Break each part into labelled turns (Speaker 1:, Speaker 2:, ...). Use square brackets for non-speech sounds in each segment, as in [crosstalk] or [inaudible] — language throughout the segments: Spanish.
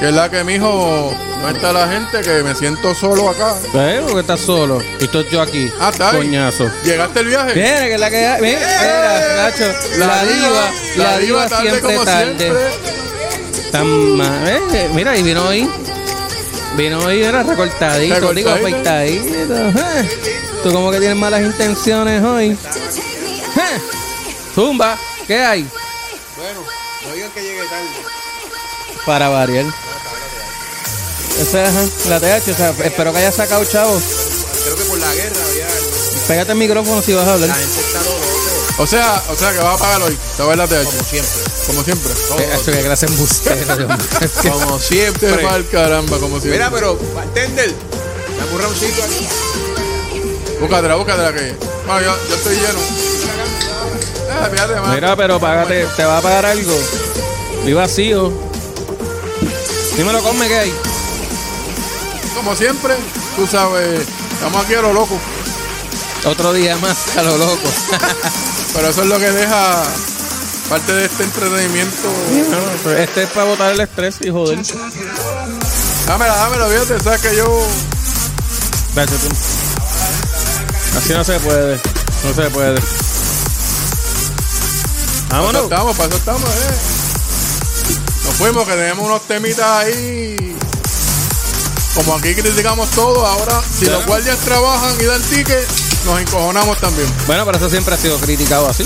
Speaker 1: Que es la que, mijo, no está la gente, que me siento solo acá.
Speaker 2: ¿Sabes? ¿Eh? Porque estás solo. Y estoy yo aquí.
Speaker 1: Ah, está ahí.
Speaker 2: Coñazo.
Speaker 1: Llegaste el viaje.
Speaker 2: Mira, que la que hay. Mira, Nacho. ¡Eh! La, diva, la diva, siempre tarde. Tan ma- eh, Mira, y vino hoy. Vino hoy, era recortadito,
Speaker 1: Recortadito.
Speaker 2: digo, afeitadito. Eh, Tú como que tienes malas intenciones hoy. Eh, Zumba, ¿qué hay?
Speaker 3: Bueno, no digan que llegué tarde.
Speaker 2: Para variar. Esa es ajá, la TH, o sea, espero que hayas sacado, chavo.
Speaker 3: Creo que por la guerra había algo.
Speaker 2: Pégate el micrófono si vas a hablar.
Speaker 3: La gente está lo loco,
Speaker 1: O sea, o sea, que vas a pagar hoy. Te va a ir la TH,
Speaker 3: como siempre.
Speaker 1: como siempre.
Speaker 2: Eh, Eso que gracias
Speaker 3: [laughs]
Speaker 2: embustero, Dios mío.
Speaker 1: Como siempre. Te va al caramba, como siempre.
Speaker 3: Mira, pero, bartender, dame un roncito aquí. pues.
Speaker 1: Búscatela, búscatela que. Ah, yo, yo estoy lleno. Ah, fíjate, más.
Speaker 2: Mira, pero págate, te va a pagar algo. Estoy vacío. Dímelo, come que hay.
Speaker 1: Como siempre, tú sabes, estamos aquí a lo loco.
Speaker 2: Otro día más a lo loco. [laughs]
Speaker 1: Pero eso es lo que deja parte de este entretenimiento.
Speaker 2: este es para botar el estrés y joder.
Speaker 1: Dámela, dámela, fíjate, sabes que yo.
Speaker 2: Gracias, tú. Así no se puede. No se puede.
Speaker 1: Para
Speaker 3: Ah,
Speaker 1: eso
Speaker 2: Vámonos.
Speaker 1: estamos, para eso estamos, eh. Nos fuimos, que tenemos unos temitas ahí. Como aquí criticamos todo, ahora si
Speaker 2: Claro.
Speaker 1: los guardias trabajan y dan ticket, nos encojonamos también.
Speaker 2: Bueno, pero eso siempre ha sido criticado así.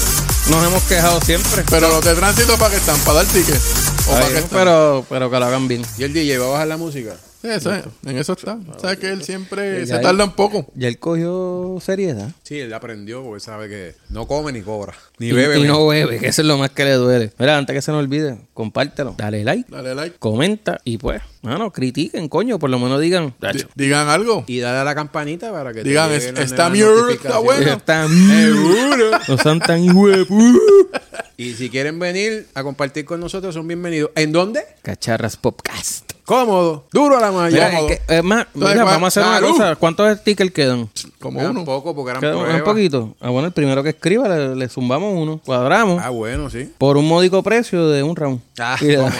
Speaker 2: Nos hemos quejado siempre.
Speaker 1: Pero los de tránsito, ¿para qué están? ¿Para dar ticket? ¿O para
Speaker 2: Ay,
Speaker 1: qué están?
Speaker 2: pero, pero que lo hagan bien.
Speaker 3: Y el DJ va a bajar la música.
Speaker 1: Sí, eso es, en eso está. ¿Sabes que él siempre
Speaker 2: Y
Speaker 1: se
Speaker 2: ahí-
Speaker 1: tarda un poco?
Speaker 2: Y él cogió seriedad.
Speaker 3: Sí, él aprendió porque sabe que no come ni cobra. Ni
Speaker 2: Y,
Speaker 3: bebe.
Speaker 2: y
Speaker 3: ni-
Speaker 2: no bebe, que eso es lo más que le duele. Mira, antes que se nos olvide, compártelo. Dale like,
Speaker 1: Dale like.
Speaker 2: comenta y pues, mano, critiquen, coño. Por lo menos digan.
Speaker 1: Di- digan algo.
Speaker 3: Y dale a la campanita para que
Speaker 1: Digan, es-
Speaker 3: lleguen las
Speaker 1: está
Speaker 3: nuevas
Speaker 1: mi Earth,
Speaker 3: notificaciones.
Speaker 1: está bueno.
Speaker 2: Están-
Speaker 3: Seguro.
Speaker 2: [laughs] no son tan huevos.
Speaker 3: [laughs] Y si quieren venir a compartir con nosotros, son bienvenidos. ¿En dónde?
Speaker 2: Cacharras Podcast.
Speaker 3: Cómodo. Duro a la malla.
Speaker 2: Mira,
Speaker 1: cómodo.
Speaker 2: es que- es más,
Speaker 1: Entonces,
Speaker 2: mira,
Speaker 1: ¿cuál-
Speaker 2: vamos a hacer
Speaker 1: salud?
Speaker 2: una cosa. ¿Cuántos stickers quedan?
Speaker 1: Como
Speaker 3: Quedan
Speaker 1: uno.
Speaker 3: poco porque eran
Speaker 2: Quedan un
Speaker 3: pruebas.
Speaker 2: poquito. Ah, bueno, el primero que escriba le, le zumbamos uno, cuadramos.
Speaker 3: Ah, bueno, sí.
Speaker 2: Por un módico precio de un round.
Speaker 3: Ah,
Speaker 2: Y le-
Speaker 3: cómodo.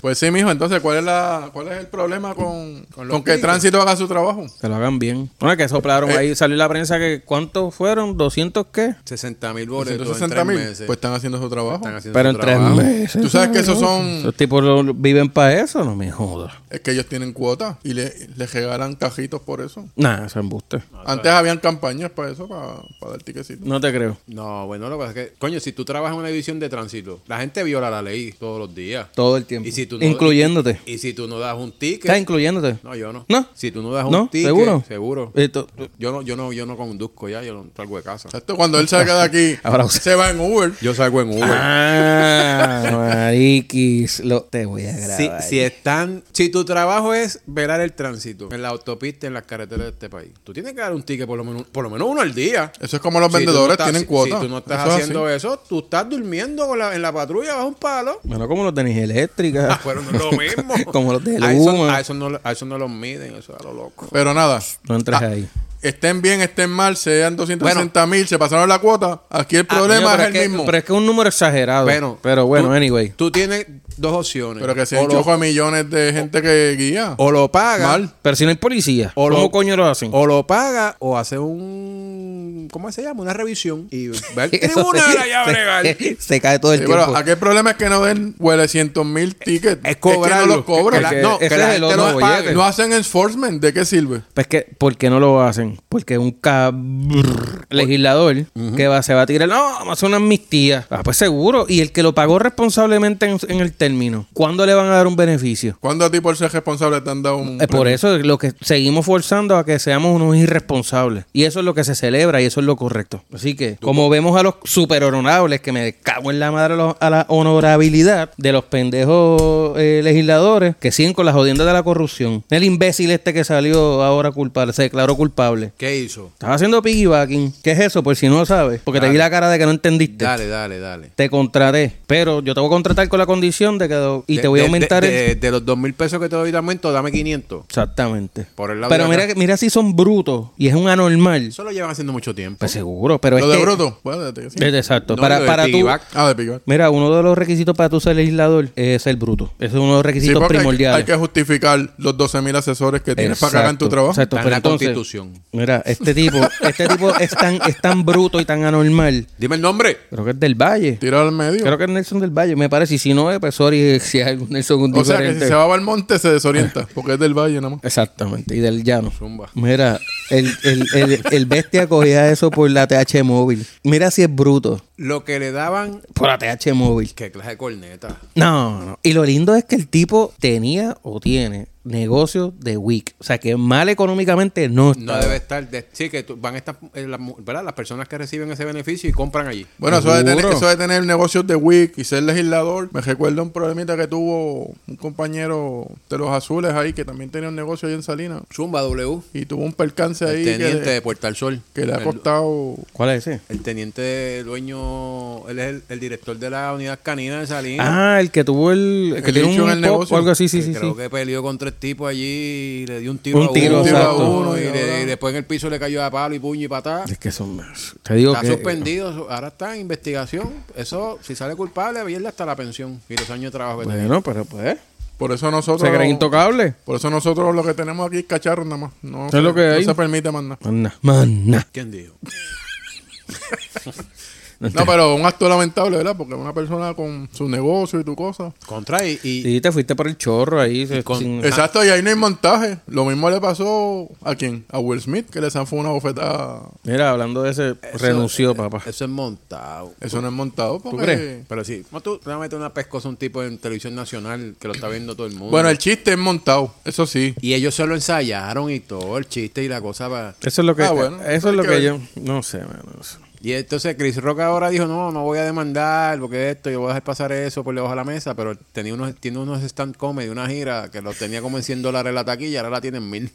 Speaker 1: Pues sí, mijo. Entonces, ¿cuál es la, cuál es el problema con, con,
Speaker 3: los
Speaker 1: que
Speaker 3: tickets.
Speaker 1: tránsito haga su trabajo?
Speaker 2: [laughs] que lo hagan bien. Bueno, que soplaron
Speaker 3: Eh.
Speaker 2: ahí. Salió en la prensa que ¿cuántos fueron? ¿200 qué?
Speaker 3: 60 Pues mil boletos en
Speaker 1: 160
Speaker 3: tres
Speaker 1: mil.
Speaker 3: meses.
Speaker 1: Pues están haciendo su trabajo.
Speaker 3: Están haciendo
Speaker 2: Pero
Speaker 3: su
Speaker 2: en tres
Speaker 3: trabajo.
Speaker 2: meses.
Speaker 1: Tú sabes que esos son.
Speaker 2: Los tipos lo- viven para eso, no me jodas.
Speaker 1: Es que ellos tienen cuota y le, les regalan cajitos por eso.
Speaker 2: Nah, eso es embuste.
Speaker 1: Antes habían campañas para eso, para, para dar tiquecito.
Speaker 2: No te creo.
Speaker 3: No, bueno, lo que pasa es que, coño, si tú trabajas en una división de tránsito, la gente viola la ley todos los días.
Speaker 2: Todo el tiempo.
Speaker 3: Y si tú no-
Speaker 2: incluyéndote.
Speaker 3: Y si tú no das un
Speaker 2: ¿Estás
Speaker 3: ticket.
Speaker 2: incluyéndote?
Speaker 3: No, yo no.
Speaker 2: ¿No?
Speaker 3: Si tú no das
Speaker 2: ¿No?
Speaker 3: un ticket.
Speaker 2: ¿Seguro?
Speaker 3: Seguro.
Speaker 2: Eh, tú- tú-
Speaker 3: Yo no, yo no, yo no conduzco ya, yo no salgo de casa.
Speaker 1: Exacto, Cuando él salga de
Speaker 3: [laughs]
Speaker 1: aquí,
Speaker 2: Ahora usa-
Speaker 1: se va en Uber.
Speaker 3: Yo salgo en Uber.
Speaker 2: Ah, mariquis. Lo, te voy a
Speaker 3: si,
Speaker 2: grabar.
Speaker 3: si están, si tu trabajo es velar el tránsito en la autopista, en las carreteras de este país, tú tienes que dar un ticket por lo menos, por lo menos uno al día.
Speaker 1: Eso es como los
Speaker 3: Si tú no
Speaker 1: vendedores
Speaker 3: estás-
Speaker 1: tienen cuota.
Speaker 3: Si tú no estás
Speaker 1: Eso es así.
Speaker 3: haciendo eso, tú estás durmiendo con la- en la patrulla bajo un palo.
Speaker 2: Bueno, como los tenis eléctricas.
Speaker 3: Pero Ah, no es lo
Speaker 2: [laughs]
Speaker 3: mismo.
Speaker 2: como los de
Speaker 3: a eso,
Speaker 2: Luma.
Speaker 3: a, eso no, a eso no los miden, eso es a lo loco.
Speaker 1: Pero nada.
Speaker 2: No entres
Speaker 1: Ah,
Speaker 2: ahí.
Speaker 1: Estén bien, estén mal, sean 260 mil, se pasaron la cuota. Aquí
Speaker 3: Ah,
Speaker 1: el problema
Speaker 2: Coño, pero
Speaker 1: es el
Speaker 2: que-
Speaker 1: mismo.
Speaker 2: Pero es que es un número exagerado.
Speaker 3: Bueno,
Speaker 2: pero bueno,
Speaker 3: tú-
Speaker 2: anyway.
Speaker 3: Tú tienes dos opciones.
Speaker 1: Pero que se
Speaker 3: o,
Speaker 1: enchufa
Speaker 3: lo,
Speaker 1: a millones de gente que guía.
Speaker 3: o lo pagas.
Speaker 1: Mal.
Speaker 2: Pero si no hay policía,
Speaker 3: O
Speaker 2: ¿cómo
Speaker 3: lo-
Speaker 2: coño lo hacen?
Speaker 3: O lo paga o hace un. ¿Cómo se llama? Una revisión. Y va al
Speaker 2: [laughs] Eso
Speaker 3: tribunal
Speaker 2: se-
Speaker 3: allá a
Speaker 2: [laughs]
Speaker 3: bregar.
Speaker 2: se, se cae todo el
Speaker 1: Sí,
Speaker 2: tiempo.
Speaker 1: pero aquí el problema es que no den huele cientos mil tickets.
Speaker 3: Es cobrarlo.
Speaker 1: que no los
Speaker 3: Que
Speaker 1: cobran.
Speaker 3: la-
Speaker 2: Es que
Speaker 3: no,
Speaker 2: ese
Speaker 3: que la
Speaker 2: es el
Speaker 3: gente
Speaker 2: otro
Speaker 3: no pague.
Speaker 2: bollete.
Speaker 1: No hacen enforcement. ¿De qué sirve?
Speaker 2: Pues que, ¿por qué no lo hacen? Porque un cabrón legislador que va, se va a tirar, no, vamos a hacer una amnistía. Ah, pues seguro. Y el que lo pagó responsablemente en, en el término, ¿cuándo le van a dar un beneficio?
Speaker 1: ¿Cuándo a ti por ser responsable te han dado un.?
Speaker 2: Es Eh, por eso lo que seguimos forzando a que seamos unos irresponsables. Y eso es lo que se celebra y eso es lo correcto. Así que, como vemos a los super honorables, que me cago en la madre lo- a la honorabilidad de los pendejos eh, legisladores que siguen con las jodiendas de la corrupción. El imbécil este que salió ahora culpable, se declaró culpable.
Speaker 3: ¿Qué hizo?
Speaker 2: Estaba haciendo piggybacking. ¿Qué es eso? Por si no lo sabes. Porque te vi la cara de que no entendiste.
Speaker 3: Dale, dale, dale.
Speaker 2: Te contraté. Pero yo te voy a contratar con la condición de que... Y te
Speaker 3: De-
Speaker 2: voy a
Speaker 3: de-
Speaker 2: aumentar
Speaker 3: de,
Speaker 2: el...
Speaker 3: de- de los dos mil pesos que te doy de aumento, dame 500.
Speaker 2: Exactamente.
Speaker 3: Por el lado
Speaker 2: Pero
Speaker 3: de
Speaker 2: mira,
Speaker 3: acá.
Speaker 2: que- mira si son brutos y es un anormal.
Speaker 3: Eso lo llevan haciendo mucho tiempo.
Speaker 2: Pues seguro, pero
Speaker 1: Lo
Speaker 2: es
Speaker 1: de
Speaker 2: que-
Speaker 1: Bruto. Bueno, de- sí.
Speaker 2: Eh, Exacto.
Speaker 3: No, lo
Speaker 2: para
Speaker 3: de
Speaker 2: para tú.
Speaker 3: piggyback.
Speaker 1: Ah, de Piggyback.
Speaker 2: Mira, uno de los requisitos para tú ser legislador es ser bruto. Ese es uno de los
Speaker 1: Sí,
Speaker 2: requisitos
Speaker 1: porque hay-
Speaker 2: primordiales.
Speaker 1: hay, que justificar los 12.000 asesores que tienes para cagar en tu
Speaker 2: Exacto,
Speaker 1: trabajo.
Speaker 2: Exacto,
Speaker 3: Está en
Speaker 2: pero
Speaker 3: la
Speaker 2: entonces,
Speaker 3: Constitución.
Speaker 2: Mira, este tipo, este tipo es tan, es tan bruto y tan anormal.
Speaker 3: Dime el nombre.
Speaker 2: Creo que es del Valle.
Speaker 1: Tira al medio.
Speaker 2: Creo que es Nelson del Valle, me parece. Y si no es, pues sorry, [laughs] si hay algún Nelson un
Speaker 1: o sea que si
Speaker 2: diferente.
Speaker 1: se va al monte se
Speaker 2: [laughs]
Speaker 1: desorienta, porque es del valle nada más.
Speaker 2: Exactamente, y del llano.
Speaker 3: Zumba.
Speaker 2: Mira, el, el, el, el bestia cogía eso por la TH móvil. Mira si es bruto.
Speaker 3: Lo que le daban.
Speaker 2: Por la TH móvil.
Speaker 3: Qué clase de corneta.
Speaker 2: No, no. Y lo lindo es que el tipo tenía o tiene negocios de WIC. O sea, que mal económicamente no está.
Speaker 3: No debe estar. de- sí, que tú- van estas. eh, las, mu- ¿verdad? las personas que reciben ese beneficio y compran allí.
Speaker 1: Bueno, eso de, tener,
Speaker 2: Seguro.
Speaker 1: eso de tener negocios de WIC y ser legislador, me recuerda un problemita que tuvo un compañero de los azules ahí, que también tenía un negocio ahí en Salinas,
Speaker 3: Zumba W.
Speaker 1: y tuvo un percance ahí
Speaker 3: El
Speaker 1: que
Speaker 3: teniente
Speaker 1: le,
Speaker 3: de Puerta al Sol.
Speaker 1: que le ha
Speaker 3: El-
Speaker 1: costado...
Speaker 2: ¿Cuál es ese?
Speaker 3: El, teniente dueño. Él es el, el director de la unidad canina de Salinas.
Speaker 2: Ah, el que tuvo el. El que
Speaker 1: El
Speaker 2: tiene
Speaker 1: bicho
Speaker 2: un
Speaker 1: en el
Speaker 2: pop
Speaker 1: negocio.
Speaker 2: o algo así, sí,
Speaker 3: que
Speaker 2: sí.
Speaker 3: creo
Speaker 2: sí.
Speaker 3: que peleó con tres tipos allí y le dio un tiro,
Speaker 2: Un tiro,
Speaker 3: a, uno,
Speaker 2: exacto.
Speaker 3: a uno, y,
Speaker 1: Y
Speaker 3: le-
Speaker 1: ahora-
Speaker 3: y después en el piso le cayó a palo y puño y patada.
Speaker 2: Es que son. Te digo
Speaker 3: Está
Speaker 2: que.
Speaker 3: suspendido, ahora está en investigación. Eso, si sale culpable, pierde hasta la pensión y los años de trabajo que tenía.
Speaker 2: Bueno, pero pues.
Speaker 1: Por eso nosotros...
Speaker 2: Se creen intocables.
Speaker 1: Por eso nosotros lo que tenemos aquí es cacharro nada más. No,
Speaker 2: Es
Speaker 1: se-
Speaker 2: lo que
Speaker 1: no
Speaker 2: hay.
Speaker 1: se permite más nada.
Speaker 2: Manna, manna.
Speaker 3: ¿Quién dijo?
Speaker 2: Este.
Speaker 1: No, pero un acto lamentable, ¿verdad? Porque una persona con su negocio y tu cosa...
Speaker 3: Contra y, y-
Speaker 2: Sí, te fuiste por el chorro ahí. se-
Speaker 3: con-
Speaker 2: sin-
Speaker 1: Exacto, y ahí no hay montaje. Lo mismo le pasó a quién? A Will Smith, que le zanfó una bofetada.
Speaker 2: Mira, hablando de ese,
Speaker 3: eso-
Speaker 2: renunció,
Speaker 3: eh,
Speaker 2: papá.
Speaker 3: Eso es montado.
Speaker 1: Eso no es montado. Porque...
Speaker 2: crees?
Speaker 3: Pero sí, ¿cómo tú le vas a meter una pescosa a un tipo en televisión nacional que lo está viendo todo el mundo?
Speaker 1: Bueno, el chiste es montado, eso sí.
Speaker 3: Y ellos se lo ensayaron y todo, el chiste y la cosa para...
Speaker 2: Eso es lo que.
Speaker 1: Ah, bueno,
Speaker 2: eso es
Speaker 1: hay
Speaker 2: lo
Speaker 1: que
Speaker 2: que,
Speaker 1: ver.
Speaker 2: yo. No sé, mano.
Speaker 1: [laughs]
Speaker 2: no sé.
Speaker 3: Y entonces Chris Rock ahora dijo, no, no voy a demandar porque esto, yo voy a dejar pasar eso por debajo de la mesa, pero tenía unos, tiene unos stand comedy, una gira que los tenía como en 100 dólares la taquilla, ahora la tienen en 1000.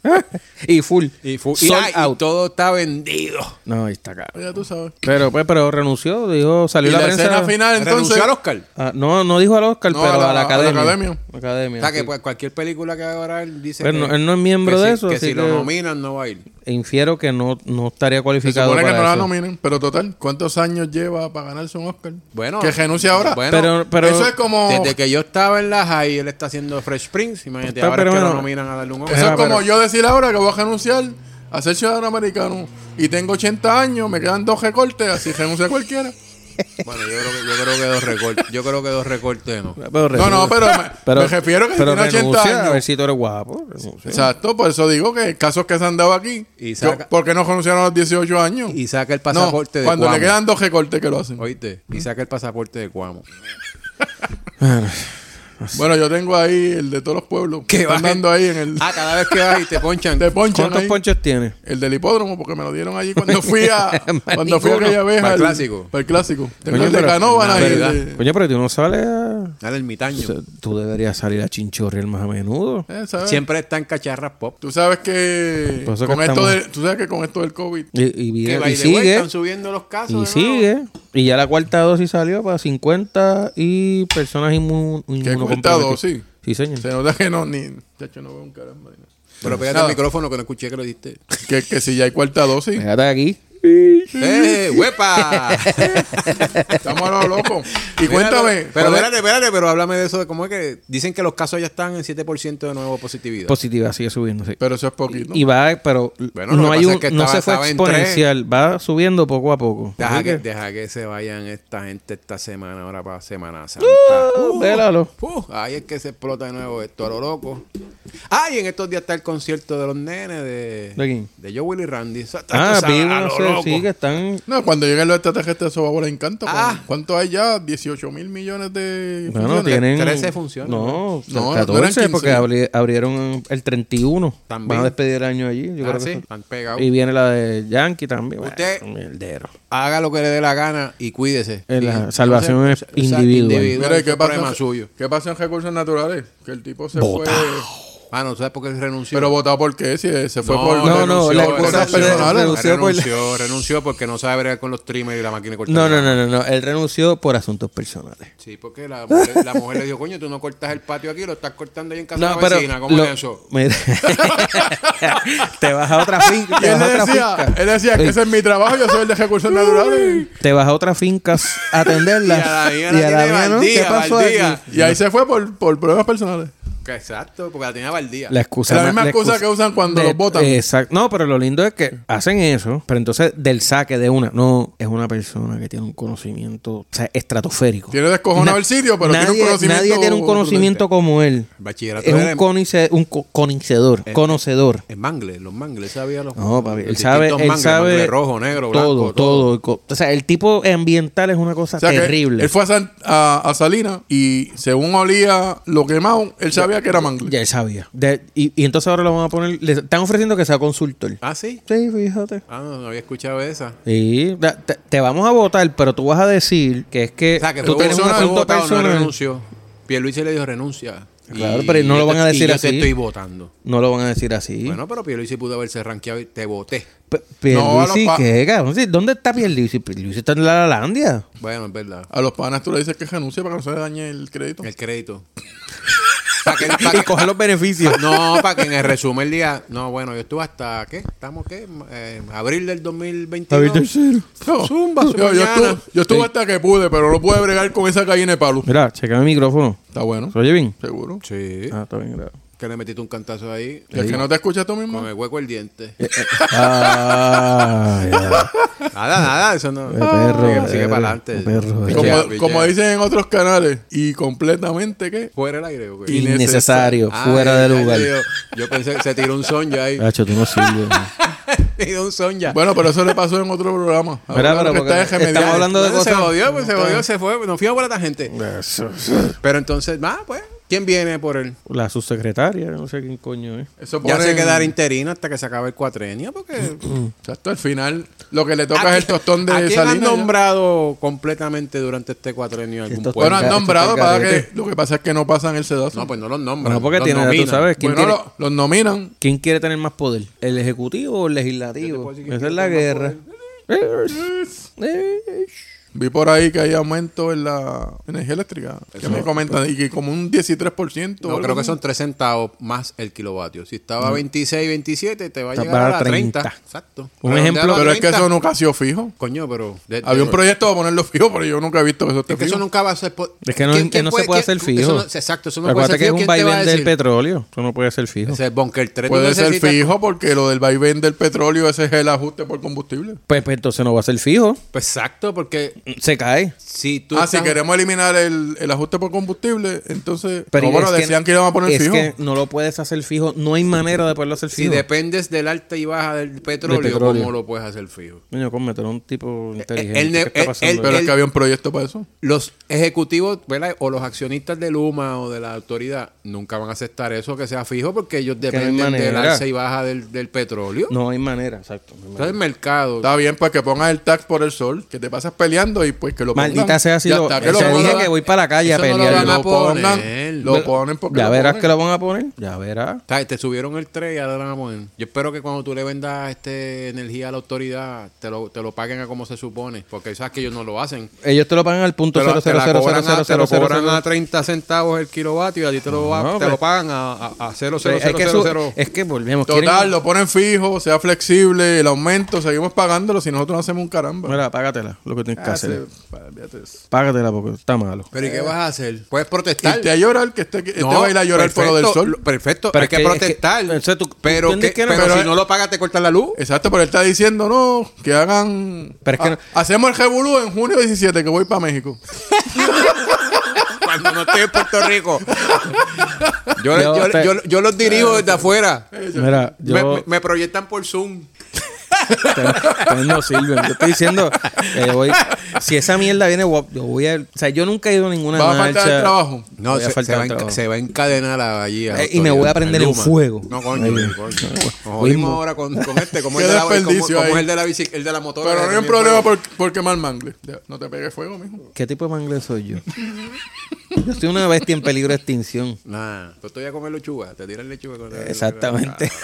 Speaker 2: Y full.
Speaker 3: Y, fu- y,
Speaker 2: Sold
Speaker 3: ay, y
Speaker 2: out.
Speaker 3: todo está vendido.
Speaker 2: No, ahí está cabrón.
Speaker 1: Ya tú sabes.
Speaker 2: Pero, pues, pero renunció, dijo,
Speaker 1: Y
Speaker 2: salió
Speaker 1: la,
Speaker 2: la, prensa.
Speaker 1: escena final, entonces.
Speaker 3: Renunció al Oscar.
Speaker 2: Ah, no, no dijo al Oscar,
Speaker 1: No,
Speaker 2: pero
Speaker 1: a
Speaker 2: a
Speaker 1: la-
Speaker 2: la,
Speaker 1: a la
Speaker 2: academia.
Speaker 1: academia.
Speaker 2: Academia,
Speaker 3: O sea, que
Speaker 2: sí.
Speaker 3: pues, cualquier película que haga ahora él dice
Speaker 2: Pero
Speaker 3: que,
Speaker 2: no- él no es miembro
Speaker 3: que
Speaker 2: de
Speaker 3: si-
Speaker 2: eso,
Speaker 3: Que
Speaker 2: así
Speaker 3: si lo
Speaker 2: que-
Speaker 3: nominan no va a ir.
Speaker 2: E Infiero que no, no estaría
Speaker 1: Se
Speaker 2: cualificado
Speaker 1: supone que
Speaker 2: para
Speaker 1: no la
Speaker 2: eso.
Speaker 1: nominen, pero total, ¿cuántos años lleva para ganarse un Oscar?
Speaker 3: Bueno.
Speaker 1: Que renuncia ahora.
Speaker 3: Bueno,
Speaker 2: Pero- pero-
Speaker 1: eso es como.
Speaker 3: Desde que yo estaba en la high, él está haciendo Fresh Prince, imagínate,
Speaker 2: Está,
Speaker 3: ahora es
Speaker 2: pero
Speaker 3: que lo
Speaker 2: bueno,
Speaker 3: nominan a darle un
Speaker 1: Eso
Speaker 3: Oscar.
Speaker 1: es
Speaker 2: Ajá,
Speaker 1: como
Speaker 2: pero-
Speaker 1: yo decir ahora que voy a renunciar a ser ciudadano americano y tengo 80 años, me quedan dos recortes, así renuncia cualquiera.
Speaker 3: Bueno, yo creo, que, yo creo que dos recortes, yo creo que dos recortes no.
Speaker 2: Ah, Pero
Speaker 1: No, no, pero me,
Speaker 2: [laughs] pero-
Speaker 1: me refiero que
Speaker 2: pero
Speaker 1: tiene 80
Speaker 2: renuncia, A ver
Speaker 1: años.
Speaker 2: si tú eres guapo. renuncia.
Speaker 1: Exacto, por eso digo que casos que se han dado aquí.
Speaker 3: Y
Speaker 1: yo-
Speaker 3: saca-
Speaker 1: ¿Por qué no renunciaron a los 18 años?
Speaker 3: Y saca el
Speaker 1: no,
Speaker 3: pasaporte de
Speaker 1: cuando le
Speaker 3: Cuamo.
Speaker 1: quedan dos recortes que lo hacen.
Speaker 3: Oíste, y saca el pasaporte de Cuamo. pues,
Speaker 1: Bueno, yo tengo ahí el de todos los pueblos.
Speaker 3: Que
Speaker 1: Están
Speaker 3: va-
Speaker 1: dando ahí en el
Speaker 3: Ah, cada vez que vas y te ponchan.
Speaker 1: de Poncho.
Speaker 2: ¿Cuántos ponches tiene?
Speaker 1: El del hipódromo, porque me lo dieron allí cuando fui
Speaker 3: [laughs]
Speaker 1: a cuando fui a
Speaker 2: ninguno.
Speaker 1: aquella vez
Speaker 3: Para el
Speaker 1: al-
Speaker 3: clásico.
Speaker 1: Para el clásico. Tengo
Speaker 2: Coño,
Speaker 1: el de
Speaker 2: pero-
Speaker 1: Canóvana y el
Speaker 3: Navidad.
Speaker 1: de-
Speaker 2: Coño, pero tú no sales a...
Speaker 3: Al ermitaño.
Speaker 2: Tú deberías salir a chinchorrear más a menudo.
Speaker 1: eh, ¿sabes?
Speaker 3: Siempre están cacharras pop.
Speaker 1: Tú sabes que
Speaker 2: Por eso que
Speaker 1: con esto
Speaker 2: estamos-
Speaker 1: del- tú sabes que con esto del COVID
Speaker 2: Y, y,
Speaker 3: Que
Speaker 2: viene- y
Speaker 3: by the way,
Speaker 2: sigue.
Speaker 3: están subiendo los casos.
Speaker 2: Y
Speaker 3: de nuevo.
Speaker 2: sigue. Y ya la cuarta dosis salió para 50 y personas inmun
Speaker 1: cuarta dosis?
Speaker 2: Sí, señor.
Speaker 1: se nota que no ni chacho no veo un caramba.
Speaker 3: Pero pégate
Speaker 1: Nada.
Speaker 3: al micrófono que no escuché que lo diste.
Speaker 1: Que, que si ya hay cuarta dosis,
Speaker 2: Fíjate Pues aquí.
Speaker 3: [laughs] ¡Eh, huepa!
Speaker 1: estamos a lo loco. Y
Speaker 3: Míralo.
Speaker 1: cuéntame,
Speaker 3: Pero
Speaker 1: ¿cuál es-
Speaker 3: espérate, espérate, pero háblame de eso de cómo es que dicen que los casos ya están en 7% de nuevo positividad.
Speaker 2: Positiva, sigue subiendo. sí.
Speaker 1: pero eso es poquito.
Speaker 2: Y va, pero
Speaker 3: Bueno, lo
Speaker 2: no,
Speaker 3: que
Speaker 2: hay
Speaker 3: pasa
Speaker 2: un,
Speaker 3: es que
Speaker 2: no
Speaker 3: estaba-
Speaker 2: se fue
Speaker 3: estaba en tres.
Speaker 2: exponencial. Va subiendo poco a poco.
Speaker 3: deja,
Speaker 2: Así
Speaker 3: que,
Speaker 2: que-
Speaker 3: deja que se vayan esta gente esta semana ahora para Semana Santa.
Speaker 2: Uh, vélalo.
Speaker 3: Uh, ahí es que se explota de nuevo esto a lo loco. Ay, en estos días está el concierto de los nenes de.
Speaker 2: ¿De quién?
Speaker 3: De Joe Willy Randy. Eso está-
Speaker 2: Ah,
Speaker 3: eso está
Speaker 2: vi
Speaker 3: a
Speaker 2: no
Speaker 3: lo
Speaker 2: sé,
Speaker 3: loco.
Speaker 2: sí, que están...
Speaker 1: No, cuando lleguen los extraterrestres eso va a volar encanto.
Speaker 3: Ah.
Speaker 1: ¿Cuánto hay ya? 18 mil millones de...
Speaker 2: Bueno, tienen...
Speaker 3: 13 funciones,
Speaker 2: No,
Speaker 1: No, no eran
Speaker 2: 14 porque
Speaker 1: 15.
Speaker 2: abri- abrieron el 31.
Speaker 3: También.
Speaker 2: Van a despedir el año allí. Yo
Speaker 3: Ah,
Speaker 2: creo que
Speaker 3: sí,
Speaker 2: eso-
Speaker 3: están pegados.
Speaker 2: Y viene la de Yankee también. Bueno,
Speaker 3: Usted-
Speaker 2: mierdero.
Speaker 3: Haga lo que le dé la gana y cuídese.
Speaker 2: Eh, la
Speaker 3: Y-
Speaker 2: salvación
Speaker 3: no
Speaker 2: es
Speaker 3: sé, o sea,
Speaker 2: individual.
Speaker 1: Mira, ¿y
Speaker 3: eso
Speaker 1: ¿qué pasa,
Speaker 3: es problema suyo.
Speaker 1: ¿qué pasa en recursos naturales? Que el tipo se
Speaker 2: Botao.
Speaker 1: fue
Speaker 3: Ah, no, ¿tú ¿sabes por qué renunció?
Speaker 1: Pero votado por qué, si se fue
Speaker 3: no,
Speaker 1: por
Speaker 2: no, no, la
Speaker 1: por
Speaker 2: cosa
Speaker 1: cosas
Speaker 2: es-
Speaker 1: personales.
Speaker 2: renunció.
Speaker 3: renunció,
Speaker 2: por la-
Speaker 3: renunció, renunció porque no sabe bregar con los trimmers y la máquina cortada.
Speaker 2: No, no, no, no, no. Él renunció por asuntos personales.
Speaker 3: Sí, porque la mujer, la mujer le dijo, coño, tú no cortas el patio aquí, lo estás cortando ahí en casa
Speaker 2: No,
Speaker 3: de la
Speaker 2: pero.
Speaker 3: vecina. ¿Cómo
Speaker 2: lo-
Speaker 3: es
Speaker 2: [laughs]
Speaker 3: eso?
Speaker 2: Mira. te vas a otra finca.
Speaker 1: Y
Speaker 2: Te
Speaker 1: él
Speaker 2: vas a
Speaker 1: le
Speaker 2: otra
Speaker 1: decía,
Speaker 2: finca.
Speaker 1: él decía que
Speaker 2: Sí.
Speaker 1: ese es mi trabajo, yo soy el de recursos naturales.
Speaker 2: Te vas a otra finca a atenderla.
Speaker 3: [laughs] Y a la mía la tiene baldía,
Speaker 2: ¿Qué pasó
Speaker 3: baldía.
Speaker 2: aquí?
Speaker 1: Y ahí se fue por, por problemas personales.
Speaker 3: Que Exacto, porque la tenía baldía.
Speaker 2: La excusa
Speaker 1: La
Speaker 2: ma-
Speaker 1: misma excusa que usan cuando los botan.
Speaker 2: Exacto. No, pero lo lindo es que hacen eso, pero entonces del saque de una. No, es una persona que tiene un conocimiento o sea, estratosférico.
Speaker 1: Tiene descojonado
Speaker 2: Na-
Speaker 1: el sitio, pero
Speaker 2: nadie,
Speaker 1: tiene un conocimiento.
Speaker 2: Nadie tiene un conocimiento como él.
Speaker 3: Bachillerato
Speaker 2: Es
Speaker 3: era
Speaker 2: un,
Speaker 3: en-
Speaker 2: conice- un co- conicedor, conocedor.
Speaker 3: En mangles, los mangles, sabía los
Speaker 2: No, papi, él
Speaker 3: los
Speaker 2: sabe, él
Speaker 3: distintos mangles,
Speaker 2: sabe
Speaker 3: mangle rojo, negro,
Speaker 2: todo,
Speaker 3: blanco,
Speaker 2: todo, O sea, el tipo ambiental es una cosa
Speaker 1: O sea que
Speaker 2: terrible.
Speaker 1: Él fue a, San- a, a Salinas y según olía lo quemado, él sabía que era mangle.
Speaker 2: Ya él sabía. De- y, y entonces ahora lo van a poner. Le están ofreciendo que sea consultor.
Speaker 3: Ah, sí.
Speaker 2: Sí, fíjate.
Speaker 3: Ah, no, no había escuchado esa.
Speaker 2: Sí, da- te, te vamos a votar, pero tú vas a decir que es que,
Speaker 3: O sea, que
Speaker 2: Eh, tú
Speaker 3: fue
Speaker 2: tienes un
Speaker 3: votado,
Speaker 2: asunto
Speaker 3: votado, no
Speaker 2: personal.
Speaker 3: renunció. Pierluisi le dijo renuncia.
Speaker 2: Claro, pero no lo
Speaker 3: yo
Speaker 2: van
Speaker 3: te-
Speaker 2: a decir
Speaker 3: yo
Speaker 2: así.
Speaker 3: te estoy votando.
Speaker 2: No lo van a decir así.
Speaker 3: Bueno, pero Pierluisi pudo haberse ranqueado y te voté.
Speaker 2: P-
Speaker 1: No, a los
Speaker 2: Pierluisi,
Speaker 1: pa-
Speaker 2: ¿qué, cabrón? Sí, ¿Dónde está Pierluisi? Pierluisi está en la Lalandia.
Speaker 3: Bueno, es verdad.
Speaker 1: A los panas tú le dices que renuncie para que no se le dañe el crédito.
Speaker 3: El crédito. Pa' que- pa'
Speaker 2: Y
Speaker 3: que-
Speaker 2: coge los beneficios. [laughs]
Speaker 3: no, para que en el resumen el día. No, bueno, yo estuve hasta, ¿qué? ¿Estamos qué? Eh, abril del 2021.
Speaker 1: No.
Speaker 3: Zumba, su
Speaker 1: yo, yo
Speaker 3: mañana.
Speaker 1: estuve, yo estuve
Speaker 2: Sí.
Speaker 1: hasta que pude, pero no pude bregar con esa gallina de palo.
Speaker 2: Mira, checa mi micrófono.
Speaker 1: Está bueno,
Speaker 2: ¿Se oye bien?
Speaker 1: seguro.
Speaker 3: Sí.
Speaker 2: Ah, está bien, gracias.
Speaker 3: Que le metiste un cantazo ahí.
Speaker 1: Y Es que no te escuchas tú mismo.
Speaker 3: Con el hueco el diente.
Speaker 2: Ah, ya.
Speaker 3: Nada, nada, eso no.
Speaker 2: Qué perro,
Speaker 3: Sigue, sigue
Speaker 2: perro,
Speaker 3: para adelante.
Speaker 2: qué perro.
Speaker 1: Como,
Speaker 3: Pichea, pichea.
Speaker 1: como dicen en otros canales, y completamente que
Speaker 3: Fuera el aire, güey.
Speaker 1: Y-
Speaker 2: Innecesario,
Speaker 3: Ah,
Speaker 2: fuera
Speaker 3: ya,
Speaker 2: de
Speaker 3: ya,
Speaker 2: lugar.
Speaker 3: Yo, yo pensé que se tiró un sonja ahí.
Speaker 2: Cacho, tú no sirves.
Speaker 3: [laughs]
Speaker 2: man.
Speaker 3: Tiró un sonja.
Speaker 1: Bueno, pero eso le pasó en otro programa.
Speaker 2: Mira,
Speaker 1: Ahora
Speaker 2: pero
Speaker 1: lo que está
Speaker 2: porque
Speaker 1: es remediar.
Speaker 2: estamos hablando de
Speaker 3: Bueno, se
Speaker 2: cosas.
Speaker 3: jodió, pues se jodió, se fue. Nos fuimos por la tangente. Pero entonces, ah, pues, ¿quién viene por él?
Speaker 2: La subsecretaria, no sé quién coño es.
Speaker 1: Eso
Speaker 3: Ya se
Speaker 1: ponen-
Speaker 3: quedará interino hasta que se acabe el
Speaker 2: [clears throat]
Speaker 3: cuatrenio, porque.
Speaker 1: Exacto, al final lo que le toca
Speaker 3: ¿A
Speaker 1: es el
Speaker 3: quién-
Speaker 1: tostón
Speaker 3: ¿a
Speaker 1: de
Speaker 3: quién han
Speaker 1: Salinas. ya.
Speaker 3: nombrado completamente durante este cuatrenio algún
Speaker 2: Estos
Speaker 1: Bueno,
Speaker 3: puesto?
Speaker 1: han
Speaker 2: Esto está
Speaker 1: nombrado
Speaker 2: el
Speaker 1: para que
Speaker 2: garete.
Speaker 1: lo que pasa es que no pasan el sedazo.
Speaker 3: No, pues no los nombran.
Speaker 2: Bueno, porque
Speaker 3: los
Speaker 2: tiene, tú
Speaker 3: nominan.
Speaker 2: sabes, ¿quién
Speaker 1: bueno,
Speaker 2: tiene-
Speaker 1: lo- los nominan.
Speaker 2: ¿Quién quiere tener más poder? ¿El ejecutivo o el legislativo? Esa es la guerra. Eh,
Speaker 1: Vi por ahí que hay aumento en la energía eléctrica. Que me comentan, y que como un 13%. o
Speaker 3: No,
Speaker 1: algo
Speaker 3: creo que
Speaker 1: así.
Speaker 3: son 3 centavos más el kilovatio. Si estaba a 26, 27, te va a
Speaker 2: Te va
Speaker 3: llegar
Speaker 2: a
Speaker 3: a, la
Speaker 2: 30.
Speaker 3: 30. Exacto.
Speaker 2: Un
Speaker 3: Redondealo
Speaker 2: ejemplo-
Speaker 3: a
Speaker 1: Pero es que
Speaker 3: 30.
Speaker 1: eso nunca ha sido fijo.
Speaker 3: Coño, pero... de- de-
Speaker 1: Había un proyecto para ponerlo fijo, pero yo nunca he visto que eso esté
Speaker 3: Este, Es
Speaker 1: fijo.
Speaker 3: que eso nunca va a ser... po-
Speaker 2: Es que no,
Speaker 3: ¿Quién-
Speaker 2: que
Speaker 3: quién
Speaker 2: no se
Speaker 3: puede-
Speaker 2: puede
Speaker 3: quién-
Speaker 2: hacer fijo.
Speaker 3: eso no- exacto, eso no puede
Speaker 2: Acuérdate
Speaker 3: ser
Speaker 2: que es
Speaker 3: fijo.
Speaker 2: un
Speaker 3: ¿Quién te va a
Speaker 2: vaivén del
Speaker 3: decir?
Speaker 2: petróleo. Eso no puede ser fijo.
Speaker 3: Ese es Bunker 3.
Speaker 1: Puede ser fijo porque lo del vaivén del petróleo, ese es el ajuste por combustible.
Speaker 2: Pues, pues, entonces no va a ser fijo.
Speaker 3: Pues Exacto, porque
Speaker 2: Se cae.
Speaker 3: si tú
Speaker 1: ah,
Speaker 3: estás-
Speaker 1: si queremos eliminar el, el ajuste por combustible, entonces.
Speaker 2: Pero
Speaker 1: no, bueno,
Speaker 2: es
Speaker 1: decían que, iban a poner
Speaker 2: es
Speaker 1: fijo.
Speaker 2: que no lo puedes hacer fijo. No hay manera de poderlo hacer
Speaker 3: Si
Speaker 2: fijo.
Speaker 3: dependes del alta y baja del petróleo,
Speaker 2: petróleo.
Speaker 3: ¿cómo lo puedes hacer fijo?
Speaker 2: Coño, cómetelo un tipo inteligente.
Speaker 3: el ne-
Speaker 2: ¿Qué está
Speaker 3: el-
Speaker 2: pasando
Speaker 3: el-
Speaker 2: ahí?
Speaker 1: Pero es
Speaker 3: el-
Speaker 1: que había un proyecto para eso.
Speaker 3: Los ejecutivos, ¿verdad? O los accionistas de Luma o de la autoridad nunca van a aceptar eso que sea fijo porque ellos
Speaker 2: no hay
Speaker 3: dependen del
Speaker 2: manera.
Speaker 3: alza y baja del, del petróleo.
Speaker 2: No hay manera, exacto. no hay manera.
Speaker 3: Entonces el mercado.
Speaker 1: Está bien, pues que pongas el tax por el sol, que te pasas peleando y pues que lo pongan.
Speaker 2: Maldita sea si
Speaker 1: Ya
Speaker 2: lo.
Speaker 1: está,
Speaker 2: se
Speaker 1: pongan.
Speaker 2: dije que voy para la calle a
Speaker 3: Eso no lo
Speaker 2: pelear.
Speaker 3: van a
Speaker 1: Lo
Speaker 3: poner.
Speaker 1: pongan, lo ponen porque
Speaker 2: ya
Speaker 1: lo
Speaker 2: verás
Speaker 1: ponen.
Speaker 2: que lo van a poner. Ya verás.
Speaker 3: Está, Te subieron el 3 y ahora van a poner. Yo espero que cuando tú le vendas este energía a la autoridad, te lo, te lo paguen a como se supone. Porque sabes que ellos no lo hacen.
Speaker 2: Ellos te lo pagan al punto
Speaker 3: Te lo, te la cobran a- te lo cobran a
Speaker 2: 0.000000.
Speaker 3: 30 centavos el kilovatio y a ti te lo, va-
Speaker 2: No,
Speaker 3: te
Speaker 2: pero-
Speaker 3: lo pagan a, a, a
Speaker 2: O sea, es que eso-
Speaker 3: 00000.
Speaker 2: Es que volvemos. quieren-
Speaker 1: Total, lo ponen fijo, sea flexible, el aumento, seguimos pagándolo si nosotros no hacemos un caramba.
Speaker 2: Mira, págatela. Lo que tienes que
Speaker 1: Ah, sí,
Speaker 2: hacer.
Speaker 1: vale, olvídate de eso.
Speaker 2: Págatela porque está malo.
Speaker 3: Pero ¿y qué vas a hacer? Puedes protestar.
Speaker 1: Irte a llorar, que este, este va a ir a llorar por lo del
Speaker 3: perfecto,
Speaker 1: sol.
Speaker 3: lo- Perfecto,
Speaker 2: Pero
Speaker 3: hay
Speaker 2: es
Speaker 3: que,
Speaker 2: que- es que-
Speaker 3: protestar.
Speaker 2: o sea, tú- tú
Speaker 3: pero
Speaker 2: entiendes
Speaker 3: que-
Speaker 2: que no-
Speaker 3: pero
Speaker 2: pero
Speaker 3: si
Speaker 2: es-
Speaker 3: no lo pagas, te cortan la [laughs] luz.
Speaker 1: Exacto, pero él está diciendo, no, que hagan...
Speaker 2: Pero es que
Speaker 1: ha-
Speaker 2: no-
Speaker 1: Hacemos el revolú en junio 17, que voy para México.
Speaker 3: Cuando no estoy en Puerto Rico. [laughs] Yo,
Speaker 2: Yo
Speaker 3: yo-
Speaker 2: te-
Speaker 3: yo- yo los dirijo desde afuera.
Speaker 2: Mira,
Speaker 3: Me-
Speaker 2: yo.
Speaker 3: Me, me proyectan por Zoom.
Speaker 2: [laughs] Ustedes no sirven. Yo estoy diciendo que voy- si esa mierda viene, guap- yo voy a. O sea, yo nunca he ido a ninguna
Speaker 1: Va a
Speaker 2: marcha.
Speaker 1: faltar el trabajo.
Speaker 2: Voy
Speaker 3: No,
Speaker 2: a
Speaker 3: se,
Speaker 2: faltar
Speaker 3: se va
Speaker 2: al
Speaker 3: a enca-
Speaker 2: trabajo.
Speaker 3: se va a encadenar a- allí. a
Speaker 2: Eh,
Speaker 3: los
Speaker 2: y me voy a
Speaker 3: Toyota,
Speaker 2: prender
Speaker 3: en
Speaker 2: en
Speaker 3: Luma.
Speaker 2: fuego.
Speaker 3: No, coño. coño. Nos jodimos
Speaker 2: Mismo.
Speaker 3: ahora con, con este. Como
Speaker 1: Qué
Speaker 3: el de la, como-
Speaker 1: desperdicio
Speaker 3: como
Speaker 1: ahí.
Speaker 3: el de la, bici- el de la motora.
Speaker 1: Pero
Speaker 3: que
Speaker 1: no hay un
Speaker 3: también
Speaker 1: problema
Speaker 3: fue-
Speaker 1: por, por quemar mangle. Ya, No te pegues fuego, mijo.
Speaker 2: ¿Qué tipo de mangle soy yo? yo soy una bestia en peligro de extinción.
Speaker 3: Nah, tú estoy a comer lechuga. Te tiras lechuga con la-
Speaker 2: Exactamente. [laughs]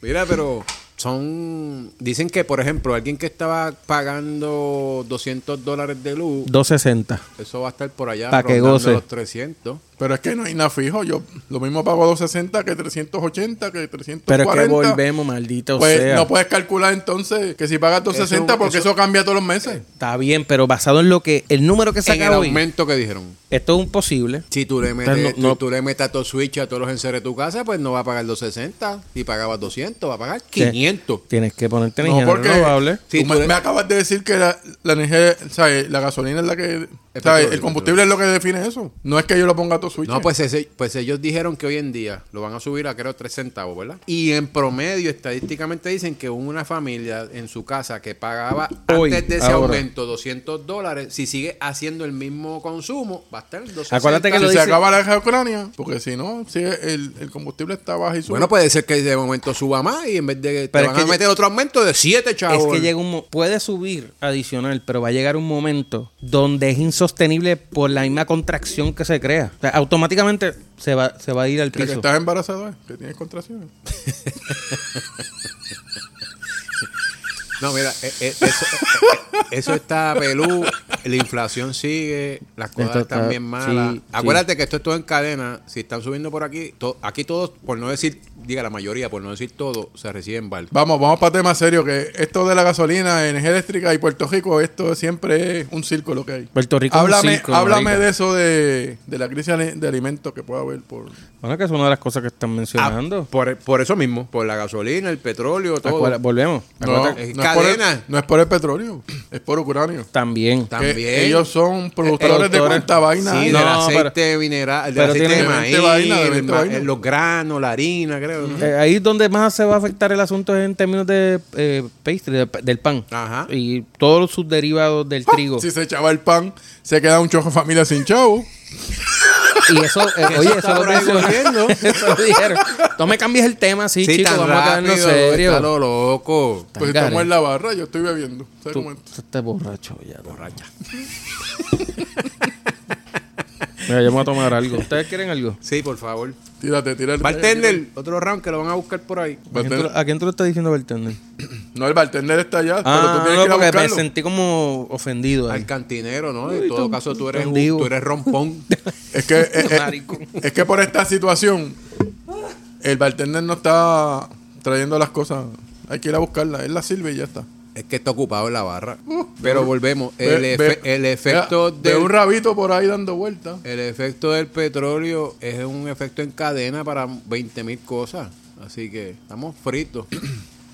Speaker 3: Mira, pero son. Dicen que, por ejemplo, alguien que estaba pagando 200 dólares de luz,
Speaker 2: 260.
Speaker 3: eso va a estar por allá.
Speaker 2: Pa' que
Speaker 3: rondando
Speaker 2: goce.
Speaker 3: los 300.
Speaker 1: Pero es que no hay nada fijo. Yo lo mismo pago 260 que 380 que 340.
Speaker 2: Pero es que volvemos, maldito
Speaker 1: Pues
Speaker 2: sea.
Speaker 1: no puedes calcular entonces que si pagas 260
Speaker 3: Eso-
Speaker 1: porque
Speaker 3: eso-
Speaker 1: eso, cambia todos los meses.
Speaker 2: Está bien, pero basado en lo que. El número que
Speaker 3: En el
Speaker 2: saca hoy.
Speaker 3: aumento que dijeron.
Speaker 2: Esto es un posible.
Speaker 3: Si tú le metes,
Speaker 2: Entonces, no-
Speaker 3: tú-
Speaker 2: no-
Speaker 3: tú le metes a tu switch a todos los enseres de tu casa, pues no va a pagar los 60. Si pagabas 200, va a pagar 500.
Speaker 2: Tienes que ponerte en
Speaker 1: No,
Speaker 2: ingenio
Speaker 1: porque
Speaker 2: renovable.
Speaker 1: tú
Speaker 3: Sí,
Speaker 1: me,
Speaker 3: tú le-
Speaker 1: me acabas de decir que la, la energía, ¿sabes? la gasolina es la que...
Speaker 3: El
Speaker 1: ¿sabes?
Speaker 3: petróleo,
Speaker 1: El combustible es lo que define eso. No es que yo lo ponga a tu switch.
Speaker 3: No, pues, ese- pues ellos dijeron que hoy en día lo van a subir a creo 3 centavos, ¿verdad? Y en promedio, estadísticamente dicen que una familia en su casa que pagaba
Speaker 2: Hoy,
Speaker 3: antes de ese
Speaker 2: ahora.
Speaker 3: aumento 200 dólares, si sigue haciendo el mismo consumo, va a estar 200
Speaker 2: Acuérdate que
Speaker 1: Si
Speaker 2: lo
Speaker 1: se
Speaker 2: dice-
Speaker 1: acaba la guerra de Ucrania, porque si no, si el, el combustible está bajo y sube.
Speaker 3: Bueno, pues, puede ser que de momento suba más y en vez de te
Speaker 2: Pero es
Speaker 3: van
Speaker 2: que
Speaker 3: a meter otro aumento de 7 chavos.
Speaker 2: Es que llega un mo- puede subir adicional, pero va a llegar un momento donde es insostenible por la misma contracción que se crea. O sea, automáticamente se va, se va a ir al
Speaker 1: que, que
Speaker 2: piso.
Speaker 1: estás embarazado, ¿eh? que tienes contracciones.
Speaker 3: No, mira, eh, eh, eso, eh, eh, eso está pelú, la inflación sigue, las cosas
Speaker 2: Esto
Speaker 3: están
Speaker 2: está-
Speaker 3: bien malas.
Speaker 2: sí,
Speaker 3: Acuérdate que esto es todo en cadena, si están subiendo por aquí, to- aquí todos, por no decir, diga la mayoría, por no decir todo, se reciben barco.
Speaker 1: Vamos, vamos para temas serios, que esto de la gasolina, energía eléctrica y Puerto Rico, esto siempre es un circo lo que hay.
Speaker 2: Puerto Rico es un
Speaker 1: háblame,
Speaker 2: circo,
Speaker 1: Háblame
Speaker 2: marica.
Speaker 1: de eso de, de la crisis ale- de alimentos que puede haber por...
Speaker 2: Bueno, que es una de las cosas que están mencionando.
Speaker 3: Ah, por, por eso mismo, por la gasolina, el petróleo, todo.
Speaker 2: Acuera- volvemos.
Speaker 1: Ah, No,
Speaker 2: Acuérdate-
Speaker 3: es
Speaker 1: no es por el,
Speaker 3: cadena.
Speaker 1: no es por el petróleo, es por Ucrania.
Speaker 2: También. Eh,
Speaker 1: Que
Speaker 3: También.
Speaker 1: ellos son productores de
Speaker 2: productores.
Speaker 1: cuánta vaina.
Speaker 3: Sí,
Speaker 1: hay.
Speaker 2: No,
Speaker 3: del
Speaker 2: pero-
Speaker 3: aceite mineral, del
Speaker 2: pero
Speaker 3: aceite
Speaker 2: tiene-
Speaker 3: de
Speaker 1: de
Speaker 3: maíz,
Speaker 1: 20 vainas, de
Speaker 3: el
Speaker 1: 20
Speaker 3: ma-
Speaker 1: vainas.
Speaker 3: los granos, la harina, creo. ¿no?
Speaker 2: Eh, ahí es donde más se va a afectar el asunto es en términos de eh, pastry, de- del pan.
Speaker 3: Ajá.
Speaker 2: Y todos sus derivados
Speaker 1: Ah,
Speaker 2: del trigo.
Speaker 1: Si se echaba el pan, se queda un chojo de familia sin chavo.
Speaker 2: Y eso, eh, oye,
Speaker 3: está
Speaker 2: eso lo
Speaker 3: por ahí
Speaker 2: mencionaron.
Speaker 3: corriendo.
Speaker 2: [laughs] Eso lo dijeron. No me cambies el tema así,
Speaker 3: Sí,
Speaker 2: chicos.
Speaker 3: tan
Speaker 2: Vamos a
Speaker 3: rápido,
Speaker 2: quedarnos
Speaker 3: está
Speaker 2: serios.
Speaker 3: lo loco.
Speaker 1: Pues
Speaker 2: Tangare.
Speaker 1: estamos en la barra, yo estoy bebiendo. ¿Sabes
Speaker 2: Tú,
Speaker 1: cómo es?
Speaker 2: tú estás borracho ya. Borracha. [laughs] Mira, yo me voy a tomar algo. ¿Ustedes quieren algo?
Speaker 3: Sí, por favor.
Speaker 1: Tírate, tírate.
Speaker 3: Bartender, otro round que lo van a buscar por ahí.
Speaker 2: ¿A quién, tú,
Speaker 1: Bartender-
Speaker 2: a quién tú le estás diciendo bartender?
Speaker 1: No, el bartender está allá, pero tú
Speaker 2: Ah,
Speaker 1: tienes
Speaker 2: no,
Speaker 1: que ir a
Speaker 2: porque me
Speaker 1: buscarlo.
Speaker 2: sentí como ofendido. ahí.
Speaker 3: al cantinero, ¿no? En todo caso, tú eres,
Speaker 2: tan
Speaker 3: un-
Speaker 2: divo.
Speaker 3: tú eres rompón.
Speaker 1: Es que, eh, eh,
Speaker 2: Maricón.
Speaker 1: es que por esta situación, el bartender no está trayendo las cosas. Hay que ir a buscarlas. Él las sirve y ya está.
Speaker 3: es que está ocupado en la [laughs] barra. Pero volvemos.
Speaker 1: Ve-
Speaker 3: El,
Speaker 1: ve-
Speaker 3: efe- el
Speaker 1: vea,
Speaker 3: efecto
Speaker 1: ve un
Speaker 3: del,
Speaker 1: rabito por ahí dando vueltas.
Speaker 3: el efecto del petróleo es un efecto en cadena para 20 mil cosas. Así que estamos fritos.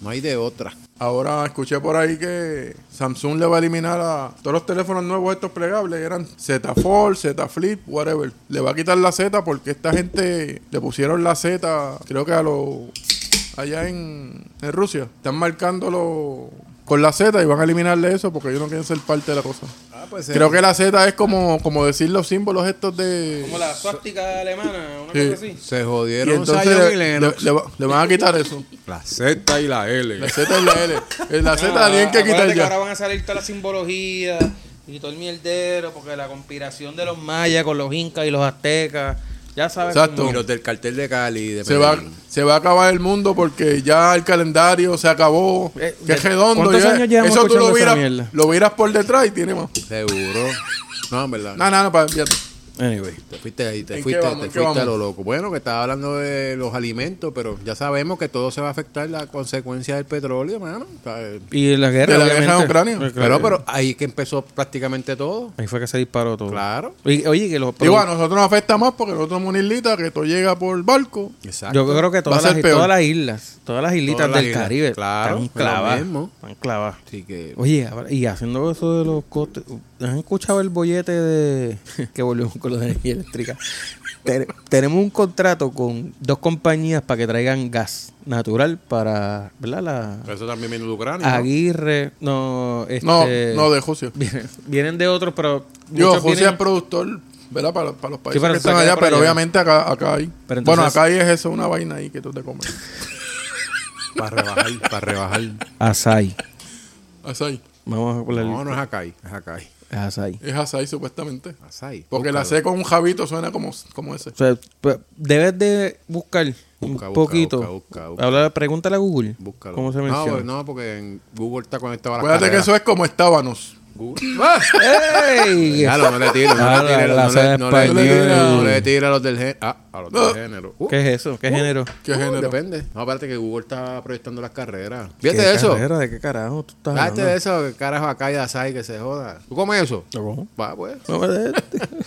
Speaker 3: No hay de otra.
Speaker 1: Ahora escuché por ahí que Samsung le va a eliminar a todos los teléfonos nuevos estos plegables, eran Z Fold, Z Flip, whatever. Le va a quitar la Z porque esta gente le pusieron la Z, creo que a los allá en, en Rusia. Están marcándolo con la Z y van a eliminarle eso porque ellos no quieren ser parte de la cosa.
Speaker 3: Ah, pues
Speaker 1: Creo que la Z es como, como decir los símbolos estos de.
Speaker 2: la suástica alemana, una
Speaker 1: Sí. cosa
Speaker 2: así.
Speaker 3: se
Speaker 1: Y
Speaker 3: jodieron
Speaker 1: entonces
Speaker 3: Zion
Speaker 1: le,
Speaker 3: y
Speaker 1: le-
Speaker 3: Lennox.
Speaker 1: le va- le van a quitar eso.
Speaker 3: La Z y la L.
Speaker 1: La Z es la L. La Z la tienen
Speaker 2: Ah,
Speaker 1: que quitar ya.
Speaker 2: van a salir toda la simbología y todo el mierdero, porque la conspiración de los mayas con los incas y los aztecas. Ya sabes
Speaker 1: Exacto.
Speaker 3: Y los del cartel de Cali. de
Speaker 1: Se va,
Speaker 3: Medellín.
Speaker 1: se va a acabar el mundo porque ya el calendario se acabó.
Speaker 2: Eh,
Speaker 1: que
Speaker 2: de-
Speaker 1: es redondo.
Speaker 2: ¿cuántos
Speaker 1: ya-
Speaker 2: años llevamos
Speaker 1: Eso tú lo
Speaker 2: escuchando esa
Speaker 1: miras,
Speaker 2: mierda?
Speaker 1: lo miras por detrás y tiene más.
Speaker 3: Seguro. No, en verdad.
Speaker 1: No, no, no, pa- fíjate.
Speaker 2: Anyway.
Speaker 3: Te fuiste ahí,
Speaker 1: ¿En
Speaker 3: te
Speaker 1: qué
Speaker 3: fuiste,
Speaker 1: vamos?
Speaker 3: te
Speaker 1: ¿En qué
Speaker 3: fuiste a
Speaker 1: vamos?
Speaker 3: lo loco. Bueno, que estaba hablando de los alimentos, pero ya sabemos que todo se va a afectar la consecuencia del petróleo, hermano.
Speaker 2: Y la guerra,
Speaker 1: De la
Speaker 2: obviamente.
Speaker 1: guerra en Ucrania.
Speaker 2: Pues claro.
Speaker 3: eh, Pero, pero ahí que empezó prácticamente todo.
Speaker 2: Ahí fue que se disparó todo.
Speaker 3: pues. Claro.
Speaker 2: Y- oye, que los
Speaker 1: Digo, a nosotros nos afecta más porque nosotros somos una islita que todo llega por barco.
Speaker 3: Exacto.
Speaker 2: yo creo que todas
Speaker 1: Va a ser
Speaker 2: las,
Speaker 1: peor.
Speaker 2: todas las islas, todas las islitas
Speaker 3: Todas las
Speaker 2: del
Speaker 3: islas,
Speaker 2: Caribe están
Speaker 3: claro, es lo mismo.
Speaker 2: clavadas. Están clavadas.
Speaker 3: Así que
Speaker 2: Oye, ahora- y haciendo eso [laughs] de los costes, ¿has escuchado el bollete de que volvemos con lo de energía eléctrica? te- tenemos un contrato con dos compañías para que traigan gas natural para, ¿verdad? La,
Speaker 3: Pero eso también viene de Ucrania. ¿no?
Speaker 2: Aguirre, no, este,
Speaker 1: No, no, de José.
Speaker 2: [laughs] Vienen, vienen de otros, pero.
Speaker 1: Yo,
Speaker 2: muchos
Speaker 1: José
Speaker 2: vienen-
Speaker 1: es productor, ¿verdad? Para, para los países
Speaker 2: pero
Speaker 1: que
Speaker 2: se
Speaker 1: están
Speaker 2: queda
Speaker 1: allá,
Speaker 2: por
Speaker 1: pero
Speaker 2: allá.
Speaker 1: obviamente acá, acá hay.
Speaker 2: Pero entonces-
Speaker 1: bueno, acá hay eso, una vaina ahí que tú te comes.
Speaker 3: Para rebajar, para rebajar.
Speaker 2: Asai.
Speaker 1: Asai.
Speaker 2: Vamos a poner
Speaker 3: No, no es Akai, es Akai.
Speaker 2: Asai.
Speaker 1: Es Asai, supuestamente.
Speaker 3: Asai.
Speaker 1: Porque la
Speaker 3: Búscalo.
Speaker 1: C con un jabito suena como, como ese.
Speaker 2: O sea, pe- debes de buscar un
Speaker 3: busca,
Speaker 2: poquito.
Speaker 3: busca, busca.
Speaker 2: Habla- pregúntale a Google.
Speaker 3: Búscalo.
Speaker 2: ¿Cómo se
Speaker 3: No, pues,
Speaker 2: menciona?
Speaker 3: No, porque en Google está conectado a la
Speaker 1: Acuérdate que eso es como estábanos.
Speaker 3: Google. [laughs] ¡Ah! [laughs]
Speaker 2: ¡Ey!
Speaker 3: Claro, no le tiro,
Speaker 2: Ah,
Speaker 3: no le
Speaker 2: la-
Speaker 3: tiro,
Speaker 2: la
Speaker 3: no
Speaker 2: zona
Speaker 3: le- no le- no le
Speaker 1: española.
Speaker 3: tiro, no le tiro a los del género. Ah, a los del género. Uh,
Speaker 2: ¿Qué es eso? ¿Qué género?
Speaker 1: ¿Qué
Speaker 3: uh,
Speaker 1: género?
Speaker 3: Depende. No, aparte que Google está proyectando las carreras.
Speaker 2: ¿Qué
Speaker 3: Fíjate de eso.
Speaker 2: carrera? Ah, ¿De qué carajo tú estás
Speaker 3: Fíjate de
Speaker 2: hablando?
Speaker 3: eso, que carajo acá y asai que se joda. ¿Tú comes eso?
Speaker 2: ¿Cómo?
Speaker 3: Va, pues.
Speaker 2: No, de-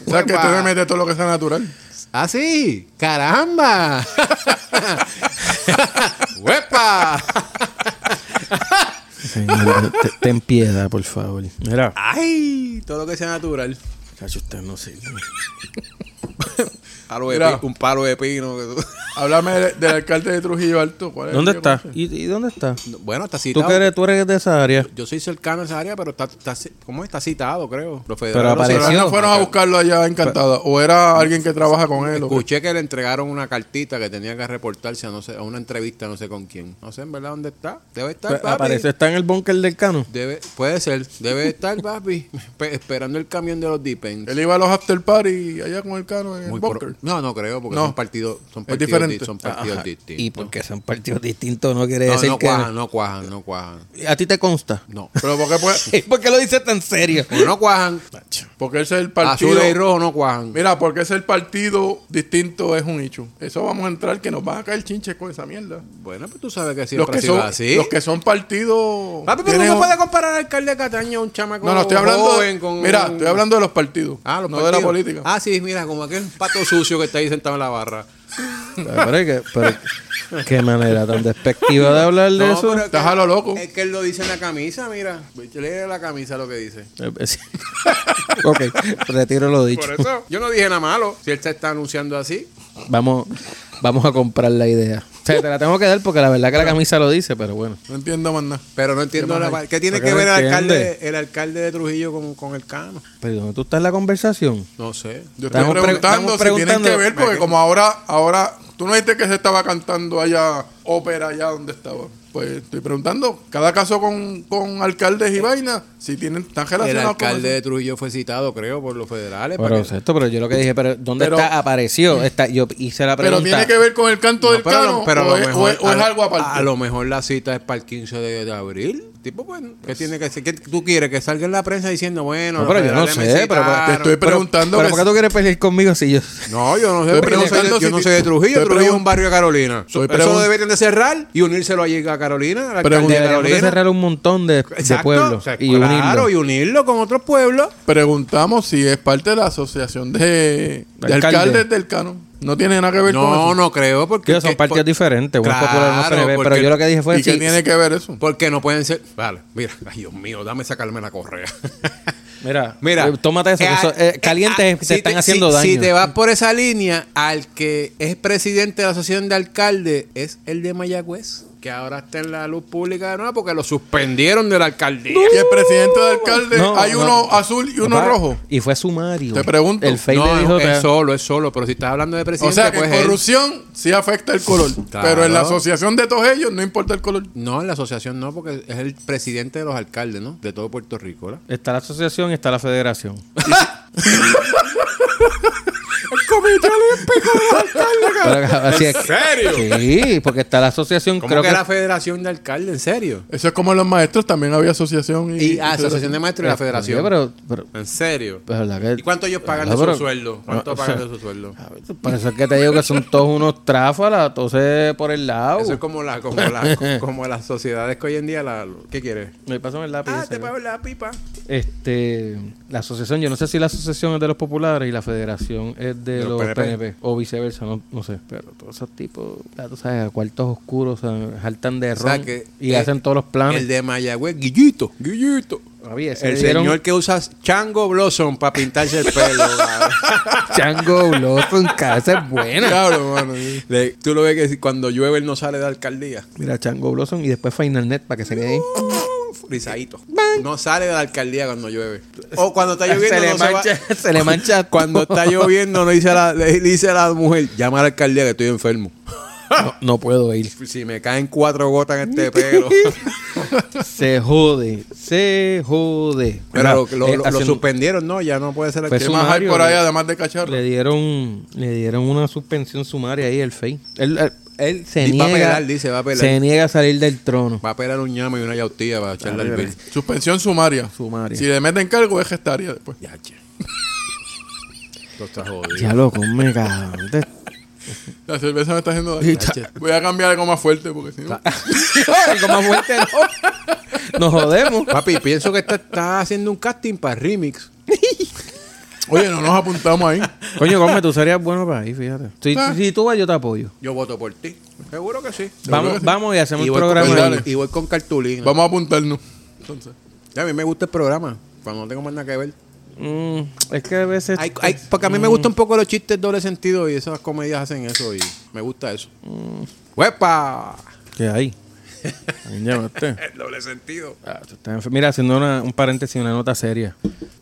Speaker 1: ¿Sabes que
Speaker 3: Uepa.
Speaker 1: tú le metes todo lo que sea natural?
Speaker 3: ¡Ah, sí! ¡Caramba! [laughs] ¡Huepa!
Speaker 2: [laughs] Señor, te- ten piedad, por favor. Mira.
Speaker 3: ¡Ay! Todo lo que sea natural.
Speaker 2: Chacho, usted no sirve.
Speaker 3: Palo de
Speaker 1: Mira.
Speaker 3: pi- un palo de pino. que tú- [laughs]
Speaker 1: Háblame del, del alcalde de Trujillo Alto. ¿Cuál es
Speaker 2: ¿Dónde
Speaker 1: el que
Speaker 2: está?
Speaker 1: conoce?
Speaker 2: ¿Y, y dónde está?
Speaker 3: Bueno, está
Speaker 2: ¿Tú
Speaker 3: citado.
Speaker 2: que eres, tú eres de esa área.
Speaker 3: Yo soy cercano a esa área, pero está, está, ¿cómo es? está citado, creo. Los federales
Speaker 2: Pero
Speaker 3: lo
Speaker 2: apareció.
Speaker 1: Pero
Speaker 3: cerraron.
Speaker 1: no fueron a buscarlo allá encantada. O era alguien que trabaja con él. o qué?
Speaker 3: Escuché que le entregaron una cartita que tenía que reportarse a, no sé, a una entrevista, no sé con quién. No sé en verdad dónde está.
Speaker 1: Pues,
Speaker 3: Debe estar, papi.
Speaker 2: Aparece, está en el búnker del cano.
Speaker 3: Debe, puede ser. Debe estar, papi, [laughs] pe- esperando el camión de los Dipens.
Speaker 1: Él iba a los after party allá con el cano en el
Speaker 3: Muy
Speaker 1: bunker.
Speaker 3: pro- No, no creo, porque
Speaker 1: No.
Speaker 3: son partidos, son
Speaker 1: Es
Speaker 3: partidos,
Speaker 1: diferente.
Speaker 3: di- son partidos
Speaker 2: Ajá.
Speaker 3: distintos.
Speaker 2: Y porque son partidos distintos no quiere
Speaker 3: no,
Speaker 2: decir
Speaker 3: no
Speaker 2: que...
Speaker 3: cuajan, no cuajan, no cuajan.
Speaker 2: A ti te consta.
Speaker 3: No.
Speaker 1: [laughs] Pero porque pues,
Speaker 2: ¿Por qué lo dices tan serio?
Speaker 3: Pero no cuajan.
Speaker 1: porque ese es el partido.
Speaker 3: Azul y rojo no cuajan.
Speaker 1: Mira, porque ese es el partido distinto es un hecho. Eso vamos a entrar que nos van a caer chinches con esa mierda.
Speaker 3: Bueno, pues tú sabes que
Speaker 1: Los
Speaker 3: siempre
Speaker 1: que,
Speaker 3: ha sido
Speaker 1: son,
Speaker 3: así.
Speaker 1: los que son partidos.
Speaker 3: Papi, pero
Speaker 1: tienen
Speaker 3: no
Speaker 1: un-
Speaker 3: puede comparar al alcalde de Cataño a un chamaco
Speaker 1: No, no, estoy hablando.
Speaker 3: joven con
Speaker 1: Mira,
Speaker 3: un-
Speaker 1: estoy hablando de los partidos.
Speaker 3: Ah, los
Speaker 1: no de la
Speaker 3: partidos.
Speaker 1: política.
Speaker 3: Ah, sí, mira, como aquel pato sucio que está ahí sentado en la barra.
Speaker 2: [laughs] pero, es que- pero qué manera tan despectiva de hablar de
Speaker 3: No,
Speaker 2: eso.
Speaker 3: pero es que-
Speaker 1: Estás a lo loco.
Speaker 3: Es que él lo dice en la camisa, mira. Lee la camisa lo que dice.
Speaker 2: Eh, sí. [laughs] ok, retiro lo dicho.
Speaker 3: Por eso, yo no dije nada malo. Si él se está anunciando así,
Speaker 2: Vamos, vamos a comprar la idea. O sea, te la tengo que dar porque la verdad que la camisa lo dice, pero bueno.
Speaker 1: No entiendo más nada.
Speaker 3: pero no entiendo la ¿Qué tiene
Speaker 2: ¿Para qué
Speaker 3: que ver
Speaker 2: no
Speaker 3: el alcalde,
Speaker 2: entiende?
Speaker 3: el alcalde de Trujillo con, con el cano?
Speaker 2: Pero ¿dónde tú estás en la conversación?
Speaker 3: No sé.
Speaker 1: Yo estoy
Speaker 2: Estamos pre-
Speaker 1: preguntando
Speaker 2: estamos
Speaker 1: si tienen
Speaker 2: preguntando-
Speaker 1: que ver, porque
Speaker 3: eh.
Speaker 1: como ahora, ahora, tú no viste que se estaba cantando allá ópera allá donde estaba. Pues estoy preguntando, cada caso con, con alcaldes y vainas, si tienen, están
Speaker 3: Eh, El
Speaker 1: relacionados con
Speaker 3: alcalde
Speaker 1: eso.
Speaker 3: de Trujillo fue citado, creo, por los federales. Eh, para
Speaker 2: Pero,
Speaker 3: que-
Speaker 2: esto, pero yo lo que dije, pero ¿dónde
Speaker 1: Pero-
Speaker 2: está? Apareció. Está, yo hice la
Speaker 1: Pero
Speaker 2: pregunta.
Speaker 1: tiene que ver con el canto del
Speaker 3: No, pero a lo-
Speaker 1: cano,
Speaker 3: pero a
Speaker 1: o,
Speaker 3: lo
Speaker 1: es,
Speaker 3: mejor-
Speaker 1: o es- o es
Speaker 3: a lo-
Speaker 1: algo aparte.
Speaker 3: A lo mejor la cita es para el 15 de, de abril. Tipo, pues, ¿qué tiene que ser? ¿Qué tú quieres? Que salga en la prensa diciendo, bueno,
Speaker 2: No, pero
Speaker 3: los
Speaker 2: yo no
Speaker 3: federales
Speaker 2: sé,
Speaker 3: me
Speaker 2: pero-
Speaker 3: citaron.
Speaker 1: Te estoy
Speaker 2: Pero-
Speaker 1: preguntando
Speaker 2: pero
Speaker 1: que
Speaker 2: ¿por qué tú quieres pelear conmigo si yo...
Speaker 3: No, yo no sé.
Speaker 1: Estoy
Speaker 3: porque Yo no soy de,
Speaker 1: preguntando
Speaker 3: yo
Speaker 1: si
Speaker 3: no
Speaker 1: ti-
Speaker 3: soy de Trujillo.
Speaker 1: estoy
Speaker 3: Trujillo es un
Speaker 1: pregun-
Speaker 3: barrio de Carolina.
Speaker 1: Estoy
Speaker 3: Eso
Speaker 1: pregun-
Speaker 3: lo deberían de cerrar y unírselo allí a Carolina. al alcalde de
Speaker 2: Deberíamos de
Speaker 3: Carolina.
Speaker 2: cerrar un montón de, de
Speaker 3: Exacto.
Speaker 2: pueblos
Speaker 3: O sea,
Speaker 2: y
Speaker 3: claro,
Speaker 2: unirlo.
Speaker 3: y unirlo con otros pueblos.
Speaker 1: Preguntamos si es parte de la asociación de, de
Speaker 2: Alcalde.
Speaker 1: alcaldes del cano. No tiene nada que ver con eso.
Speaker 3: No, no creo. Porque
Speaker 2: Que son
Speaker 3: que-
Speaker 2: partidos
Speaker 3: por-
Speaker 2: diferentes. uno es popular, uno es
Speaker 3: Claro,
Speaker 2: PNV, pero
Speaker 3: porque-
Speaker 2: yo lo que dije fue...
Speaker 1: ¿Y qué
Speaker 2: sí,
Speaker 1: tiene que ver eso?
Speaker 3: Porque no pueden ser. Vale, mira. Ay, Dios mío, dame sacarme la correa. [laughs]
Speaker 2: Mira,
Speaker 3: Mira,
Speaker 2: eh, tómate eso.
Speaker 3: eh,
Speaker 2: que eso,
Speaker 3: eh,
Speaker 2: eh, calientes
Speaker 3: eh,
Speaker 2: te
Speaker 3: si
Speaker 2: están
Speaker 3: te-
Speaker 2: haciendo
Speaker 3: si-
Speaker 2: daño.
Speaker 3: Si te vas por esa línea, al que es presidente de la asociación de alcaldes es el de Mayagüez, que ahora está en la luz pública de nuevo porque lo suspendieron de la alcaldía.
Speaker 1: Y el presidente de alcalde,
Speaker 2: No,
Speaker 1: hay
Speaker 2: no.
Speaker 1: uno azul y uno
Speaker 2: Papá,
Speaker 1: rojo.
Speaker 2: Y fue sumario.
Speaker 1: Te pregunto.
Speaker 2: El fake
Speaker 3: No,
Speaker 2: le dijo...
Speaker 3: es
Speaker 2: "Te-
Speaker 3: solo, es solo. Pero si estás hablando de
Speaker 1: O
Speaker 3: presidente,
Speaker 1: sea que
Speaker 3: pues él.
Speaker 1: corrupción sí afecta el color.
Speaker 3: Claro.
Speaker 1: Pero en la asociación de todos ellos no importa el color.
Speaker 3: No, en la asociación no, porque es el presidente de los alcaldes, ¿no? De todo Puerto Rico, ¿verdad?
Speaker 2: Está la asociación y está la federación.
Speaker 3: [laughs] El comité olímpico de los alcaldes,
Speaker 2: Pero, así es-
Speaker 3: serio?
Speaker 2: Sí, porque está la asociación,
Speaker 3: ¿Cómo
Speaker 2: creo
Speaker 3: que,
Speaker 2: que...
Speaker 3: la federación de alcaldes? ¿En serio?
Speaker 1: Eso es como en los maestros, también había asociación y,
Speaker 3: Y ah, asociación de maestros y la federación.
Speaker 2: Eh, Oye, pero, pero,
Speaker 3: ¿En serio?
Speaker 2: pero la que-
Speaker 3: ¿Y cuánto ellos pagan de
Speaker 2: Ah, pero-
Speaker 3: su sueldo? ¿Cuánto
Speaker 2: Ah,
Speaker 3: pagan
Speaker 2: o
Speaker 3: de su sueldo?
Speaker 2: sea, Por eso es que te digo que son todos unos tráfalas, tose por el lado.
Speaker 3: Eso es como, la, como,
Speaker 2: [laughs]
Speaker 3: la, como las sociedades que hoy en día... La, ¿Qué quieres?
Speaker 2: Me pasan el lápiz.
Speaker 3: Ah,
Speaker 2: ese, ¿no?
Speaker 3: la pipa.
Speaker 2: Este, la asociación, yo no sé si la asociación es de los populares y la federación es de,
Speaker 3: De
Speaker 2: de
Speaker 3: los
Speaker 2: los PNP.
Speaker 3: PNP.
Speaker 2: o viceversa, no, no sé. Pero todos esos tipos, ya tú sabes, a cuartos oscuros, se saltan de
Speaker 3: O sea,
Speaker 2: ron
Speaker 3: que
Speaker 2: y
Speaker 3: el-
Speaker 2: hacen todos los planes.
Speaker 3: El de Mayagüez, Guillito, Guillito.
Speaker 2: Ah, Papi, ese
Speaker 3: El
Speaker 2: le dieron
Speaker 3: señor que usa Chango Blossom para pintarse el
Speaker 2: [laughs]
Speaker 3: pelo. cabrón.
Speaker 2: [laughs] Chango Bloso en casa es buena.
Speaker 1: Diablo, mano. sí.
Speaker 3: Le- Tú lo ves que cuando llueve él no sale de alcaldía.
Speaker 2: Mira, Chango Blossom y después Final Net para que se quede ahí.
Speaker 3: Uh. Rizadito. No sale de la alcaldía cuando llueve. O cuando está lloviendo
Speaker 2: Se le
Speaker 3: no se va-
Speaker 2: mancha, [laughs] se le mancha
Speaker 3: [laughs] Cuando
Speaker 2: todo.
Speaker 3: está lloviendo no dice a la, le dice a la mujer, llama a la alcaldía que
Speaker 2: [laughs]
Speaker 3: estoy enfermo.
Speaker 2: No, no puedo ir.
Speaker 3: Si me caen cuatro gotas en
Speaker 2: [laughs]
Speaker 3: este pelo.
Speaker 2: Se jode, se jode. Mira,
Speaker 3: Pero lo, lo-
Speaker 2: eh,
Speaker 3: lo-
Speaker 2: haciendo-
Speaker 3: lo
Speaker 2: suspendieron.
Speaker 3: suspendieron, ¿no? Ya no puede ser
Speaker 2: Pues
Speaker 1: ¿Qué
Speaker 3: alcalde.
Speaker 1: más hay
Speaker 2: Sumario,
Speaker 1: por ahí
Speaker 2: le-
Speaker 1: además de cacharro?
Speaker 2: Le dieron, le dieron una suspensión sumaria ahí el FEI. Él, él- él se
Speaker 3: Y va
Speaker 2: niega,
Speaker 3: a pelar, dice, va a pelar.
Speaker 2: se niega a salir del trono.
Speaker 3: Va a pegar un ñame y una yautía para echarle al bill.
Speaker 1: Suspensión sumaria.
Speaker 2: Sumaria.
Speaker 1: Si le meten cargo, es gestaria después.
Speaker 3: Ya, che. Esto está jodido.
Speaker 2: Ya loco, me cago. Te-
Speaker 1: La cerveza me está haciendo daño. Voy a cambiar algo más fuerte porque si no.
Speaker 2: [laughs] Algo más fuerte,
Speaker 3: [laughs]
Speaker 2: no. Nos jodemos.
Speaker 3: Papi, pienso que está, está haciendo un casting para remix.
Speaker 1: Oye, no nos apuntamos
Speaker 3: [laughs]
Speaker 1: ahí.
Speaker 2: Coño, come, tú serías bueno para ahí, fíjate. Si,
Speaker 1: Ah.
Speaker 2: si tú vas, yo te apoyo.
Speaker 3: Yo voto por ti. Seguro que sí.
Speaker 1: creo que
Speaker 2: Vamos,
Speaker 1: sí.
Speaker 2: vamos y hacemos
Speaker 3: Y
Speaker 2: un
Speaker 3: voy, con,
Speaker 2: programa.
Speaker 1: pues,
Speaker 2: ahí.
Speaker 1: dale.
Speaker 3: y voy con cartulina.
Speaker 1: Vamos a apuntarnos. Entonces.
Speaker 3: Ya, a mí me gusta el programa. Cuando no tengo más nada que ver.
Speaker 2: Mm, es que a veces.
Speaker 3: Hay- hay- porque a mí me gustan un poco los chistes doble sentido y esas comedias hacen eso y me gusta eso.
Speaker 2: Mm.
Speaker 3: ¡Huepa!
Speaker 2: ¿Qué
Speaker 3: [laughs]
Speaker 2: hay? ¿Quién llamaste?
Speaker 3: El doble sentido.
Speaker 2: Ah, tú estás enfer- Mira, haciendo una- un paréntesis, una nota seria.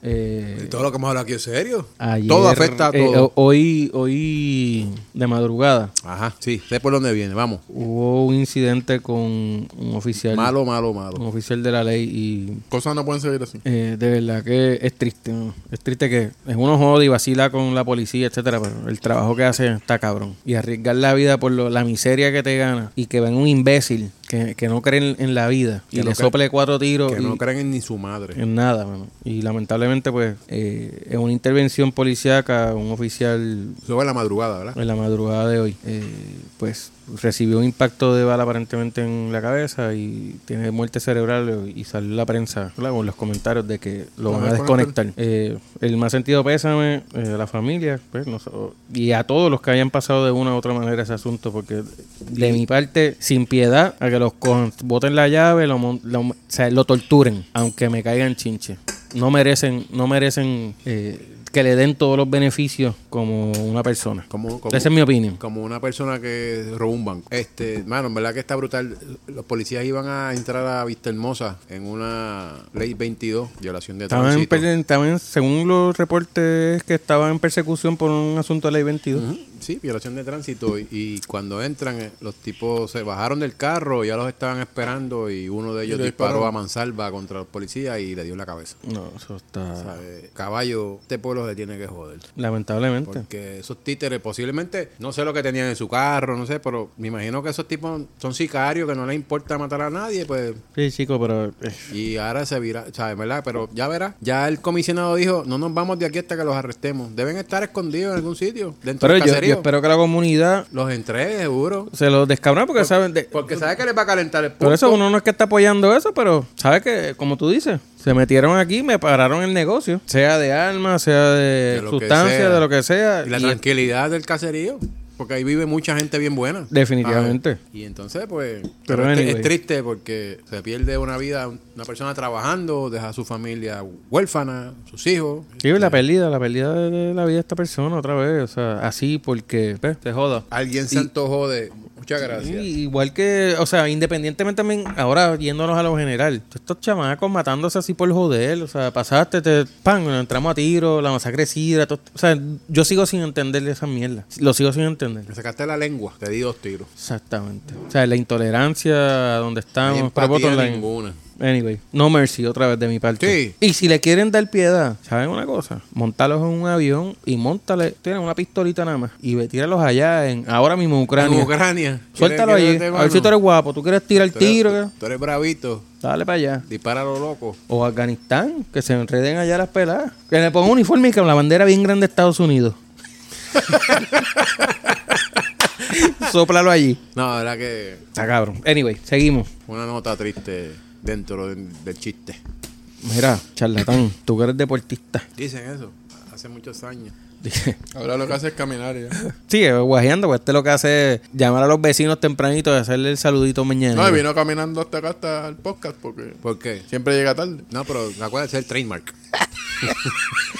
Speaker 2: Eh,
Speaker 3: Todo lo que hemos hablado aquí es serio.
Speaker 2: ayer,
Speaker 3: todo afecta a
Speaker 2: eh,
Speaker 3: todo.
Speaker 2: ho- hoy, hoy, de madrugada,
Speaker 3: Ajá, sí, sé por dónde viene. Vamos.
Speaker 2: hubo un incidente con un oficial.
Speaker 3: Malo, malo,
Speaker 2: Un
Speaker 3: malo.
Speaker 2: oficial de la ley y
Speaker 1: Cosas no pueden seguir así.
Speaker 2: Eh, de verdad que es triste, ¿no? Es triste que es uno jode y vacila con la policía, etcétera, pero el trabajo que hace está cabrón. Y arriesgar la vida por lo- la miseria que te gana y que ven un imbécil que, que no cree en, en la vida y
Speaker 3: Que no
Speaker 2: le
Speaker 3: cree-
Speaker 2: sople cuatro tiros
Speaker 3: Que
Speaker 2: y-
Speaker 3: no creen en ni su madre.
Speaker 2: en nada, mano. Y lamentablemente, pues, eh, en una intervención policíaca, un oficial
Speaker 3: Eso fue en la madrugada, ¿verdad?
Speaker 2: en la madrugada de hoy, eh, pues recibió un impacto de bala aparentemente en la cabeza y tiene muerte cerebral y salió la prensa claro, con los comentarios de que
Speaker 1: Lo
Speaker 2: lo van a
Speaker 1: desconectan.
Speaker 2: desconectar. Eh, el más sentido pésame eh, a la familia pues, no sé, o- y a todos los que hayan pasado de una u otra manera ese asunto, porque de mi parte, sin piedad, a que los con- boten la llave, lo, mon- lo- o sea, lo torturen, aunque me caigan chinche. No merecen, no merecen eh, que le den todos los beneficios como una persona.
Speaker 3: Como, como,
Speaker 2: Esa es mi opinión.
Speaker 3: como una persona que robó un banco. Este, mano, en verdad que está brutal. Los policías iban a entrar a Vista Hermosa en una ley 22, violación de
Speaker 2: Estaban, en
Speaker 3: tránsito.
Speaker 2: perse- estaban en- según los reportes, que estaban en persecución por un asunto de ley 22.
Speaker 3: Ujú, Sí, violación de tránsito. Y, y cuando entran, eh, los tipos se bajaron del carro, ya los estaban esperando y uno de ellos
Speaker 1: le
Speaker 3: disparó
Speaker 1: disparó.
Speaker 3: a mansalva contra los policías y le dio en la cabeza.
Speaker 2: No, eso está.
Speaker 3: O sea, eh, caballo, este pueblo se tiene que joder.
Speaker 2: Lamentablemente.
Speaker 3: Porque esos títeres posiblemente, no sé lo que tenían en su carro, no sé, pero me imagino que esos tipos son sicarios que no les importa matar a nadie, pues
Speaker 2: Sí, chico, pero. eh,
Speaker 3: y ahora se vira, ¿sabes? ¿Verdad? Pero ya verás, ya el comisionado dijo, no nos vamos de aquí hasta que los arrestemos. Deben estar escondidos en algún sitio, dentro
Speaker 2: Pero
Speaker 3: del
Speaker 2: yo,
Speaker 3: caserío.
Speaker 2: yo espero que la comunidad
Speaker 3: Los entregues, seguro.
Speaker 2: se los descabrona porque saben. De,
Speaker 3: Porque sabe que les va a calentar el
Speaker 2: por
Speaker 3: punto.
Speaker 2: eso uno no es que está apoyando eso, pero sabe que, como tú dices, se metieron aquí, me pararon el negocio. Sea de armas, sea de,
Speaker 3: De lo que sea.
Speaker 2: sustancias, de lo que sea.
Speaker 3: Y la
Speaker 2: y-
Speaker 3: tranquilidad del caserío. Porque ahí vive mucha gente bien buena.
Speaker 2: Definitivamente.
Speaker 3: Ah, Y entonces, pues,
Speaker 2: Pero
Speaker 3: pero es,
Speaker 2: anyway.
Speaker 3: es triste porque se pierde una vida, una persona trabajando, deja a su familia huérfana, sus hijos.
Speaker 2: Sí, la pérdida, la pérdida de- de la vida de esta persona otra vez. O sea, así porque. pues, se joda.
Speaker 3: Alguien se antojó de... Muchas gracias.
Speaker 2: Sí, igual que, o sea, independientemente también, ahora yéndonos a lo general, estos chamacos matándose así por joder, o sea, pasaste, te, pan, entramos a tiro, la masacre de sidra, todo- o sea, yo sigo sin entender esa mierda, lo sigo sin entender.
Speaker 3: Me sacaste la lengua, te di dos tiros.
Speaker 2: Exactamente. O sea, la intolerancia a donde
Speaker 3: No hay
Speaker 2: estamos, pero
Speaker 3: empatía
Speaker 2: bottom line.
Speaker 3: ninguna.
Speaker 2: Anyway, no mercy otra vez de mi parte.
Speaker 3: Sí.
Speaker 2: Y si le quieren dar piedad, ¿saben una cosa? Montalos en un avión y montale, tienen una pistolita nada más y ve- tíralos allá en ahora mismo en Ucrania.
Speaker 3: En Ucrania.
Speaker 2: Suéltalo
Speaker 3: ¿Quieres
Speaker 2: ahí.
Speaker 3: que te
Speaker 2: A ver si tú
Speaker 3: mano?
Speaker 2: eres guapo. ¿Tú quieres tirar el
Speaker 3: Tú eres-
Speaker 2: tiro?
Speaker 3: tú- Tú eres bravito.
Speaker 2: Dale para allá.
Speaker 3: Dispara a lo loco.
Speaker 2: O Afganistán, que se enreden allá las peladas. Que le pongan un uniforme y con la bandera bien grande de Estados Unidos. Sóplalo allí.
Speaker 3: No, la verdad que
Speaker 2: Está cabrón. Anyway, seguimos.
Speaker 3: una nota triste dentro del, del chiste.
Speaker 2: Mira, charlatán, tú que eres deportista.
Speaker 3: Dicen eso. hace muchos años.
Speaker 1: Ahora lo que hace es caminar y ya.
Speaker 3: [laughs]
Speaker 2: Sí, guajeando, pues este lo que hace es llamar a los vecinos tempranito y hacerle el saludito mañana.
Speaker 1: No, y vino caminando hasta acá, hasta el podcast, porque
Speaker 3: ¿Por qué?
Speaker 1: siempre llega tarde.
Speaker 3: No, pero acuérdate el trademark.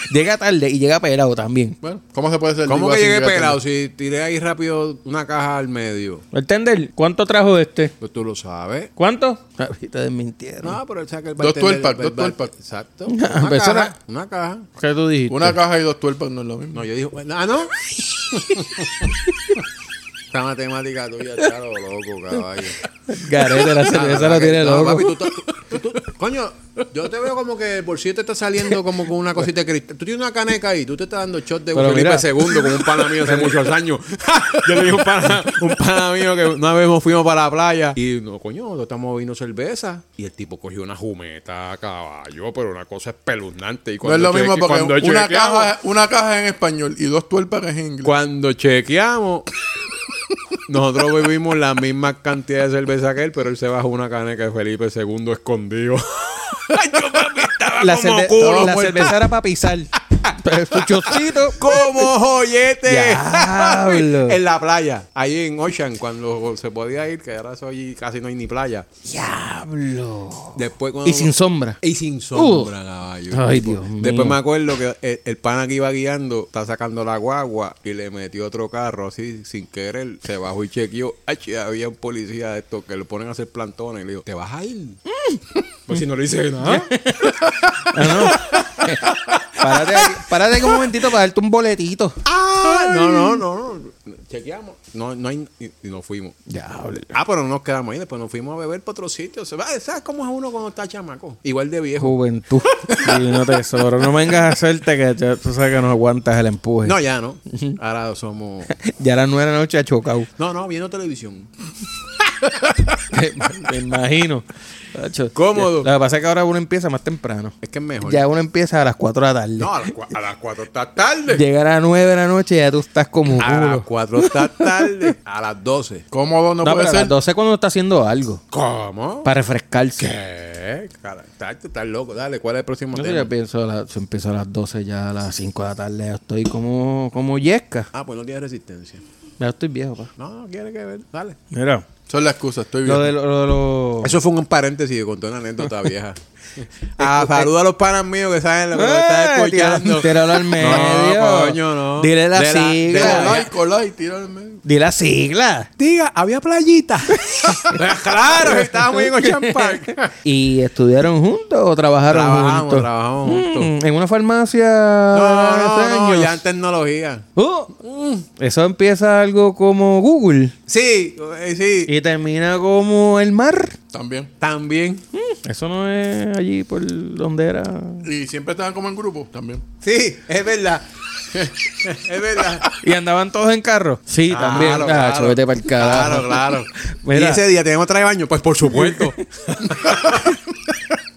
Speaker 2: Llega tarde y llega pelado también.
Speaker 1: Bueno, ¿cómo se puede ser?
Speaker 3: ¿Cómo
Speaker 1: vivo
Speaker 3: que
Speaker 1: así,
Speaker 3: llegué
Speaker 1: llega tarde?
Speaker 3: pelado? Si tiré ahí rápido una caja al medio.
Speaker 2: ¿El tender? ¿Cuánto trajo este?
Speaker 3: Pues tú lo sabes.
Speaker 2: ¿Cuánto? Te desmintieron.
Speaker 3: No, pero él saca el
Speaker 1: Dos
Speaker 3: bartender-
Speaker 1: tuerpas,
Speaker 3: el
Speaker 1: dos
Speaker 3: bar-
Speaker 1: tuerpas.
Speaker 3: Exacto.
Speaker 2: Ah,
Speaker 3: Una
Speaker 2: pues eso
Speaker 3: caja.
Speaker 2: era-
Speaker 3: Una caja.
Speaker 2: ¿Qué tú dijiste?
Speaker 1: Una caja y dos tuerpas no es lo mismo.
Speaker 3: No, yo dije, bueno, ah, [laughs] no. Esta matemática tuya está lo loco, caballo.
Speaker 2: Garete,
Speaker 3: [laughs]
Speaker 2: la cerveza la tiene
Speaker 3: Ah, No,
Speaker 2: loco.
Speaker 3: papi, tú estás- tú- tú- coño, yo te veo como que el bolsillo te está saliendo como con una cosita de cristal. Tú tienes una caneca ahí, tú te estás dando shot de
Speaker 2: Pero
Speaker 3: Felipe
Speaker 2: mira.
Speaker 3: II con un pana mío hace muchos años. [laughs] yo le dije un pana, un pana mío que una vez nos fuimos para la playa y no, coño, nosotros estamos viendo cerveza. Y el tipo cogió una jumeta, caballo, pero una cosa espeluznante. Y
Speaker 1: No es
Speaker 3: cuando
Speaker 1: lo mismo
Speaker 3: cheque-
Speaker 1: porque
Speaker 3: cuando
Speaker 1: una
Speaker 3: chequeamos-
Speaker 1: caja, una caja en español y dos tuerpas que es en inglés.
Speaker 3: Cuando chequeamos, nosotros bebimos la misma cantidad de cerveza que él, pero él se bajó una caneca de Felipe II [laughs] escondido. Yo, papi, estaba
Speaker 2: La,
Speaker 3: Ah, como
Speaker 2: cerve-
Speaker 3: culo,
Speaker 2: la
Speaker 3: muerto.
Speaker 2: cerveza era para
Speaker 3: [laughs]
Speaker 2: pisar. Pero su chocito.
Speaker 3: Como joyete. [laughs]
Speaker 2: Diablo.
Speaker 3: en la playa, ahí en Ocean, cuando se podía ir, que ahora eso allí casi no hay ni playa.
Speaker 2: Diablo.
Speaker 3: Después cuando-
Speaker 2: Y sin sombra.
Speaker 3: Y sin sombra, caballo.
Speaker 2: Ay,
Speaker 3: Tipo,
Speaker 2: Dios mío.
Speaker 3: Después me acuerdo que el, el pana que iba guiando está sacando la guagua y le metió otro carro así sin querer. Se bajó y chequeó. Ay, había un policía de estos que lo ponen a hacer plantones. Y le digo, ¿te vas a ir?
Speaker 2: Mm.
Speaker 3: Pues si no le
Speaker 2: [laughs]
Speaker 3: hice nada.
Speaker 2: Ah,
Speaker 3: [laughs]
Speaker 2: Párate, ahí- párate ahí un momentito para darte un boletito.
Speaker 3: Ah, no, no, no, no. Chequeamos. No, no hay, y, y nos fuimos.
Speaker 2: Diablo.
Speaker 3: Ah, pero no nos quedamos ahí. Después nos fuimos a beber para otro sitio. Se va, ¿Sabes cómo es uno cuando está chamaco? Igual de viejo. [laughs]
Speaker 2: Juventud. Divino tesoro. No vengas a hacerte que ya tú sabes que no aguantas el empuje.
Speaker 3: No, ya no. Ahora somos...
Speaker 2: Ya a las nueve de la noche ha
Speaker 3: [laughs]
Speaker 2: chocado.
Speaker 3: No, no, viendo televisión.
Speaker 2: Me imagino. Tacho,
Speaker 3: Cómodo.
Speaker 2: ya- Lo que pasa es que ahora uno empieza más temprano.
Speaker 3: Es que es mejor.
Speaker 2: Ya uno empieza a las 4 de la tarde.
Speaker 3: No, a las, cua- a las 4 está tarde.
Speaker 2: Llegar a las 9 de la noche ya tú estás como un
Speaker 3: A las
Speaker 2: culo.
Speaker 3: 4 está tarde. A las 12.
Speaker 1: Cómodo no,
Speaker 2: No, pero
Speaker 1: puede
Speaker 2: a las
Speaker 1: ser.
Speaker 2: 12 cuando uno está haciendo algo.
Speaker 3: ¿Cómo?
Speaker 2: Para refrescarse.
Speaker 3: ¿Qué? Cara, Estás estás loco. Dale, ¿cuál es el próximo
Speaker 2: Yo, sí,
Speaker 3: tema?
Speaker 2: yo pienso a las- yo empiezo a las 12, ya a las 5 de la tarde ya estoy como, como yesca.
Speaker 3: Ah, pues no tienes resistencia.
Speaker 2: Ya estoy viejo, pa.
Speaker 3: No, quiere que ver. Dale.
Speaker 2: Mira.
Speaker 1: Son las excusas, estoy bien.
Speaker 2: Lo de lo, lo- lo-
Speaker 3: Eso fue un paréntesis que contó una anécdota vieja. [laughs] ah, saluda a los panas míos que saben lo que
Speaker 2: Eh,
Speaker 3: lo están escuchando.
Speaker 2: tira- eh,
Speaker 3: [laughs]
Speaker 2: tíralo al medio.
Speaker 3: No, coño, no.
Speaker 2: Dile la
Speaker 3: De la- de
Speaker 2: sigla.
Speaker 3: la-
Speaker 1: Colai, colai, tira al medio.
Speaker 2: Dile la sigla.
Speaker 3: Diga,
Speaker 2: [laughs]
Speaker 3: había playita. Eh, claro, estábamos en Ocean Park.
Speaker 2: ¿Y estudiaron juntos o trabajaron
Speaker 3: Trabajamos,
Speaker 2: juntos?
Speaker 3: trabajamos juntos.
Speaker 2: Mm, en una farmacia.
Speaker 3: No, no,
Speaker 2: hace
Speaker 3: no,
Speaker 2: años.
Speaker 3: ya en tecnología.
Speaker 2: Uh, eso empieza algo como Google
Speaker 3: Sí, eh, sí.
Speaker 2: y termina como el mar. Mm,
Speaker 1: También.
Speaker 3: También.
Speaker 2: Eso no es allí por donde era.
Speaker 1: Y siempre estaban como en grupo. También.
Speaker 3: Sí, es verdad. es verdad.
Speaker 2: Y andaban todos en carro. Sí, también.
Speaker 3: Claro,
Speaker 2: Ah,
Speaker 3: claro.
Speaker 2: vete pa'l carajo.
Speaker 3: Claro, claro.
Speaker 2: [laughs] Mira.
Speaker 3: Y ese día tenemos traje de baño, pues por supuesto.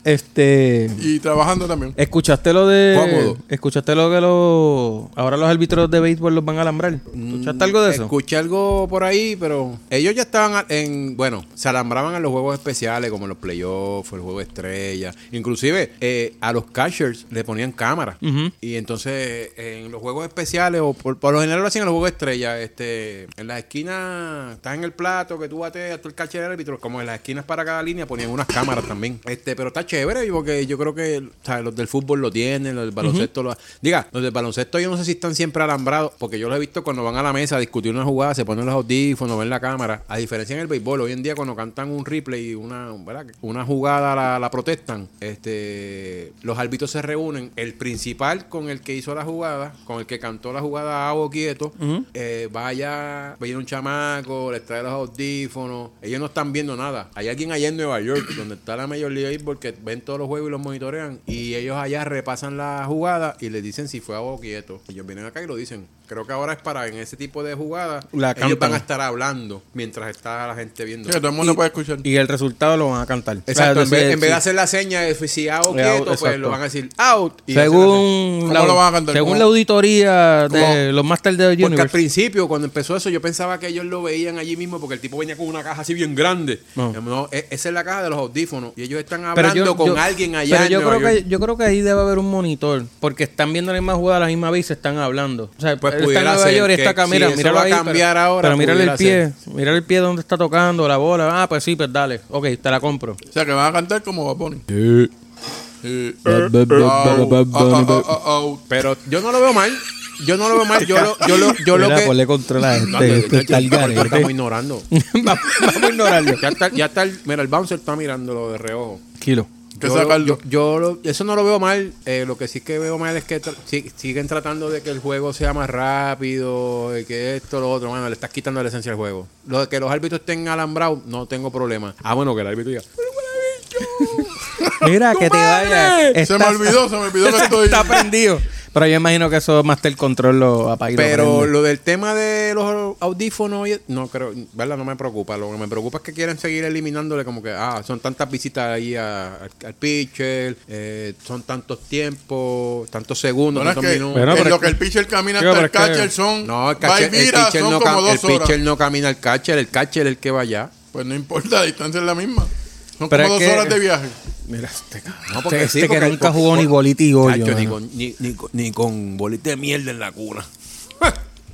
Speaker 2: Este.
Speaker 1: Y trabajando también.
Speaker 2: ¿Escuchaste lo de.
Speaker 3: Cómodo.
Speaker 2: ¿Escuchaste lo que los. Ahora los árbitros de béisbol los van a alambrar?
Speaker 3: Mm,
Speaker 2: ¿Escuchaste [laughs] algo de eso?
Speaker 3: Escuché algo por ahí, pero ellos ya estaban a- en, bueno, se alambraban en los juegos especiales como los playoffs, el juego de estrella. Inclusive eh, a los catchers le ponían cámara.
Speaker 2: Ujú.
Speaker 3: Y entonces en los juegos especiales, o por, por lo general lo hacían en los juegos de estrella, este, en las esquinas, estás en el plato, que tú bateas, tú el catcher del árbitro, como en las esquinas para cada línea pues ponían unas cámaras también. Este, pero está chévere porque yo creo que o sea, los del fútbol lo tienen, los del baloncesto lo Diga, los del baloncesto yo no sé si están siempre alambrados, porque yo los he visto cuando van a la mesa a discutir una jugada, se ponen los audífonos, ven la cámara. A diferencia en el béisbol, hoy en día cuando cantan un replay y una, ¿verdad? una jugada la, la protestan, este, los árbitros se reúnen, el principal con el que hizo la jugada, con el que cantó la jugada a o quieto, eh, vaya, viene un chamaco, les trae los audífonos, ellos no están viendo nada. Hay alguien allá en Nueva York, [clears throat] donde está la Major League Baseball, que ven todos los juegos y los monitorean, y ellos allá repasan la jugada y les dicen si fue a o quieto. Ellos vienen acá y lo dicen. Creo que ahora es para en ese tipo de jugadas,
Speaker 2: La
Speaker 3: ellos
Speaker 2: cantan.
Speaker 3: van a estar hablando mientras está la gente viendo.
Speaker 1: Sí, que todo el mundo puede escuchar.
Speaker 2: Y el resultado lo van a cantar.
Speaker 3: Exacto,
Speaker 2: O
Speaker 3: en,
Speaker 2: sea,
Speaker 3: vez,
Speaker 2: sí,
Speaker 3: en vez de
Speaker 2: sí.
Speaker 3: hacer la seña de si out
Speaker 2: Eh, out,
Speaker 3: quieto, pues
Speaker 2: exacto.
Speaker 3: lo van a decir out. y hacen
Speaker 2: Según
Speaker 1: ¿Cómo
Speaker 2: la,
Speaker 1: lo van a cantar?
Speaker 2: según
Speaker 1: ¿Cómo?
Speaker 2: la auditoría de
Speaker 3: ¿Cómo?
Speaker 2: los Masters de
Speaker 3: la seña. Porque al
Speaker 2: Universe.
Speaker 3: principio, cuando empezó eso, yo pensaba que ellos lo veían allí mismo porque el tipo venía con una caja así bien grande.
Speaker 2: No.
Speaker 3: No, e- esa es la caja de los audífonos y ellos están
Speaker 2: Pero
Speaker 3: hablando
Speaker 2: yo,
Speaker 3: hablando con alguien allá
Speaker 2: Pero
Speaker 3: en
Speaker 2: yo
Speaker 3: Nueva
Speaker 2: creo, que,
Speaker 3: York.
Speaker 2: yo creo que ahí debe haber un monitor, porque están viendo la misma jugada a la misma vez y se están hablando. O sea,
Speaker 3: Pues
Speaker 2: él está en
Speaker 3: pudiera
Speaker 2: Nueva
Speaker 3: ser
Speaker 2: York y está
Speaker 3: que
Speaker 2: acá,
Speaker 3: si
Speaker 2: mira,
Speaker 3: eso
Speaker 2: míralo
Speaker 3: va a
Speaker 2: ahí,
Speaker 3: cambiar
Speaker 2: pero,
Speaker 3: ahora,
Speaker 2: Pero mírale el
Speaker 3: pudiera
Speaker 2: pie, mírale el pie dónde está tocando, la bola. Ah, pues sí, pues dale. Ok, te la compro.
Speaker 1: O sea, que van a cantar como Bad Bunny. Sí. Eh,
Speaker 4: Bad, bad, bad,
Speaker 1: Au,
Speaker 4: bad, bad,
Speaker 1: au,
Speaker 4: bad,
Speaker 1: au,
Speaker 4: bad.
Speaker 1: au, au.
Speaker 3: Pero yo no lo veo mal. Yo no lo veo mal. Yo lo, yo lo, yo lo
Speaker 4: Mira,
Speaker 3: que.
Speaker 4: ponle control a
Speaker 3: [laughs] No,
Speaker 4: este,
Speaker 3: que-
Speaker 4: este
Speaker 3: que-
Speaker 4: está el
Speaker 3: que- que
Speaker 4: garete.
Speaker 3: estamos ignorando.
Speaker 2: [laughs] vamos, vamos a ignorarlo.
Speaker 3: Ya está, ya está el, mira, el bouncer está mirándolo de reojo.
Speaker 2: [laughs] Kilo.
Speaker 1: Que
Speaker 3: yo, lo-
Speaker 1: sacarlo.
Speaker 3: yo, yo lo- eso no lo veo mal. eh, lo que sí que veo mal es que tra- si- siguen tratando de que el juego sea más rápido, y que esto, lo otro. Mano, le estás quitando la esencia al juego. Lo de que los árbitros estén alambrados, no tengo problema. Ah, bueno, que el árbitro diga.
Speaker 2: Mira, que te vaya.
Speaker 1: Se me
Speaker 2: Estás-
Speaker 1: olvidó, se me olvidó que estoy.
Speaker 2: [laughs] Está prendido. Pero yo imagino que eso Master Control lo apaga. y lo
Speaker 3: Pero
Speaker 2: prende.
Speaker 3: lo del tema de los audífonos, y- e, no creo, ¿verdad? No me preocupa. Lo que me preocupa es que quieren seguir eliminándole como que, ah, son tantas visitas ahí a- al, al pitcher, eh, son tantos tiempos, tantos segundos,
Speaker 1: Bueno, es
Speaker 3: tantos
Speaker 1: que
Speaker 3: minutos.
Speaker 2: Bueno,
Speaker 1: en
Speaker 2: pero
Speaker 1: lo
Speaker 2: es
Speaker 1: que el pitcher camina
Speaker 2: Chico,
Speaker 1: hasta el
Speaker 2: pero es que-
Speaker 1: catcher son.
Speaker 3: No, el,
Speaker 1: va y
Speaker 3: catcher, el
Speaker 1: mira,
Speaker 3: pitcher
Speaker 1: son
Speaker 3: no,
Speaker 1: como
Speaker 3: cam- el
Speaker 1: dos horas.
Speaker 3: pitcher no camina al catcher, el catcher es el que va allá.
Speaker 1: Pues no importa, la distancia es la misma. Son
Speaker 2: Pero
Speaker 1: como
Speaker 2: es
Speaker 1: dos
Speaker 2: que-
Speaker 1: horas de viaje.
Speaker 2: Mira, este cabrón.
Speaker 3: No,
Speaker 2: Este- este que
Speaker 3: porque-
Speaker 2: nunca
Speaker 3: porque-
Speaker 2: jugó ni bolita y hoyo,
Speaker 3: Chacho, ni,
Speaker 2: mano.
Speaker 3: con, ni, ni con- ni con bolita de mierda en la cuna.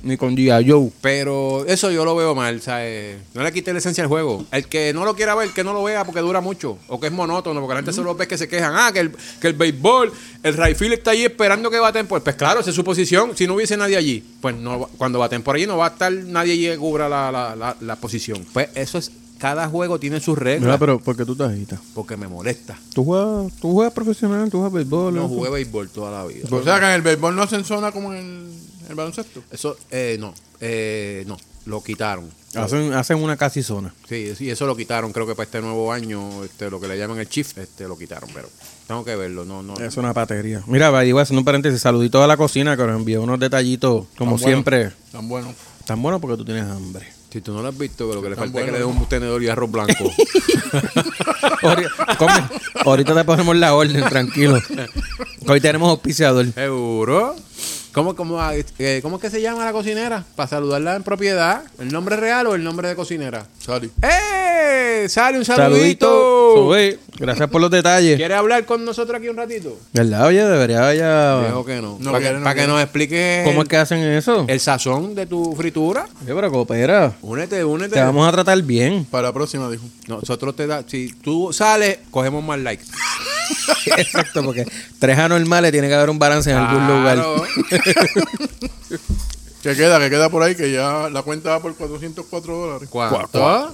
Speaker 2: Ni con G.I. Joe.
Speaker 3: Pero eso yo lo veo mal, ¿sabes? No le quite la esencia al juego. El que no lo quiera ver, que no lo vea porque dura mucho. O que es monótono, porque la gente solo ve que se quejan. Ah, que el, que el béisbol, el Rayfield está ahí esperando que baten. Pues, pues claro, esa es su posición. Si no hubiese nadie allí, pues no va- cuando baten por allí no va a estar nadie allí que cubra la, la- la- la posición. Pues eso es, cada juego tiene sus reglas.
Speaker 2: pero ¿por qué tú te agitas?
Speaker 3: Porque me molesta.
Speaker 2: Tú juegas, tú juegas profesional, tú juegas béisbol.
Speaker 3: No jugué béisbol toda la vida.
Speaker 1: Pues O sea, que en el béisbol no hacen zona como en el, el baloncesto.
Speaker 3: Eso, eh, no, eh, no, lo quitaron.
Speaker 2: Hacen, hacen una casi zona.
Speaker 3: Sí, sí, eso lo quitaron, creo que para este nuevo año, este, lo que le llaman el chief, este, lo quitaron, pero tengo que verlo, no, no.
Speaker 2: Es una patería. Mira, va, digo, haciendo un paréntesis, saludito a la cocina que nos envió unos detallitos, como
Speaker 1: Tan bueno,
Speaker 2: siempre.
Speaker 1: Tan bueno.
Speaker 2: Tan bueno porque tú tienes hambre. [laughs]
Speaker 3: Si tú no lo has visto, que lo que le falta es
Speaker 1: bueno.
Speaker 3: que le dé un tenedor y
Speaker 1: [laughs]
Speaker 3: arroz blanco.
Speaker 2: Ori- come. Ahorita te ponemos la orden, tranquilo. Hoy tenemos auspiciador.
Speaker 3: ¿Seguro? ¿Cómo, cómo, ah, eh, ¿Cómo es que se llama la cocinera? Para saludarla en propiedad, ¿el nombre real o el nombre de cocinera?
Speaker 1: Sorry.
Speaker 3: ¡Eh! ¡Sale un
Speaker 2: Saludito.
Speaker 3: saludito!
Speaker 2: Sube. Gracias por los detalles.
Speaker 3: ¿Quieres hablar con nosotros aquí un ratito?
Speaker 2: ¿Verdad? Oye, debería ya.
Speaker 3: Dijo que no.
Speaker 1: No
Speaker 3: para que,
Speaker 1: quiere, no
Speaker 3: para que
Speaker 1: quiere.
Speaker 3: nos expliques
Speaker 2: Ah. ¿Cómo es que hacen eso?
Speaker 3: el sazón de tu fritura.
Speaker 2: Oye, pero coopera.
Speaker 3: Únete, únete.
Speaker 2: Te vamos a
Speaker 1: [laughs]
Speaker 2: tratar bien.
Speaker 1: Para la próxima, dijo.
Speaker 3: Nosotros te da, si tú sales, cogemos más likes.
Speaker 2: Exacto, porque tres anormales tiene que haber un balance en algún lugar.
Speaker 1: Que queda, que queda por ahí, que ya la cuenta va por 404 dólares.
Speaker 3: ¿Cuánto?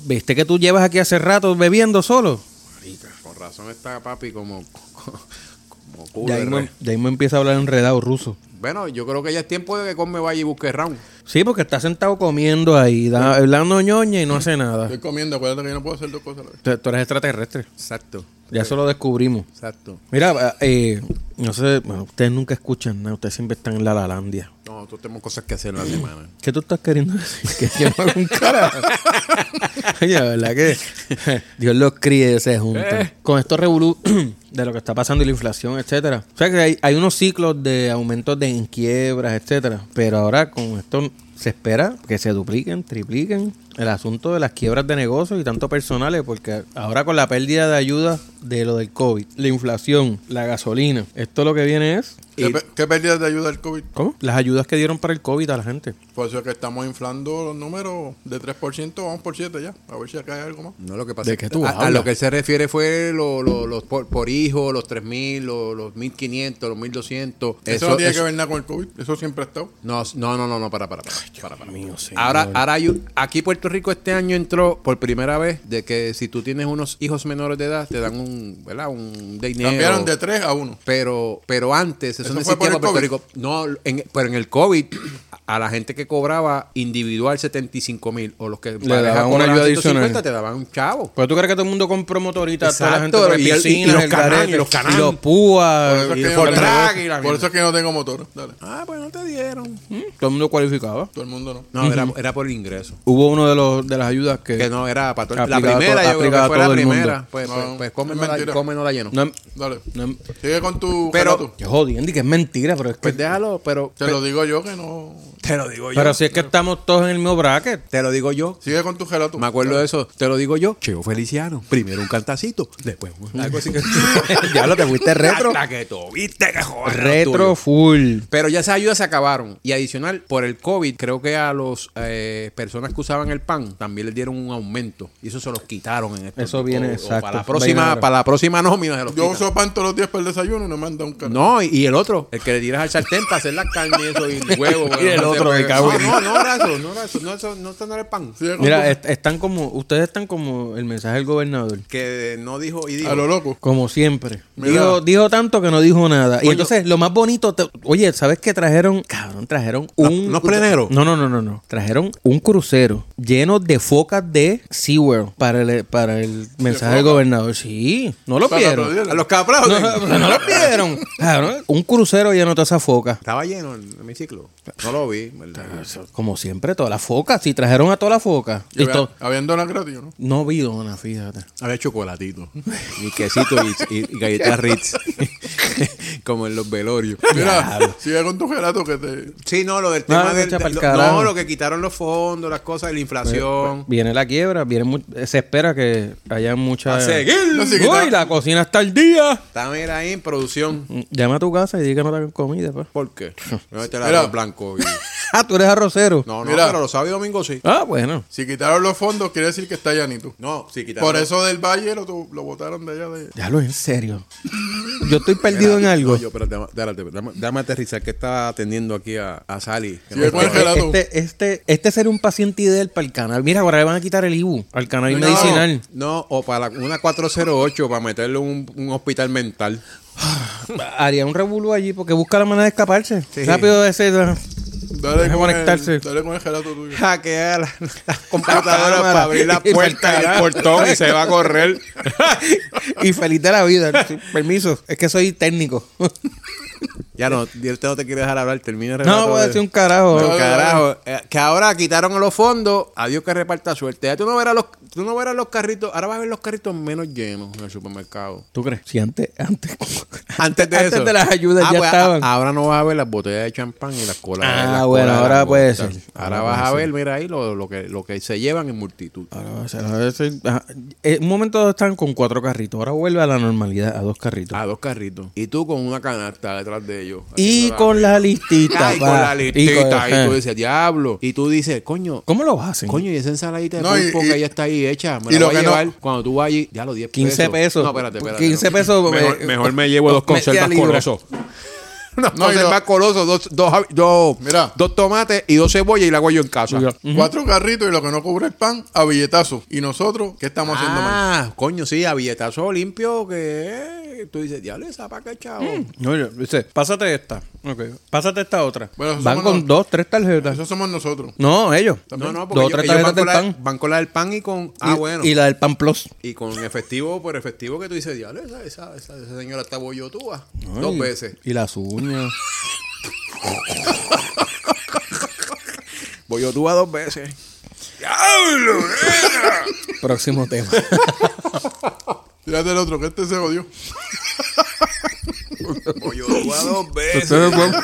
Speaker 2: ¿Viste que tú llevas aquí hace rato bebiendo solo?
Speaker 3: Con razón está papi como, [laughs] como culo
Speaker 2: Ya
Speaker 3: de
Speaker 2: mismo,
Speaker 3: res.
Speaker 2: ya mismo empieza a hablar enredado ruso.
Speaker 3: Bueno, yo creo que ya es tiempo de que Come vaya y busque round.
Speaker 2: Sí, porque está sentado comiendo ahí, da- hablando ñoña y no hace nada.
Speaker 1: Estoy comiendo, acuérdate que yo no puedo hacer dos cosas a la vez.
Speaker 2: Tú tú eres extraterrestre.
Speaker 3: Exacto,
Speaker 2: Ya eso lo descubrimos.
Speaker 3: exacto.
Speaker 2: Mira, eh, no sé, bueno, ustedes nunca escuchan nada, ustedes siempre están en la Lalandia.
Speaker 3: No, nosotros tenemos cosas que hacer en la semana.
Speaker 2: ¿Qué tú estás queriendo decir? [laughs] Que yo no hago un carajo. Oye, la verdad que Dios los críe y se juntan. Con esto revolú [clears throat] de lo que está pasando y la inflación, etcétera. O sea que hay, hay unos ciclos de aumentos de en quiebras, etcétera. Pero ahora con esto se espera que se dupliquen, tripliquen el asunto de las quiebras de negocios y tanto personales, porque ahora con la pérdida de ayuda de lo del COVID, la inflación, la gasolina, esto lo que viene es.
Speaker 1: ¿Qué, pe- qué pérdidas de ayuda el COVID?
Speaker 2: ¿Cómo? Las ayudas que dieron para el COVID a la gente.
Speaker 1: Por eso es que estamos inflando los números de 3%, vamos por 7 ya. A ver si acá hay algo más.
Speaker 3: No, lo que pasa
Speaker 2: ¿De
Speaker 3: es
Speaker 2: qué
Speaker 3: que
Speaker 2: tú
Speaker 3: a, a
Speaker 2: hablas?
Speaker 3: lo que él se refiere fue lo- lo- los por, por hijo, los 3.000, los, los 1.500, los 1.200.
Speaker 1: Eso, no tiene que ver nada con el COVID. Eso siempre ha estado.
Speaker 3: No, no, no, no, no, para, para, para. para, para.
Speaker 2: Mío, sí.
Speaker 3: Ahora, ahora hay un- aquí Puerto Rico este año entró por primera vez de que si tú tienes unos hijos menores de edad, te dan un, ¿verdad? Un dinero.
Speaker 1: Cambiaron de 3 a 1.
Speaker 3: pero, pero antes, eso,
Speaker 1: ¿Eso
Speaker 3: no
Speaker 1: fue por
Speaker 3: existía
Speaker 1: el
Speaker 3: para Puerto
Speaker 1: COVID?
Speaker 3: Rico. No, en- pero en el COVID, a la gente que cobraba individual 75 mil o los que
Speaker 2: daban una
Speaker 3: cobraban
Speaker 2: ayuda adicional.
Speaker 3: te daban un chavo.
Speaker 2: Pero tú crees que todo el mundo compró motorita, toda la gente
Speaker 3: Exacto,
Speaker 2: con
Speaker 3: y el- y
Speaker 2: piscinas,
Speaker 3: los
Speaker 2: el
Speaker 3: Canán,
Speaker 2: garete,
Speaker 3: y los Canán.
Speaker 2: púas,
Speaker 1: Por eso, es
Speaker 2: y
Speaker 1: que yo
Speaker 2: Ford
Speaker 1: no
Speaker 3: Fortrack
Speaker 2: Track.
Speaker 1: tengo-
Speaker 3: y la
Speaker 1: por
Speaker 3: mierda.
Speaker 1: eso es que yo no tengo motor. Dale.
Speaker 3: Ah, pues no te dieron.
Speaker 2: Todo el mundo cualificaba.
Speaker 1: todo el mundo no.
Speaker 3: No, era, era por el ingreso.
Speaker 2: Hubo uno de, los, de las ayudas que...
Speaker 3: Que no, era para todo el- La
Speaker 2: Aplicaba a
Speaker 3: primera,
Speaker 2: to-
Speaker 3: yo creo
Speaker 2: aplicaba
Speaker 3: que
Speaker 2: a
Speaker 3: fue la
Speaker 2: todo el mundo.
Speaker 3: primera. Pues,
Speaker 1: No,
Speaker 3: pues, pues cómeme,
Speaker 1: es mentira.
Speaker 3: la, cómeme la lleno.
Speaker 2: no es-
Speaker 1: Dale.
Speaker 2: no es-
Speaker 1: Sigue con tu.
Speaker 3: Pero-
Speaker 1: Canato.
Speaker 2: yo jodiendo y que es mentira, pero es que...
Speaker 3: Pues déjalo, pero.
Speaker 1: Te
Speaker 3: pe-
Speaker 1: lo digo yo que no.
Speaker 3: te lo digo yo.
Speaker 2: pero si es que estamos todos en el mismo bracket.
Speaker 3: Te lo digo yo.
Speaker 1: Sigue con tu gelato.
Speaker 3: Me acuerdo de eso, te lo digo yo. Cheo Feliciano. Primero un cantacito, después un- algo así que.
Speaker 2: ya lo te fuiste retro.
Speaker 3: Hasta que tuviste que joder. lo
Speaker 2: retro
Speaker 3: tuyo.
Speaker 2: full.
Speaker 3: Pero ya esas ayudas se acabaron. Y adicional, por el COVID, creo que a las personas que usaban el pan también les dieron un aumento. Y eso se los quitaron en esto.
Speaker 2: Eso viene,
Speaker 3: O- o
Speaker 2: exacto.
Speaker 3: Para la
Speaker 2: Vaina
Speaker 3: próxima,
Speaker 2: ahora.
Speaker 3: para la próxima nómina se los
Speaker 1: Yo
Speaker 3: quitan.
Speaker 1: uso pan todos los días para el desayuno y no me han dado un carajo.
Speaker 3: No, y, y el otro, el que le tiras al sartén para hacer la carne y eso, y el huevo.
Speaker 2: Y el
Speaker 3: no
Speaker 2: otro,
Speaker 3: sé,
Speaker 2: me
Speaker 3: pues,
Speaker 2: cago en-
Speaker 3: No, no, no era eso, no era eso, no, eso, no, eso no era el pan.
Speaker 1: Sigue con tu-
Speaker 2: Mira, est- están como, ustedes están como el mensaje del gobernador.
Speaker 3: Que no dijo y dijo.
Speaker 1: a lo loco.
Speaker 2: Como siempre.
Speaker 1: Mira.
Speaker 2: Dijo, dijo tanto que no dijo nada. Y
Speaker 3: Coño.
Speaker 2: entonces, lo más bonito, te- oye, ¿sabes qué trajeron? Cabrón, trajeron un.
Speaker 3: Ah, ¿Unos pleneros?
Speaker 2: No, no, no, no, no. Trajeron un crucero lleno de focas de SeaWorld para el, para el mensaje del
Speaker 1: focas?
Speaker 2: gobernador. Sí, no lo
Speaker 1: Para
Speaker 2: vieron.
Speaker 1: aplaudir.
Speaker 3: A los que aplauden.
Speaker 2: No, no, no lo vieron. Cabrón, un crucero lleno de todas esas focas.
Speaker 3: Estaba lleno el hemiciclo. No lo vi, ¿verdad?
Speaker 2: Como siempre, todas las focas. Sí, trajeron a todas las focas. Y
Speaker 1: Había-
Speaker 2: to-
Speaker 1: Habían donas gratis, ¿no?
Speaker 2: No vi dona, fíjate.
Speaker 3: Había chocolatito. Y quesito y, y- y galletas Ritz. [laughs] Como en los velorios.
Speaker 1: Mira, sigue con tu gelato que te.
Speaker 3: Sí, no, lo del
Speaker 2: No,
Speaker 3: tema
Speaker 2: no,
Speaker 3: del.
Speaker 2: echa pa'l
Speaker 3: lo-
Speaker 2: carajo.
Speaker 3: no, lo que quitaron los fondos, las cosas, la inflación.
Speaker 2: Viene la quiebra, viene mu- se espera que haya mucha.
Speaker 3: A seguir.
Speaker 1: No, sí,
Speaker 2: Uy, la cocina está al día.
Speaker 3: Está, mira, ahí en producción.
Speaker 2: Llama a tu casa y di que no te hagan comida, pues.
Speaker 3: ¿Por qué? No, este era
Speaker 1: Mira.
Speaker 3: arroz blanco. y-
Speaker 2: Ah, tú eres arrocero.
Speaker 3: No, no,
Speaker 1: Mira.
Speaker 3: pero los sábados y domingos sí.
Speaker 2: Ah, bueno.
Speaker 1: Si quitaron los fondos, quiere decir que está llanito.
Speaker 3: No, sí, quitaron.
Speaker 1: Por eso del Valle lo, tu- lo botaron de allá de.
Speaker 2: Ya lo en serio. Yo estoy perdido en algo.
Speaker 3: No, yo, pero dame, dame, dame, dame aterrizar que está atendiendo aquí a, a Sally. que
Speaker 1: Sí,
Speaker 3: no-
Speaker 1: es con el
Speaker 2: Este,
Speaker 1: gelato.
Speaker 2: este, este, este sería un paciente ideal para el canal. Mira, ahora le van a quitar el IBU al
Speaker 1: No.
Speaker 2: canal medicinal.
Speaker 3: No, o para la- una 408 para meterle un, un hospital mental.
Speaker 2: Haría un revuelo allí porque busca la manera de escaparse.
Speaker 3: Sí.
Speaker 2: Rápido ese.
Speaker 1: Dale
Speaker 2: Deja
Speaker 1: con,
Speaker 2: conectarse.
Speaker 1: el, dale con el gelato tuyo.
Speaker 3: Hackea la,
Speaker 2: [laughs]
Speaker 3: la
Speaker 2: La
Speaker 3: computadora
Speaker 2: cámara.
Speaker 3: para abrir la
Speaker 2: Y
Speaker 3: puerta
Speaker 2: para
Speaker 3: del
Speaker 2: el
Speaker 3: portón y se va a [laughs] correr.
Speaker 2: y feliz de la vida. Sí, Permiso. Es que soy
Speaker 3: [laughs]
Speaker 2: técnico.
Speaker 3: Ya no, Dios te- no te quiere dejar hablar, termina el
Speaker 2: no,
Speaker 3: relato
Speaker 2: voy a
Speaker 3: de-
Speaker 2: decir un carajo.
Speaker 3: Pero,
Speaker 1: No, no,
Speaker 3: carajo, eh, que ahora quitaron los fondos, adiós que reparta suerte. Ya tú no verás los, tú no verás los carritos, ahora vas a ver los carritos menos llenos en el supermercado.
Speaker 2: ¿Tú crees? Sí, antes, [laughs] antes.
Speaker 3: Antes de eso.
Speaker 2: de las ayudas
Speaker 3: Ah,
Speaker 2: ya
Speaker 3: pues, a-
Speaker 2: estaban.
Speaker 3: ahora no vas a ver las botellas de champán y las colas. eh,
Speaker 2: Ah, bueno,
Speaker 3: las colas de
Speaker 2: ahora
Speaker 3: las
Speaker 2: puede
Speaker 3: gotas.
Speaker 2: ser.
Speaker 3: Ahora Ah,
Speaker 2: Ahora
Speaker 3: vas
Speaker 2: puede
Speaker 3: a
Speaker 2: ser.
Speaker 3: ver, mira ahí lo, lo que, lo que se llevan en multitud.
Speaker 2: Ahora va a ser- ahora va a ser- ajá. Eh, un momento dado están con cuatro carritos. Ahora vuelve a la normalidad, a dos carritos.
Speaker 3: A dos carritos. Y tú con una canasta detrás de ellos.
Speaker 2: y
Speaker 3: haciendo
Speaker 2: con la listita.
Speaker 3: Ay, con
Speaker 2: va.
Speaker 3: la
Speaker 2: Y con-
Speaker 3: listita. Y tú
Speaker 2: ajá.
Speaker 3: dices, diablo. Y tú dices, coño,
Speaker 2: ¿Cómo lo hacen?
Speaker 3: Coño, y esa ensaladita de
Speaker 1: No, y-
Speaker 3: pulpo que
Speaker 1: y-
Speaker 3: ya está ahí hecha, me
Speaker 1: y
Speaker 3: la
Speaker 1: lo
Speaker 3: voy a
Speaker 1: que no-
Speaker 3: llevar. Cuando tú vas allí, ya los 10 pesos.
Speaker 2: 15 pesos.
Speaker 3: No, espérate, espérate.
Speaker 2: 15
Speaker 3: no.
Speaker 2: pesos.
Speaker 3: Mejor,
Speaker 2: eh,
Speaker 3: mejor me llevo dos
Speaker 2: media
Speaker 3: conservas
Speaker 2: libra.
Speaker 3: coloso. Dos
Speaker 1: No, y lo-
Speaker 3: conservas coloso, dos, dos, hab- dos,
Speaker 1: Mira.
Speaker 3: dos tomates y dos cebollas y la hago yo en casa.
Speaker 2: Mira.
Speaker 1: Cuatro carritos y lo que no cubre el pan, a billetazo. ¿Y nosotros qué estamos haciendo mal?
Speaker 3: Ah, coño, sí, a billetazo limpio que eh, tú dices, diablo, esa pa' qué, chavo.
Speaker 2: No, yo- dice, pásate esta. Ok. Pásate esta otra.
Speaker 1: Bueno, eso
Speaker 2: Van
Speaker 1: somos
Speaker 2: con
Speaker 1: no-
Speaker 2: dos, tres tarjetas.
Speaker 1: Eso somos nosotros.
Speaker 2: No, ellos.
Speaker 3: No, no,
Speaker 2: dos,
Speaker 3: porque
Speaker 2: tres
Speaker 3: ellos, ellos
Speaker 2: tarjetas
Speaker 3: van, con
Speaker 2: del
Speaker 3: la,
Speaker 2: pan.
Speaker 3: van con la del pan y con... Ah,
Speaker 2: y,
Speaker 3: bueno.
Speaker 2: y la del pan plus.
Speaker 3: Y con efectivo por efectivo que tú dices, diablo, esa, esa, esa, esa señora está boyotúa. Dos
Speaker 2: Ay,
Speaker 3: veces.
Speaker 2: Y las uñas.
Speaker 3: [laughs] Boyotúa dos veces. ¡Diablo! nena!
Speaker 2: Próximo tema.
Speaker 1: Tírate el otro, que este se jodió.
Speaker 3: Boyotúa dos veces.
Speaker 2: Ustedes van-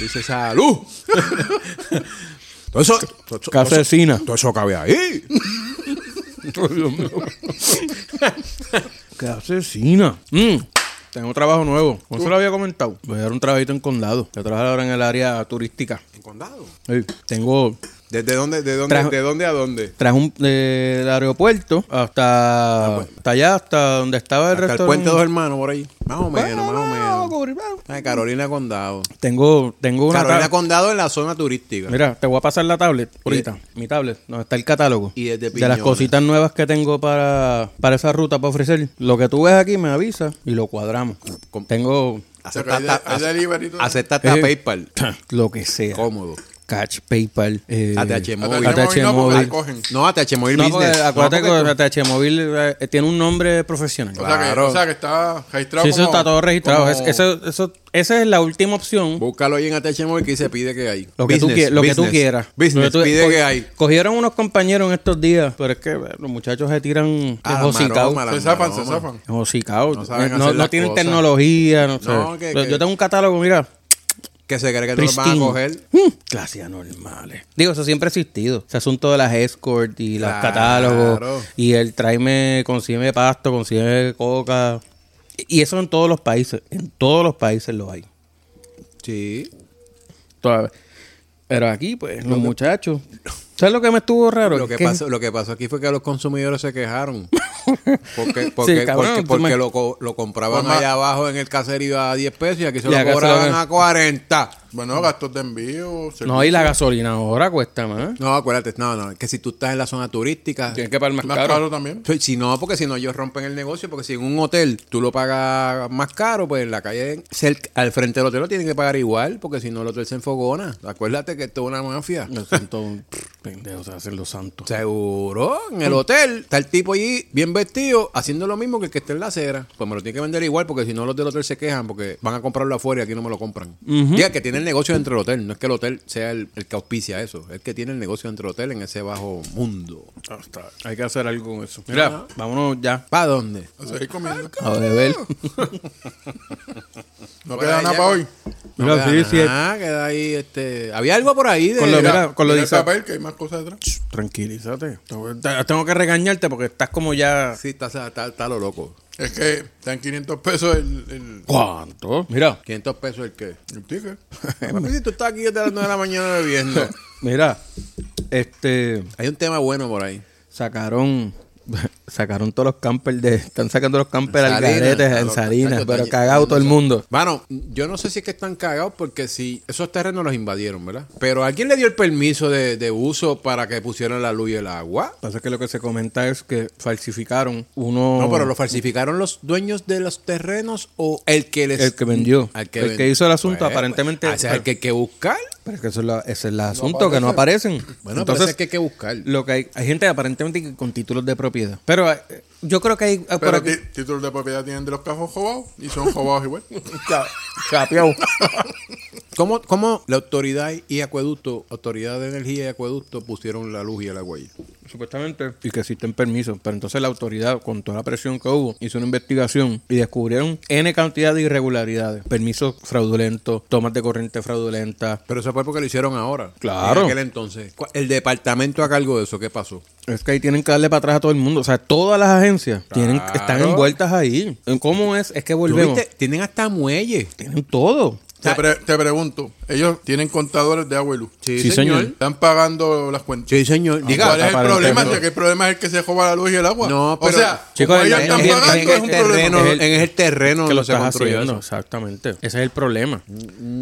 Speaker 3: Dice salud. [laughs] todo eso, todo eso- [laughs]
Speaker 2: Casesina.
Speaker 3: todo eso cabe ahí.
Speaker 2: ¡Qué asesina! Mm. Tengo un trabajo nuevo. ¿Cómo se lo había comentado? Voy a dar un trabajito en condado. Yo trabajo ahora en el área turística.
Speaker 3: En condado.
Speaker 2: Ey, tengo...
Speaker 3: ¿Desde dónde, de dónde,
Speaker 2: Trajo-
Speaker 3: de dónde a dónde?
Speaker 2: Tras un, del aeropuerto hasta, hasta allá, hasta donde estaba el
Speaker 3: Hasta el
Speaker 2: restaurante.
Speaker 3: puente dos hermanos por ahí. Más o
Speaker 2: Bueno,
Speaker 3: menos,
Speaker 2: bueno,
Speaker 3: más o
Speaker 2: vamos a
Speaker 3: menos.
Speaker 2: cubrir, vamos.
Speaker 3: Ay, Ah, Carolina Condado.
Speaker 2: Tengo, tengo una...
Speaker 3: Carolina
Speaker 2: tab-
Speaker 3: Condado en la zona turística.
Speaker 2: Mira, te voy a pasar la tablet ahorita. Mi tablet, donde está el catálogo.
Speaker 3: Y desde
Speaker 2: de las
Speaker 3: Piñones.
Speaker 2: cositas nuevas que tengo para, para esa ruta, para ofrecer. Lo que tú ves aquí me avisa y lo cuadramos.
Speaker 3: Com-
Speaker 2: Tengo
Speaker 1: Hay de-
Speaker 3: Acepta,
Speaker 1: hay delivery y todo.
Speaker 3: acepta hasta
Speaker 2: Eh.
Speaker 3: PayPal.
Speaker 2: lo que sea.
Speaker 3: Cómodo.
Speaker 2: Cash, PayPal, eh,
Speaker 3: ATH Móvil.
Speaker 2: ATH
Speaker 1: no, porque
Speaker 2: Móvil.
Speaker 1: la cogen.
Speaker 3: No, ATH Móvil
Speaker 2: No, porque
Speaker 3: Business.
Speaker 2: acuérdate
Speaker 3: No, porque
Speaker 2: que ATH Móvil eh, tiene un nombre profesional.
Speaker 1: O, sea que,
Speaker 3: Claro.
Speaker 1: o sea que está registrado.
Speaker 2: Sí, eso
Speaker 1: como-
Speaker 2: está todo registrado.
Speaker 1: como-
Speaker 2: Es- eso- eso- esa es la última opción.
Speaker 3: tú- Búscalo ahí en ATH Móvil que dice pide que hay.
Speaker 2: Lo que, tú,
Speaker 3: Business,
Speaker 2: qui- lo que tú
Speaker 3: business,
Speaker 2: quieras.
Speaker 3: Business,
Speaker 2: Lo que tú-
Speaker 3: pide
Speaker 2: co-
Speaker 3: que hay.
Speaker 2: Cogieron unos compañeros en estos días, pero es que eh, los muchachos se tiran
Speaker 3: Ah, la
Speaker 2: josicados.
Speaker 3: maroma, la
Speaker 1: Se zafan, se
Speaker 3: maroma.
Speaker 1: zafan.
Speaker 2: Josicados.
Speaker 3: No
Speaker 2: No,
Speaker 3: saben
Speaker 2: Eh, no
Speaker 3: hacer las
Speaker 2: tienen
Speaker 3: cosas.
Speaker 2: tecnología. No, sé.
Speaker 3: No, que-
Speaker 2: Yo-
Speaker 3: que-
Speaker 2: Yo tengo un catálogo, mira.
Speaker 3: Que se cree que no lo van a
Speaker 2: Pristino.
Speaker 3: coger.
Speaker 2: Mm, clases anormales. Digo, eso siempre ha existido. Ese asunto de las escort y los
Speaker 3: Claro.
Speaker 2: catálogos. Y el tráeme, consigue pasto, consigue coca. Y eso en todos los países. En todos los países lo hay.
Speaker 3: Sí.
Speaker 2: Todavía. Pero aquí, pues, los muchachos. ¿Sabes lo que me estuvo raro?
Speaker 3: Lo que,
Speaker 2: Que-
Speaker 3: pasó, lo que pasó aquí fue que los consumidores
Speaker 2: [laughs]
Speaker 3: se quejaron. Porque, porque,
Speaker 2: cabrón,
Speaker 3: porque,
Speaker 2: tú
Speaker 3: porque
Speaker 2: me- ah.
Speaker 3: lo, co- lo compraban
Speaker 1: Pues más-
Speaker 3: allá abajo en el caserío a 10 pesos y aquí se
Speaker 2: Y acá
Speaker 3: lo
Speaker 2: se lo
Speaker 3: cobraban
Speaker 2: dan-
Speaker 3: a 40.
Speaker 1: Bueno, gastos de envío.
Speaker 2: No, y la gasolina ahora cuesta más.
Speaker 3: No, acuérdate, no, no, que si tú estás en la zona turística,
Speaker 2: Tienes que pagar más,
Speaker 1: Más
Speaker 2: caro.
Speaker 1: caro también.
Speaker 3: Sí, Si no, porque si no ellos rompen el negocio, porque si en un hotel tú lo pagas más caro, pues en la calle cerca- al frente del hotel lo tienen que pagar igual, porque si no el hotel se enfogona. Acuérdate que esto es una mafia.
Speaker 2: Los santos, un pendejo, se hacen los santos.
Speaker 3: Seguro, en el hotel está el tipo allí bien vestido, haciendo lo mismo que el que está en la acera. Pues me lo tienen que vender igual, porque si no los del hotel se quejan, porque van a comprarlo afuera y aquí no me lo compran. Diga que tiene el negocio dentro del hotel, no es que el hotel sea el, el que auspicia eso, es que tiene el negocio dentro del hotel en ese bajo mundo.
Speaker 2: Ah, Hay que hacer algo con eso. Mira, vámonos ya.
Speaker 3: ¿Para dónde?
Speaker 1: A seguir comiendo.
Speaker 2: A beber.
Speaker 1: No
Speaker 3: Fuera
Speaker 1: queda nada
Speaker 3: ya.
Speaker 1: para hoy.
Speaker 3: No
Speaker 2: Mira,
Speaker 3: queda
Speaker 2: sí, sí,
Speaker 3: nada, queda ahí, este, había algo por ahí de
Speaker 2: Con lo-
Speaker 3: Mira,
Speaker 2: mira, Ah, con lo
Speaker 1: Mira el
Speaker 2: dice-
Speaker 1: papel que hay más cosas detrás.
Speaker 2: Tranquilízate. Te- Tengo que regañarte porque estás como ya.
Speaker 3: sí, está, está- está lo loco.
Speaker 1: Es que están 500 pesos el, el,
Speaker 2: ¿Cuánto? Mira,
Speaker 3: 500 pesos
Speaker 2: [laughs]
Speaker 3: el qué.
Speaker 1: el ticket.
Speaker 3: Papi, si tú estás aquí desde las 9 de la mañana
Speaker 2: [laughs]
Speaker 3: bebiendo.
Speaker 2: mira. Este.
Speaker 3: Hay un tema bueno por ahí.
Speaker 2: Sacaron. [laughs] Sacaron todos los campers de. Están sacando los campers al
Speaker 3: Salinas,
Speaker 2: garete en
Speaker 3: claro,
Speaker 2: Salinas,
Speaker 3: tacho,
Speaker 2: pero
Speaker 3: está
Speaker 2: cagado todo el mundo.
Speaker 3: Bueno, yo no sé si es que están cagados porque si esos terrenos los invadieron, ¿verdad? Pero alguien le dio el permiso de, de uso para que pusieran la luz y el agua.
Speaker 2: Pasa que lo que se comenta es que falsificaron uno.
Speaker 3: No, pero lo falsificaron los dueños de los terrenos o el que les
Speaker 2: El que vendió.
Speaker 3: Al
Speaker 2: El
Speaker 3: ven-
Speaker 2: que hizo el asunto,
Speaker 3: Pues,
Speaker 2: aparentemente-
Speaker 3: pues, ese es el que hay que buscar.
Speaker 2: Pero es que eso es la- ese es el asunto, que no aparecen.
Speaker 3: Bueno,
Speaker 2: Entonces,
Speaker 3: pero ese es que hay que buscar.
Speaker 2: lo que hay, hay gente aparentemente que con títulos de propiedad. Pero eh, yo creo que hay. eh, por
Speaker 1: Pero
Speaker 2: aquí-
Speaker 1: tí- títulos de propiedad tienen de los cajos jobados y son jobados
Speaker 2: [laughs]
Speaker 1: igual.
Speaker 3: ¿Cómo, ¿Cómo la autoridad y acueducto, autoridad de energía y acueducto pusieron la luz y el agua ahí?
Speaker 2: supuestamente, y que existen permisos. Pero entonces la autoridad, con toda la presión que hubo, hizo una investigación y descubrieron N cantidad de irregularidades. Permisos fraudulentos, tomas de corriente fraudulentas.
Speaker 3: Pero eso fue porque lo hicieron ahora.
Speaker 2: Claro.
Speaker 3: En aquel entonces. ¿Cuál- El departamento a cargo de eso, ¿qué pasó?
Speaker 2: Es que ahí tienen que darle para atrás a todo el mundo. O sea, todas las agencias tienen, están envueltas ahí. ¿Cómo es? Es que
Speaker 3: ¿Tú
Speaker 2: volvemos.
Speaker 3: viste? Tienen hasta muelle.
Speaker 2: Tienen todo.
Speaker 1: te, pre- te pregunto, ellos tienen contadores de agua y luz.
Speaker 2: Sí, señor. señor.
Speaker 1: Están pagando las cuentas.
Speaker 3: Sí, señor. Diga,
Speaker 1: ¿Cuál es el
Speaker 2: aparentemente
Speaker 1: problema?
Speaker 2: no.
Speaker 1: Si aquí el problema es el que se joba la luz y el agua.
Speaker 3: No, pero-
Speaker 1: O sea,
Speaker 2: Chicos,
Speaker 1: como
Speaker 2: el-
Speaker 1: ellos
Speaker 2: el-
Speaker 1: están
Speaker 2: el-
Speaker 1: pagando,
Speaker 2: el-
Speaker 1: es un
Speaker 2: el
Speaker 1: problema.
Speaker 3: terreno,
Speaker 2: Es el-
Speaker 3: en el terreno
Speaker 2: que lo
Speaker 3: no se
Speaker 2: estás
Speaker 3: construyó
Speaker 2: haciendo.
Speaker 3: eso. Mm,
Speaker 2: Exactamente. Ese es el problema.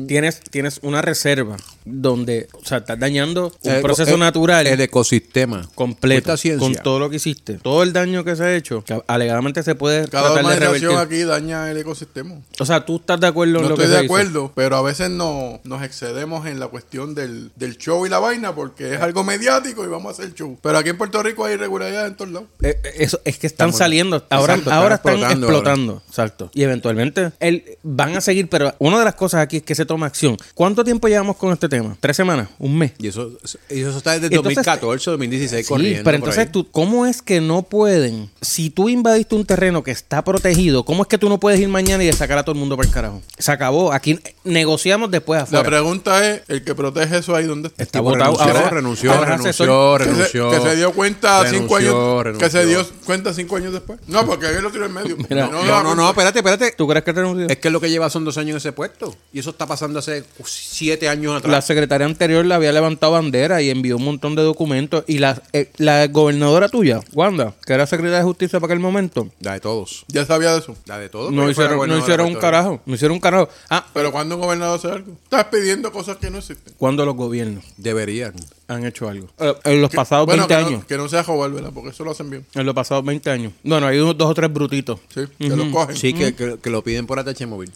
Speaker 2: Tienes, tienes una reserva donde, o sea, estás dañando un
Speaker 3: El-
Speaker 2: proceso
Speaker 3: el-
Speaker 2: natural
Speaker 3: Eh, El ecosistema.
Speaker 2: completo
Speaker 3: Esta ciencia.
Speaker 2: con todo lo que hiciste. Todo el daño que se ha hecho, que alegadamente se puede
Speaker 1: Cada
Speaker 2: tratar de
Speaker 1: organización
Speaker 2: revertir.
Speaker 1: aquí daña el ecosistema.
Speaker 2: O sea, tú estás de acuerdo en
Speaker 1: No
Speaker 2: lo que
Speaker 1: estoy de
Speaker 2: se hizo?
Speaker 1: acuerdo, pero a veces no, nos excedemos en la cuestión del, del show y la vaina porque es algo mediático y vamos a hacer show. Pero aquí en Puerto Rico hay irregularidades en todos lados.
Speaker 2: Eh, eh, Eso es que están saliendo, ahora,
Speaker 3: Exacto,
Speaker 2: ahora
Speaker 3: están
Speaker 2: están
Speaker 3: explotando
Speaker 2: explotando, exacto. Y eventualmente el- van a seguir, pero una de las cosas aquí es que se toma acción. ¿Cuánto tiempo llevamos con este tema? ¿Tres semanas? ¿Un mes?
Speaker 3: Y eso, y eso está desde
Speaker 2: Entonces-
Speaker 3: 2014, 2016
Speaker 2: Sí, pero
Speaker 3: corriendo. por
Speaker 2: entonces
Speaker 3: ahí.
Speaker 2: tú, ¿cómo es que no pueden? Si tú invadiste un terreno que está protegido, ¿cómo es que tú no puedes ir mañana y sacar a todo el mundo para el carajo? Se acabó. Aquí negociamos después
Speaker 1: La
Speaker 2: afuera.
Speaker 1: pregunta es, el que protege eso ahí, ¿dónde está?
Speaker 3: Está
Speaker 2: tipo,
Speaker 3: votado.
Speaker 2: renunció,
Speaker 3: Ahora
Speaker 2: renunció,
Speaker 3: renunció,
Speaker 2: ahora
Speaker 3: renunció,
Speaker 2: asesor-
Speaker 1: Que se-
Speaker 3: renunció.
Speaker 1: Que, se, dio cuenta cinco
Speaker 3: Renunció,
Speaker 1: años. Que se dio
Speaker 3: renunció.
Speaker 1: cuenta cinco años después. No, porque él lo tiró en medio.
Speaker 2: [laughs]
Speaker 1: pues,
Speaker 2: Mira,
Speaker 1: me
Speaker 3: No,
Speaker 1: da
Speaker 3: no,
Speaker 1: cuenta.
Speaker 3: no, espérate, espérate.
Speaker 2: ¿Tú crees que renunció?
Speaker 3: Es que lo que lleva son dos años en ese puesto. Y eso está pasando hace siete años atrás.
Speaker 2: La secretaria anterior le había levantado bandera y envió un montón de documentos. Y la, eh, la gobernadora tuya, Wanda, que era secretaria de justicia para aquel momento,
Speaker 3: La de todos.
Speaker 1: Ya sabía de eso.
Speaker 3: La de todos.
Speaker 2: no
Speaker 3: porque fue la
Speaker 2: hicieron, no
Speaker 3: gobernadora
Speaker 2: hicieron
Speaker 3: de
Speaker 2: un
Speaker 3: Puerto Rico.
Speaker 2: carajo. No hicieron un carajo. Ah,
Speaker 1: Pero cuando un gobernador hace algo, estás pidiendo cosas que no existen.
Speaker 2: cuando los gobiernos
Speaker 3: Deberían.
Speaker 2: han hecho algo. Eh, En los pasados
Speaker 1: Bueno,
Speaker 2: 20
Speaker 1: que
Speaker 2: años.
Speaker 1: no, que no sea joven, ¿verdad? Porque eso lo hacen bien.
Speaker 2: En los pasados 20 años. Bueno, hay unos dos o tres brutitos.
Speaker 1: Sí, que lo cogen.
Speaker 3: Sí, que, que- que lo piden por ATH móvil.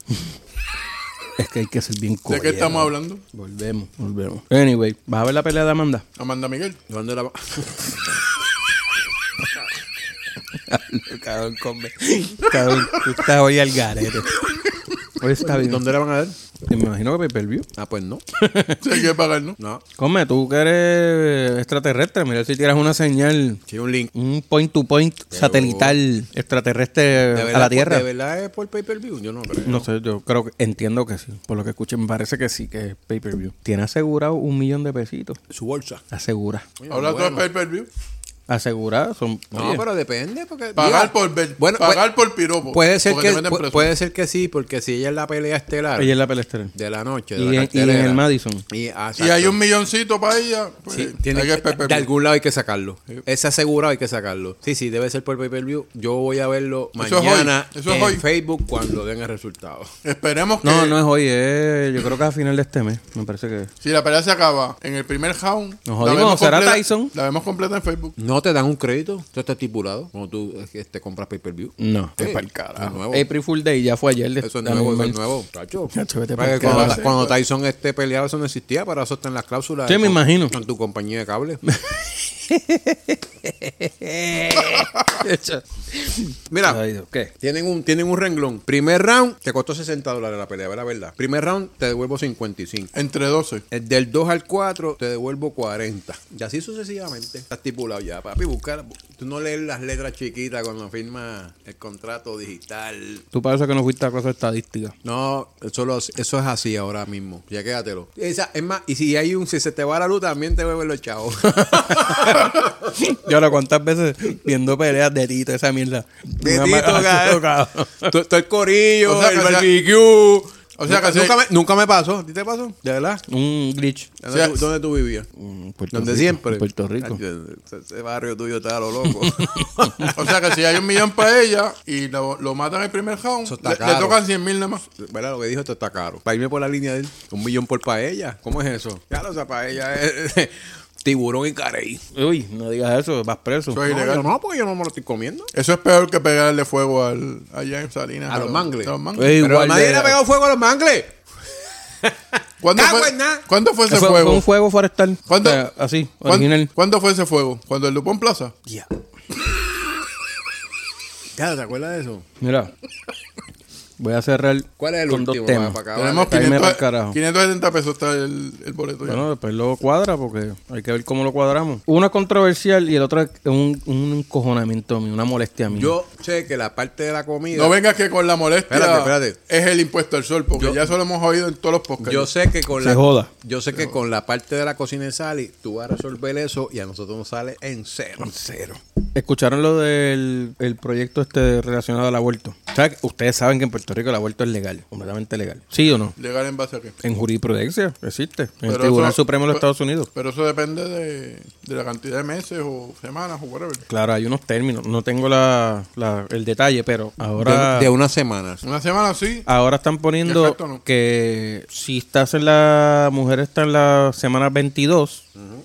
Speaker 2: Es que hay que ser bien
Speaker 1: ¿De qué
Speaker 2: coyero.
Speaker 1: estamos hablando?
Speaker 2: Volvemos, volvemos. Anyway, ¿vas a ver la pelea de Amanda?
Speaker 1: Amanda Miguel. [laughs]
Speaker 3: ¿Dónde la va?
Speaker 2: cabrón, come. Cabrón, tú estás hoy al garete. Hoy está bien.
Speaker 3: ¿Dónde la van a dar?
Speaker 2: Me imagino que pay-per-view.
Speaker 3: Ah, pues no.
Speaker 1: Sí, hay que pagar, ¿no?
Speaker 3: No.
Speaker 2: Come, tú que eres extraterrestre, mira si tiras una señal,
Speaker 3: Sí, un link.
Speaker 2: un point to point satelital extraterrestre
Speaker 3: De
Speaker 2: a
Speaker 3: verdad,
Speaker 2: la
Speaker 3: por-
Speaker 2: Tierra.
Speaker 3: ¿De verdad es por pay-per-view? Yo no creo.
Speaker 2: No sé, yo creo que entiendo que sí. Por lo que escuché, me parece que sí, que es pay-per-view. Tiene asegurado un millón de pesitos.
Speaker 3: Su bolsa.
Speaker 2: Asegura.
Speaker 1: Habla tú de pay per view.
Speaker 2: Asegurada son.
Speaker 3: No,
Speaker 2: oye,
Speaker 3: pero depende. Porque,
Speaker 1: Pagar
Speaker 3: Mira,
Speaker 1: por ver-
Speaker 3: bueno,
Speaker 1: pagar
Speaker 3: puede-
Speaker 1: por piropo.
Speaker 3: Puede ser,
Speaker 1: porque
Speaker 3: que,
Speaker 1: te meten
Speaker 3: pu-
Speaker 1: preso.
Speaker 3: puede ser que sí, porque si ella es la pelea estelar
Speaker 2: Ella es la pelestre.
Speaker 3: de la noche, de
Speaker 2: Y
Speaker 3: la
Speaker 2: en, y en
Speaker 3: cartelera,
Speaker 2: el Madison.
Speaker 3: Y, ah,
Speaker 1: Y hay
Speaker 3: exacto.
Speaker 1: un milloncito para ella. pues,
Speaker 3: Sí,
Speaker 1: hay
Speaker 3: tiene
Speaker 1: que
Speaker 3: que-
Speaker 1: pay per
Speaker 3: de
Speaker 1: view.
Speaker 3: algún lado hay que sacarlo. Ese asegurado hay que sacarlo. Sí, sí, debe ser por pay-per-view. Yo voy a verlo
Speaker 1: Eso es hoy.
Speaker 3: mañana
Speaker 1: Eso es
Speaker 3: en
Speaker 1: hoy.
Speaker 3: Facebook cuando den el resultado.
Speaker 1: Esperemos que.
Speaker 2: No, no es hoy, es- yo creo que a final de este mes. Me parece que.
Speaker 1: Si la pelea se acaba en el primer round. la
Speaker 2: jodimos,
Speaker 1: vemos
Speaker 2: será
Speaker 1: completa-
Speaker 2: Tyson.
Speaker 1: La vemos completa en Facebook.
Speaker 3: No te dan un crédito. Esto está estipulado cuando tú este, compras pay-per-view.
Speaker 2: No.
Speaker 3: Sí,
Speaker 1: pa'l carajo.
Speaker 3: es nuevo.
Speaker 2: April Full Day ya fue ayer.
Speaker 3: Eso es
Speaker 2: también,
Speaker 3: nuevo, eso
Speaker 2: man.
Speaker 3: es nuevo. Chacho.
Speaker 2: Chacho, vete
Speaker 3: Para
Speaker 2: pa'l
Speaker 3: que cuando,
Speaker 1: carajo.
Speaker 3: cuando Tyson esté peleado, eso no existía, para eso están las cláusulas.
Speaker 2: Sí, me
Speaker 3: con-
Speaker 2: imagino.
Speaker 3: Con tu compañía de
Speaker 2: [laughs]
Speaker 3: cable. Mira,
Speaker 2: [laughs] Ay, Dios, ¿Qué?
Speaker 3: Tienen un, tienen un renglón. Primer round te costó 60 dólares la pelea, ¿verdad? ¿verdad? Primer round te devuelvo 55.
Speaker 1: Entre 12.
Speaker 3: El del 2 al 4 te devuelvo 40. Y así sucesivamente. Está estipulado ya, papi. Buscar. Tú no lees las letras chiquitas cuando firmas el contrato digital.
Speaker 2: Tú parece que no fuiste a clase de estadística.
Speaker 3: No, eso, lo- eso es así ahora mismo. Ya quédatelo. Esa, es más, y si hay un, si se te va la luz, también te vuelven los chavos.
Speaker 1: [laughs]
Speaker 2: Y ahora, ¿cuántas veces viendo peleas de Tito, esa mierda?
Speaker 3: Bendito,
Speaker 2: Una
Speaker 1: [laughs]
Speaker 2: mala- [laughs]
Speaker 3: cabrón. Todo todo el corillo,
Speaker 1: O sea,
Speaker 3: el
Speaker 1: que sea-
Speaker 3: barbecue.
Speaker 1: o sea,
Speaker 3: nunca,
Speaker 1: que sea-
Speaker 3: nunca me, nunca me pasó. ¿A ti te pasó? ¿De verdad?
Speaker 2: Un glitch.
Speaker 3: ¿Dónde,
Speaker 1: sea-
Speaker 3: tú, dónde tú vivías? ¿Dónde siempre? Ay, ese- Ese barrio tuyo está a lo loco. [laughs]
Speaker 1: O sea que si hay un millón para ella y lo, lo matan en el primer round,
Speaker 3: Eso
Speaker 1: le,
Speaker 3: está
Speaker 1: le
Speaker 3: caro.
Speaker 1: tocan 100 mil nada más.
Speaker 3: ¿Verdad? Lo que dijo esto está caro. Para irme por la línea de él, un millón por paella. ¿Cómo es eso? Claro, o sea, paella es [laughs] tiburón y carey.
Speaker 2: Uy, no digas eso, vas preso.
Speaker 1: Soy-
Speaker 3: No,
Speaker 1: ilegal.
Speaker 3: yo no, porque yo no me lo estoy comiendo.
Speaker 1: Eso es peor que pegarle fuego al, allá en Salinas.
Speaker 3: A los mangles.
Speaker 1: a los
Speaker 2: Ey,
Speaker 3: Pero
Speaker 2: igual
Speaker 3: nadie
Speaker 2: de-
Speaker 3: le ha pegado fuego a los mangles.
Speaker 1: ¿Cuándo,
Speaker 3: Cago
Speaker 1: fue,
Speaker 3: en nada.
Speaker 1: ¿Cuándo fue ese
Speaker 2: Fue, fue
Speaker 1: fuego?
Speaker 2: un fuego forestal.
Speaker 1: ¿Cuándo-
Speaker 2: O sea, así,
Speaker 1: ¿Cuán-
Speaker 2: original.
Speaker 1: ¿Cuándo fue ese fuego? ¿Cuando el Dupont Plaza?
Speaker 3: Ya. ¿te acuerdas de eso?
Speaker 2: Mira. Voy a cerrar
Speaker 3: ¿Cuál es el
Speaker 2: con
Speaker 3: último?
Speaker 2: dos temas.
Speaker 3: Para acabar.
Speaker 1: Tenemos
Speaker 2: Ahí me va el
Speaker 1: 500
Speaker 2: carajo.
Speaker 1: 570 pesos está el, el boleto ya.
Speaker 2: Bueno, después lo cuadra porque hay que ver cómo lo cuadramos. Uno es controversial y el otro es un, un encojonamiento mío, una molestia mía.
Speaker 3: Yo sé que la parte de la comida.
Speaker 1: No vengas que con la molestia
Speaker 3: Espérate, espérate.
Speaker 1: es el impuesto al sol, porque
Speaker 3: Yo-
Speaker 1: ya eso lo hemos oído en todos los podcasts.
Speaker 3: Yo sé que con
Speaker 2: Se
Speaker 3: la
Speaker 2: joda.
Speaker 3: Yo sé que con la parte de la cocina de Sally, tú vas a resolver eso y a nosotros nos sale en cero. En cero.
Speaker 2: ¿Escucharon lo del el proyecto este relacionado al aborto? O sea, que Ustedes saben que en Puerto Rico el aborto es legal, completamente legal. ¿Sí o no?
Speaker 1: Legal en base a qué.
Speaker 2: En jurisprudencia existe. En
Speaker 1: Pero
Speaker 2: el Tribunal
Speaker 1: eso- pues-
Speaker 2: Supremo de los
Speaker 1: pero-
Speaker 2: Estados Unidos.
Speaker 1: Pero eso depende de, de la cantidad de meses o semanas o whatever.
Speaker 2: Claro, hay unos términos. No tengo la, la- el detalle, pero ahora...
Speaker 3: De, de unas semanas.
Speaker 1: Una semana sí.
Speaker 2: Ahora están poniendo
Speaker 1: Exacto, ¿no?
Speaker 2: que si estás en la mujer está en la semana 22,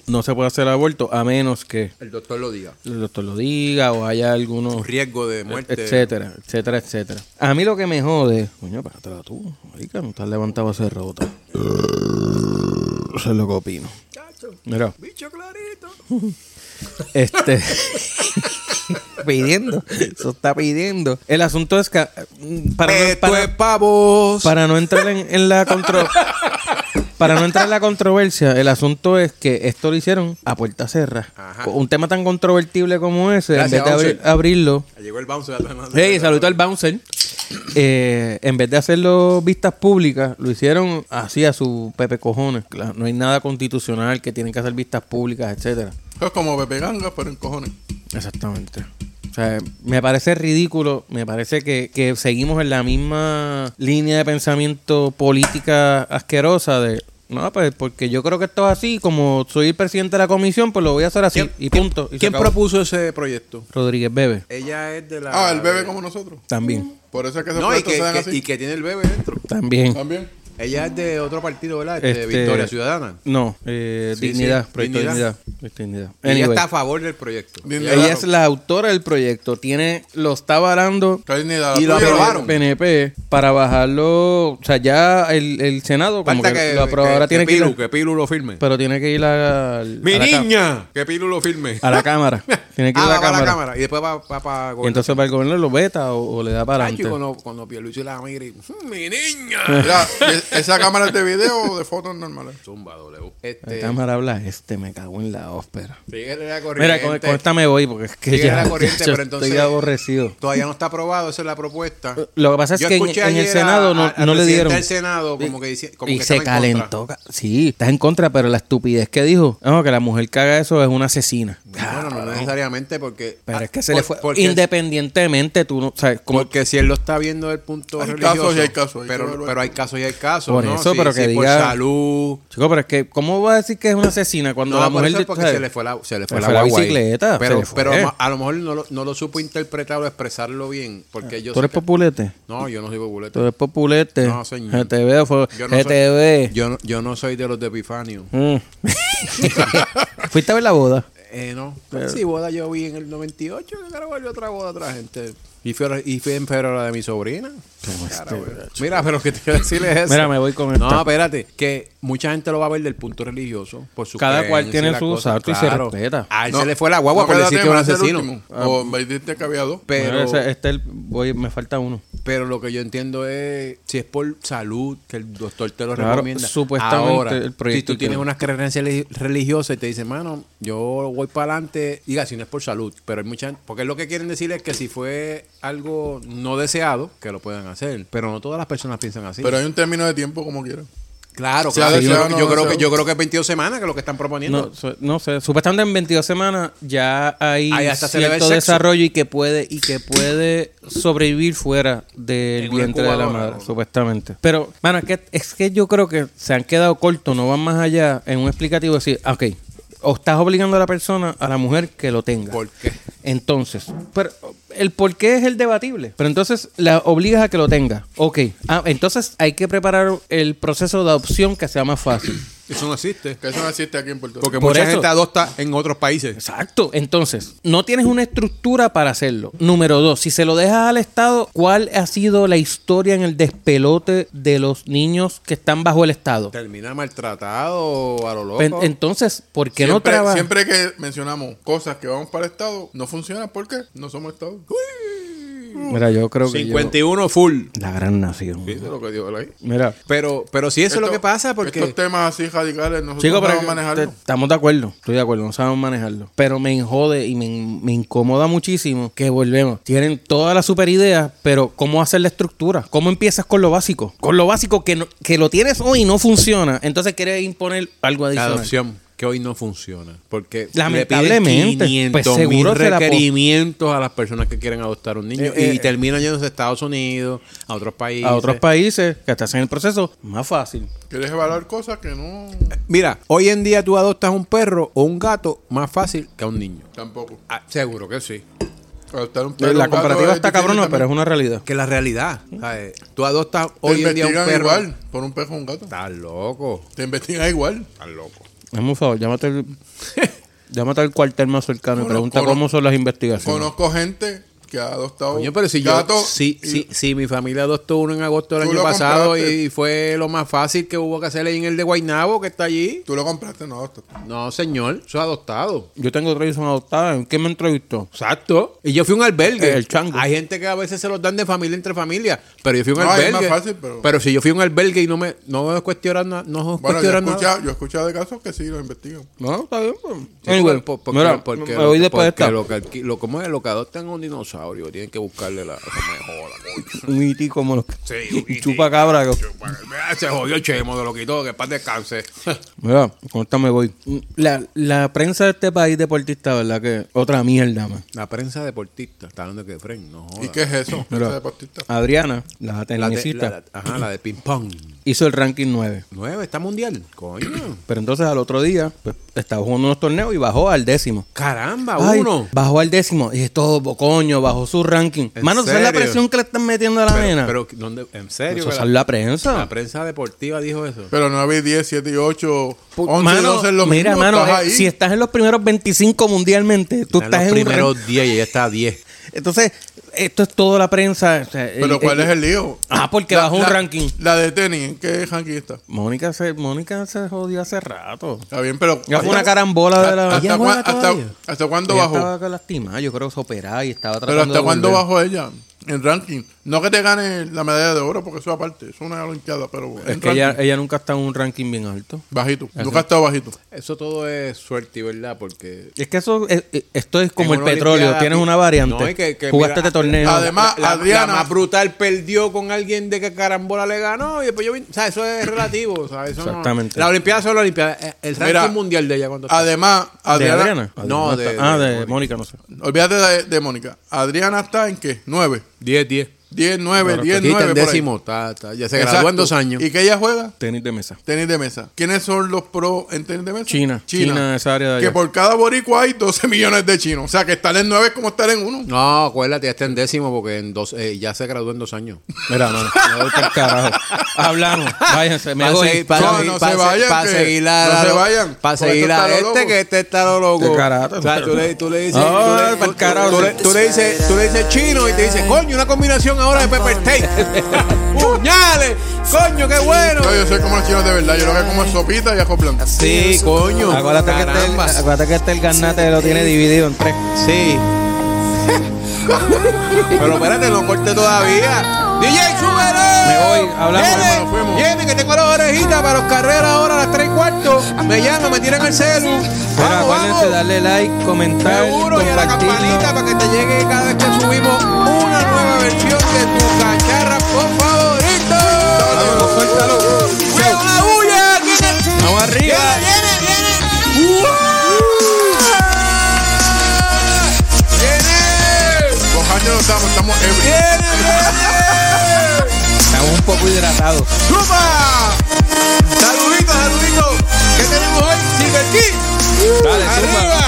Speaker 2: no se puede hacer aborto a menos que
Speaker 3: El doctor lo diga.
Speaker 2: el doctor lo diga o haya
Speaker 3: Un
Speaker 2: algunos
Speaker 3: riesgo
Speaker 2: Eh,
Speaker 3: de muerte.
Speaker 2: etcétera, etcétera, etcétera. A mí lo que me jode, coño, para atrás tú, marica, no estás levantado a hacer rota. Eso es lo que opino.
Speaker 3: Chacho,
Speaker 2: Mira,
Speaker 3: bicho clarito.
Speaker 2: este [laughs] pidiendo, eso está pidiendo. El asunto es que eh, para, no-
Speaker 3: Esto
Speaker 2: para-
Speaker 3: es pavos.
Speaker 2: Para no entrar en, en la contro- Para no entrar en la controversia, el asunto es que esto lo hicieron a puerta cerrada.
Speaker 3: Ajá.
Speaker 2: Un tema tan controvertible como ese,
Speaker 3: Gracias,
Speaker 2: en vez de abrir-
Speaker 3: Bouncer.
Speaker 2: abrirlo.
Speaker 3: Llegó el bounce de la
Speaker 2: Hey, saludito al bouncer. Eh, en vez de hacerlo vistas públicas, lo hicieron así a su pepe cojones. Claro, no hay nada constitucional que tienen que hacer vistas públicas, etcétera.
Speaker 1: Eso es como Pepe Ganga, pero en cojones.
Speaker 2: Exactamente. O sea, me parece ridículo, me parece que, que seguimos en la misma línea de pensamiento política asquerosa de, no, pues porque yo creo que esto es así, como soy el presidente de la comisión, pues lo voy a hacer así
Speaker 3: ¿Quién-
Speaker 2: y punto. y se
Speaker 3: ¿Quién
Speaker 2: acabó.
Speaker 3: propuso ese proyecto?
Speaker 2: Rodríguez Bebe,
Speaker 3: Ella es de la.
Speaker 1: Ah, el bebé como nosotros.
Speaker 2: también,
Speaker 1: Por eso es que se
Speaker 3: Eh. No, y que,
Speaker 1: se dan
Speaker 3: que-
Speaker 1: así.
Speaker 3: y que tiene el bebé dentro.
Speaker 2: también.
Speaker 1: También.
Speaker 3: Ella es de otro partido, ¿verdad? Este,
Speaker 2: Este,
Speaker 3: Victoria Ciudadana.
Speaker 2: No, eh,
Speaker 3: Sí,
Speaker 2: dignidad,
Speaker 3: sí,
Speaker 2: proyecto
Speaker 3: Dignidad.
Speaker 2: dignidad. Proyecto dignidad.
Speaker 3: Y Ella
Speaker 2: Anyway,
Speaker 3: está a favor del proyecto.
Speaker 1: Bien,
Speaker 2: ella es la autora del proyecto, tiene lo está varando
Speaker 1: Está dignidad, la
Speaker 3: Y lo
Speaker 1: tuya,
Speaker 3: aprobaron.
Speaker 2: PNP para bajarlo, o sea, ya el, el Senado como
Speaker 3: Falta
Speaker 2: que,
Speaker 3: que,
Speaker 2: lo aprobó, ahora
Speaker 3: que,
Speaker 2: tiene que,
Speaker 3: que, Pilu,
Speaker 2: ir,
Speaker 3: que Pilu lo firme.
Speaker 2: pero tiene que ir a, al-
Speaker 3: ¡Mi
Speaker 2: a la ca-
Speaker 3: niña! Que Pilu lo firme.
Speaker 2: a la
Speaker 3: [laughs]
Speaker 2: cámara, tiene que ir
Speaker 3: Ah,
Speaker 2: a la
Speaker 3: va
Speaker 2: cámara.
Speaker 3: Y después va, va para
Speaker 2: Y entonces para el gobierno lo veta o, o le da para
Speaker 3: Ay,
Speaker 2: adelante.
Speaker 3: chico, cuando, cuando Pierluisi la mira y... "Mm, ¡Mi
Speaker 1: bro.
Speaker 3: niña!
Speaker 1: Mira, ¿es- ¿esa cámara es de video o de fotos normales?
Speaker 3: Zumba, W.
Speaker 2: La
Speaker 3: Este...
Speaker 2: cámara habla este, me cago en la ópera.
Speaker 3: Síguele la corriente.
Speaker 2: Mira, con, con esta me voy porque es que
Speaker 3: Síguele
Speaker 2: ya,
Speaker 3: la corriente,
Speaker 2: [laughs] ya yo
Speaker 3: pero entonces...
Speaker 2: estoy aborrecido.
Speaker 3: Todavía no está aprobado, esa es la propuesta.
Speaker 2: Lo que pasa es
Speaker 3: Yo
Speaker 2: que en,
Speaker 3: escuché
Speaker 2: en el
Speaker 3: ayer a-
Speaker 2: Senado no,
Speaker 3: a- al
Speaker 2: no le
Speaker 3: presidente
Speaker 2: dieron.
Speaker 3: del Senado como que dice- como
Speaker 2: y
Speaker 3: que
Speaker 2: se
Speaker 3: estaba en contra.
Speaker 2: calentó. Sí, estás en contra, pero la estupidez que dijo, no, que la mujer que haga eso es una asesina.
Speaker 3: Bueno, no necesariamente porque...
Speaker 2: Pero
Speaker 3: ah,
Speaker 2: es que se
Speaker 3: por-
Speaker 2: le fue.
Speaker 3: porque-
Speaker 2: Independientemente, tú no sabes cómo.
Speaker 3: Porque si él lo está viendo desde el punto
Speaker 1: Hay
Speaker 3: religioso,
Speaker 1: casos y hay casos, hay que
Speaker 3: pero,
Speaker 1: evaluar.
Speaker 3: pero hay casos y hay casos,
Speaker 2: Por
Speaker 3: ¿no?
Speaker 2: eso,
Speaker 3: Si-
Speaker 2: pero que
Speaker 3: si por
Speaker 2: diga-
Speaker 3: salud,
Speaker 2: Chico, pero es que, ¿cómo va a decir que es una asesina cuando
Speaker 3: No,
Speaker 2: la
Speaker 3: por
Speaker 2: mujer.
Speaker 3: eso es porque
Speaker 2: sabes?
Speaker 3: se le fue la, se le
Speaker 2: Se
Speaker 3: fue
Speaker 2: le
Speaker 3: la
Speaker 2: fue la
Speaker 3: guagua ahí.
Speaker 2: bicicleta, se
Speaker 3: Pero,
Speaker 2: le fue.
Speaker 3: pero ma- a lo mejor no lo, no lo supo interpretar o expresarlo bien. Porque yo
Speaker 2: Ah. Tú
Speaker 3: sé
Speaker 2: eres
Speaker 3: que-
Speaker 2: populete.
Speaker 3: No, yo no soy populete.
Speaker 2: Tú eres populete.
Speaker 3: No, señor.
Speaker 2: GTV, fue-
Speaker 3: Yo no
Speaker 2: GTV.
Speaker 3: Yo no, yo no soy de los de Epifanio. [laughs]
Speaker 2: Mm. [laughs] Fuiste a ver la boda.
Speaker 3: Eh, no. Sí, boda yo vi en el 98. que Ahora volvió otra boda otra gente. Y fui, a la- y fui en febrero a la de mi sobrina. Cara, güey. Mira, pero lo que te quiero decir es eso.
Speaker 2: Mira, me voy con
Speaker 3: No,
Speaker 2: esta.
Speaker 3: espérate. Que mucha gente lo va a ver del punto religioso. Por su
Speaker 2: Cada cual
Speaker 3: creencia y
Speaker 2: tiene
Speaker 3: la
Speaker 2: su
Speaker 3: cosa.
Speaker 2: santo y se respeta.
Speaker 3: A él
Speaker 1: No,
Speaker 3: se le fue la guagua
Speaker 1: no
Speaker 3: por
Speaker 1: queda
Speaker 3: decir que es
Speaker 1: tiempo,
Speaker 3: un
Speaker 1: ese es el
Speaker 3: asesino. Ah.
Speaker 1: último. O me dijiste que había dos.
Speaker 2: Pero
Speaker 3: Pero...
Speaker 2: este es el- voy, me falta uno.
Speaker 3: Pero lo que yo entiendo es si es por salud que el doctor te lo
Speaker 2: Claro,
Speaker 3: recomienda.
Speaker 2: supuestamente
Speaker 3: Ahora,
Speaker 2: el proyecto
Speaker 3: si tú tienes
Speaker 2: que-
Speaker 3: unas creencias reli- religiosas y te dicen, mano, yo voy para adelante, diga si no es por salud, pero hay mucha porque lo que quieren decir es que si fue algo no deseado que lo puedan hacer, pero no todas las personas piensan así.
Speaker 1: Pero hay un término de tiempo como quiera.
Speaker 3: claro,
Speaker 1: sea
Speaker 3: claro, yo,
Speaker 1: deseado
Speaker 3: creo-
Speaker 1: o no
Speaker 3: yo creo que
Speaker 1: deseado.
Speaker 3: yo creo que es 22 semanas que es lo que están proponiendo.
Speaker 2: No, so- no sé, supuestamente en 22 semanas ya hay
Speaker 3: Ahí hasta se le ve el
Speaker 2: cierto
Speaker 3: sexo.
Speaker 2: desarrollo y que puede y que puede sobrevivir fuera del
Speaker 3: En una
Speaker 2: vientre de la
Speaker 3: incubadora,
Speaker 2: madre,
Speaker 3: ¿no?
Speaker 2: supuestamente. Pero, mano, es que, es que yo creo que se han quedado cortos, no van más allá en un explicativo de decir, ah, ok, o estás obligando a la persona, a la mujer que lo tenga.
Speaker 3: ¿Por qué?
Speaker 2: Entonces, pero el por qué es el debatible. Pero entonces la obligas a que lo tenga. Ok. Ah, entonces hay que preparar el proceso de adopción que sea más fácil.
Speaker 3: Eso no existe.
Speaker 1: Que eso no existe aquí en Puerto Rico.
Speaker 3: Porque
Speaker 2: Por
Speaker 3: mucha
Speaker 2: eso.
Speaker 3: gente adopta en otros países.
Speaker 2: Exacto. Entonces, no tienes una estructura para hacerlo. Número dos, si se lo dejas al Estado, ¿cuál ha sido la historia en el despelote de los niños que están bajo el Estado?
Speaker 3: Termina maltratado a lo loco.
Speaker 2: Pen- Entonces, ¿por qué no
Speaker 1: siempre,
Speaker 2: trabajas?
Speaker 1: siempre que mencionamos cosas que vamos para el Estado, no funciona. ¿Por qué? No somos Estado.
Speaker 2: Mira, yo creo que yo-
Speaker 3: 51 full.
Speaker 2: la gran nación.
Speaker 1: Eso es lo que dijo él ahí.
Speaker 2: Mira,
Speaker 3: Pero, pero sí, eso es lo
Speaker 1: Esto-
Speaker 3: que pasa, porque
Speaker 1: Estos temas así radicales nosotros
Speaker 2: Chicos,
Speaker 1: no
Speaker 2: pero
Speaker 1: sabemos manejarlo.
Speaker 2: te- estamos de acuerdo, estoy de acuerdo, no sabemos manejarlo. Pero me enjode y me, me incomoda muchísimo que volvemos. Tienen todas las super ideas, pero ¿cómo hacer la estructura? ¿Cómo empiezas con lo básico? Con lo básico que, no- que lo tienes hoy y no funciona. Entonces quieres imponer algo
Speaker 3: la
Speaker 2: adicional.
Speaker 3: adopción que hoy no funciona. Porque
Speaker 2: Lamentablemente,
Speaker 3: le piden
Speaker 2: pues
Speaker 3: 500
Speaker 2: seguro
Speaker 3: mil
Speaker 2: se la po-
Speaker 3: requerimientos a las personas que quieren adoptar un niño
Speaker 2: Eh,
Speaker 3: y
Speaker 2: eh,
Speaker 3: terminan yéndose a Estados Unidos, a otros países.
Speaker 2: A otros países que estás en el proceso, más fácil.
Speaker 1: Quieres evaluar cosas que no.
Speaker 3: Mira, hoy en día tú adoptas un perro o un gato más fácil que a un niño.
Speaker 1: Tampoco.
Speaker 3: Ah, seguro que sí.
Speaker 1: Adoptar un perro,
Speaker 2: La
Speaker 1: un gato
Speaker 2: comparativa
Speaker 1: es
Speaker 2: está
Speaker 1: difícil
Speaker 2: cabrona,
Speaker 1: también.
Speaker 2: pero es una realidad.
Speaker 3: Que la realidad. ¿sabes? Tú adoptas
Speaker 1: Te
Speaker 3: hoy en día un
Speaker 1: investigan
Speaker 3: perro.
Speaker 1: igual por un perro o un gato.
Speaker 3: Estás loco.
Speaker 1: Te investigan igual.
Speaker 3: Estás loco.
Speaker 2: Hazme un favor,
Speaker 1: [laughs]
Speaker 2: llámate al, llámate al cuartel más cercano y
Speaker 1: Cono-
Speaker 2: pregunta
Speaker 1: cono-
Speaker 2: cómo son las investigaciones.
Speaker 1: Conozco gente que ha adoptado
Speaker 3: Coño, pero si
Speaker 1: gato.
Speaker 3: yo, si,
Speaker 1: y-
Speaker 3: si, si mi familia adoptó uno en agosto del
Speaker 1: Tú
Speaker 3: año
Speaker 1: lo
Speaker 3: pasado
Speaker 1: compraste.
Speaker 3: y fue lo más fácil que hubo que hacer ahí en el de Guainabo que está allí.
Speaker 1: Tú lo compraste, no adoptaste.
Speaker 3: No, señor, eso es adoptado.
Speaker 2: Yo tengo otra edición adoptada. ¿En qué me entrevistó?
Speaker 3: Exacto. Y yo fui a un albergue.
Speaker 2: El chango.
Speaker 3: Hay gente que a veces se los dan de familia entre familia, pero yo fui a un
Speaker 1: No, es
Speaker 3: albergue.
Speaker 1: más fácil, pero-
Speaker 3: si yo fui a un albergue y no me no es cuestionar na-
Speaker 2: Pues
Speaker 3: no
Speaker 1: Bueno, yo
Speaker 3: es
Speaker 1: he,
Speaker 3: cuestionar nada.
Speaker 1: escuchado, yo he escuchado de casos que sí lo investigan.
Speaker 2: No, está bien. Pues.
Speaker 3: Sí,
Speaker 2: Anyway,
Speaker 3: por- por-
Speaker 2: mira,
Speaker 3: porque-
Speaker 2: me voy después de
Speaker 3: porque
Speaker 2: esta.
Speaker 3: Lo que, alqui- lo, ¿Cómo es? Lo que adoptan a un dinosaurio. Tienen que buscarle la, la mejor, coño.
Speaker 2: Un IT como los [laughs]
Speaker 3: Sí, un E IT.
Speaker 2: chupa cabra.
Speaker 3: Ah, Se jodió el chemo de lo quitó, que paz descanse. [laughs]
Speaker 2: Mira, con esta me voy. La, la prensa de este país deportista, ¿verdad? Que otra mierda, man.
Speaker 3: La prensa deportista, está hablando que Fren, no
Speaker 2: [clears throat]
Speaker 3: joda.
Speaker 1: ¿Y qué es eso?
Speaker 2: Mira.
Speaker 1: Ese deportista.
Speaker 2: Adriana, la
Speaker 3: La de,
Speaker 2: tenisista.
Speaker 3: la- la- ajá, la de ping pong.
Speaker 2: hizo el ranking 9.
Speaker 3: Nueve, está mundial.
Speaker 2: [clears throat]
Speaker 3: Coño.
Speaker 2: Pero entonces al otro día, pues, estaba jugando unos torneos y bajó al décimo.
Speaker 3: Caramba,
Speaker 2: Ay,
Speaker 3: uno.
Speaker 2: Bajó al décimo. Y esto, coño, bajó su ranking.
Speaker 3: ¿En
Speaker 2: Mano, ¿sabes la
Speaker 3: serio?
Speaker 2: presión que le están metiendo a la nena? Pues
Speaker 3: Pero, pero ¿dónde? ¿en serio?
Speaker 2: Eso
Speaker 3: que
Speaker 2: salió
Speaker 3: la,
Speaker 2: la prensa.
Speaker 3: la prensa deportiva dijo eso.
Speaker 1: Pero 9, 10, 7 y 8, 11,
Speaker 2: Mano,
Speaker 1: 12 es lo
Speaker 2: mira,
Speaker 1: mismo.
Speaker 2: mano,
Speaker 1: estás
Speaker 2: eh,
Speaker 1: ahí.
Speaker 2: si estás en los primeros 25 mundialmente, tú estás
Speaker 3: Está en
Speaker 2: en
Speaker 3: los
Speaker 2: un
Speaker 3: primeros 10 y ella está a 10.
Speaker 2: ranking. Entonces, esto es todo la prensa. o sea,
Speaker 1: Pero
Speaker 2: el-
Speaker 1: ¿cuál es el lío?
Speaker 2: Ah, porque bajó un ranking.
Speaker 1: La de tenis, ¿en qué ranking está?
Speaker 2: Mónica se, Mónica se jodió hace rato.
Speaker 1: Está bien, pero...
Speaker 2: Ya fue
Speaker 1: ¿hasta-
Speaker 2: una carambola de la...
Speaker 1: ¿Hasta,
Speaker 2: Ella
Speaker 1: cuán-
Speaker 4: juega
Speaker 1: hasta-
Speaker 4: todavía?
Speaker 1: hasta cuándo
Speaker 2: estaba
Speaker 1: bajó?
Speaker 2: acá lastimada, yo creo que se operaba y estaba tratando
Speaker 1: Pero ¿hasta
Speaker 2: de
Speaker 1: cuándo
Speaker 2: volver.
Speaker 1: bajó ella en ranking? No que te gane la medalla de oro, porque eso aparte, eso es una olimpiada, pero
Speaker 2: Es
Speaker 1: en
Speaker 2: que ella,
Speaker 1: ranking,
Speaker 2: ella nunca está en un ranking bien alto.
Speaker 1: bajito. Nunca ha estado bajito.
Speaker 3: Eso todo es suerte, ¿verdad? Porque...
Speaker 2: Es que eso, es- es- esto es como
Speaker 3: en
Speaker 2: el
Speaker 3: una
Speaker 2: petróleo,
Speaker 3: olimpiada-
Speaker 2: tienes una variante.
Speaker 3: No, y que- que
Speaker 2: Jugaste
Speaker 3: mira,
Speaker 2: este torneo.
Speaker 1: además-
Speaker 3: la, la-
Speaker 1: Adriana-
Speaker 3: la más brutal perdió con alguien de que carambola le ganó y después yo vi, o sea, eso es relativo, o sea, eso no-
Speaker 2: Exactamente.
Speaker 3: la olimpiada solo la olimpiada, eh, el ranking
Speaker 1: Mira,
Speaker 3: mundial de ella cuando
Speaker 1: Además,
Speaker 2: ¿De
Speaker 1: Adriana...
Speaker 2: Adriana?
Speaker 3: No,
Speaker 2: Adriana
Speaker 3: de-
Speaker 2: está- Ah,
Speaker 3: de
Speaker 2: de Mónica, no sé.
Speaker 1: Olvídate de, de Mónica. Adriana está en qué? 9.
Speaker 3: 10 10.
Speaker 1: 10, 9, 10,
Speaker 3: Aquí
Speaker 1: 9.
Speaker 3: está en décimo, está- está- ya se graduó en dos años.
Speaker 1: ¿Y que ella juega?
Speaker 2: Tenis de mesa.
Speaker 1: Tenis de mesa. ¿Quiénes son los pro en tenis de mesa?
Speaker 2: China. China, esa área de allá.
Speaker 1: Que por cada boricua hay 12 millones de chinos. O sea, que estar en 9 es como estar en 1.
Speaker 3: No, acuérdate, ya está en décimo porque en dos, eh, ya se graduó en dos años.
Speaker 2: Mira, no, no, me voy pa'l carajo. Hablamos. Váyanse, me
Speaker 3: Para
Speaker 2: voy.
Speaker 3: seguir, para
Speaker 1: No,
Speaker 3: seguir-
Speaker 1: no
Speaker 3: para
Speaker 1: se
Speaker 3: se-
Speaker 1: vayan,
Speaker 3: para
Speaker 1: que-
Speaker 3: seguir la,
Speaker 1: no
Speaker 3: la-
Speaker 1: se vayan,
Speaker 3: para
Speaker 1: porque
Speaker 3: seguir
Speaker 1: esto
Speaker 3: a
Speaker 1: está lo
Speaker 3: este
Speaker 1: loco.
Speaker 3: que este está lo
Speaker 2: Qué
Speaker 3: loco.
Speaker 2: carajo.
Speaker 3: O sea, tú le, tú le dices,
Speaker 2: Ah,
Speaker 3: tú le-
Speaker 2: pa'l
Speaker 3: tú-
Speaker 2: carajo.
Speaker 3: tú le- tú le dices, tú le dices chino y te dice, coño, una combinación ahora de pepper steak, [laughs] puñales, coño, qué bueno.
Speaker 1: yo soy como los chinos de verdad. Yo lo que como es sopita y ajo blanco.
Speaker 3: Sí, coño.
Speaker 2: Acuérdate que, este,
Speaker 3: caramba.
Speaker 2: acuérdate que este el garnate lo tiene dividido en tres.
Speaker 3: Sí. Pero espérate, no corte todavía. DJ, súbelo.
Speaker 2: Me voy, hablamos,
Speaker 3: Viene,
Speaker 1: hermano, fuimos.
Speaker 3: viene, que tengo las orejitas para los carreras ahora a las 3 y cuarto. Me llaman, me tiran el celu.
Speaker 2: Pero
Speaker 3: Vamos,
Speaker 2: acuérdense
Speaker 3: vamos.
Speaker 2: darle like, comentar,
Speaker 3: Seguro y a la campanita para que te llegue cada vez que subimos una nueva versión de tu cacharra por favorito.
Speaker 2: Vamos, suéltalo.
Speaker 3: ¡Fuego la bulla! ¡Viene,
Speaker 2: Vamos arriba.
Speaker 3: viene, viene! ¡Viene!
Speaker 1: Los años no estamos, estamos every.
Speaker 3: ¡Viene, viene!
Speaker 2: Estamos un poco hidratados.
Speaker 3: ¡Zumba! ¡Saluditos, saluditos! ¿Qué tenemos hoy? ¡Silver King!
Speaker 2: Dale, zumba.
Speaker 3: ¡Arriba!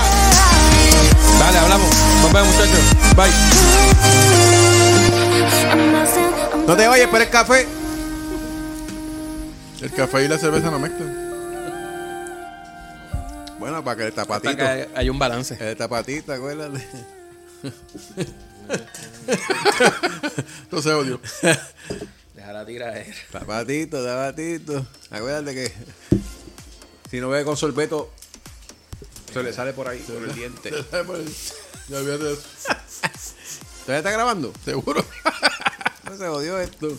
Speaker 2: Dale, hablamos. Nos vemos, muchachos. Bye.
Speaker 3: No te vayas, pero el café.
Speaker 1: El café y la cerveza no mezclan. Bueno, para que el
Speaker 2: Hasta
Speaker 1: tapatito.
Speaker 2: que hay un balance.
Speaker 3: El tapatita, Eh, acuérdate.
Speaker 1: Entonces odio.
Speaker 2: Dejará tirar.
Speaker 3: Tapatito, tapatito. Acuérdate que si no bebe con sorbeto, se le sale por ahí, por el diente.
Speaker 1: Eh, pues, ya olvídate de eso.
Speaker 3: ¿Todavía está grabando?
Speaker 1: Seguro.
Speaker 3: No se jodió esto.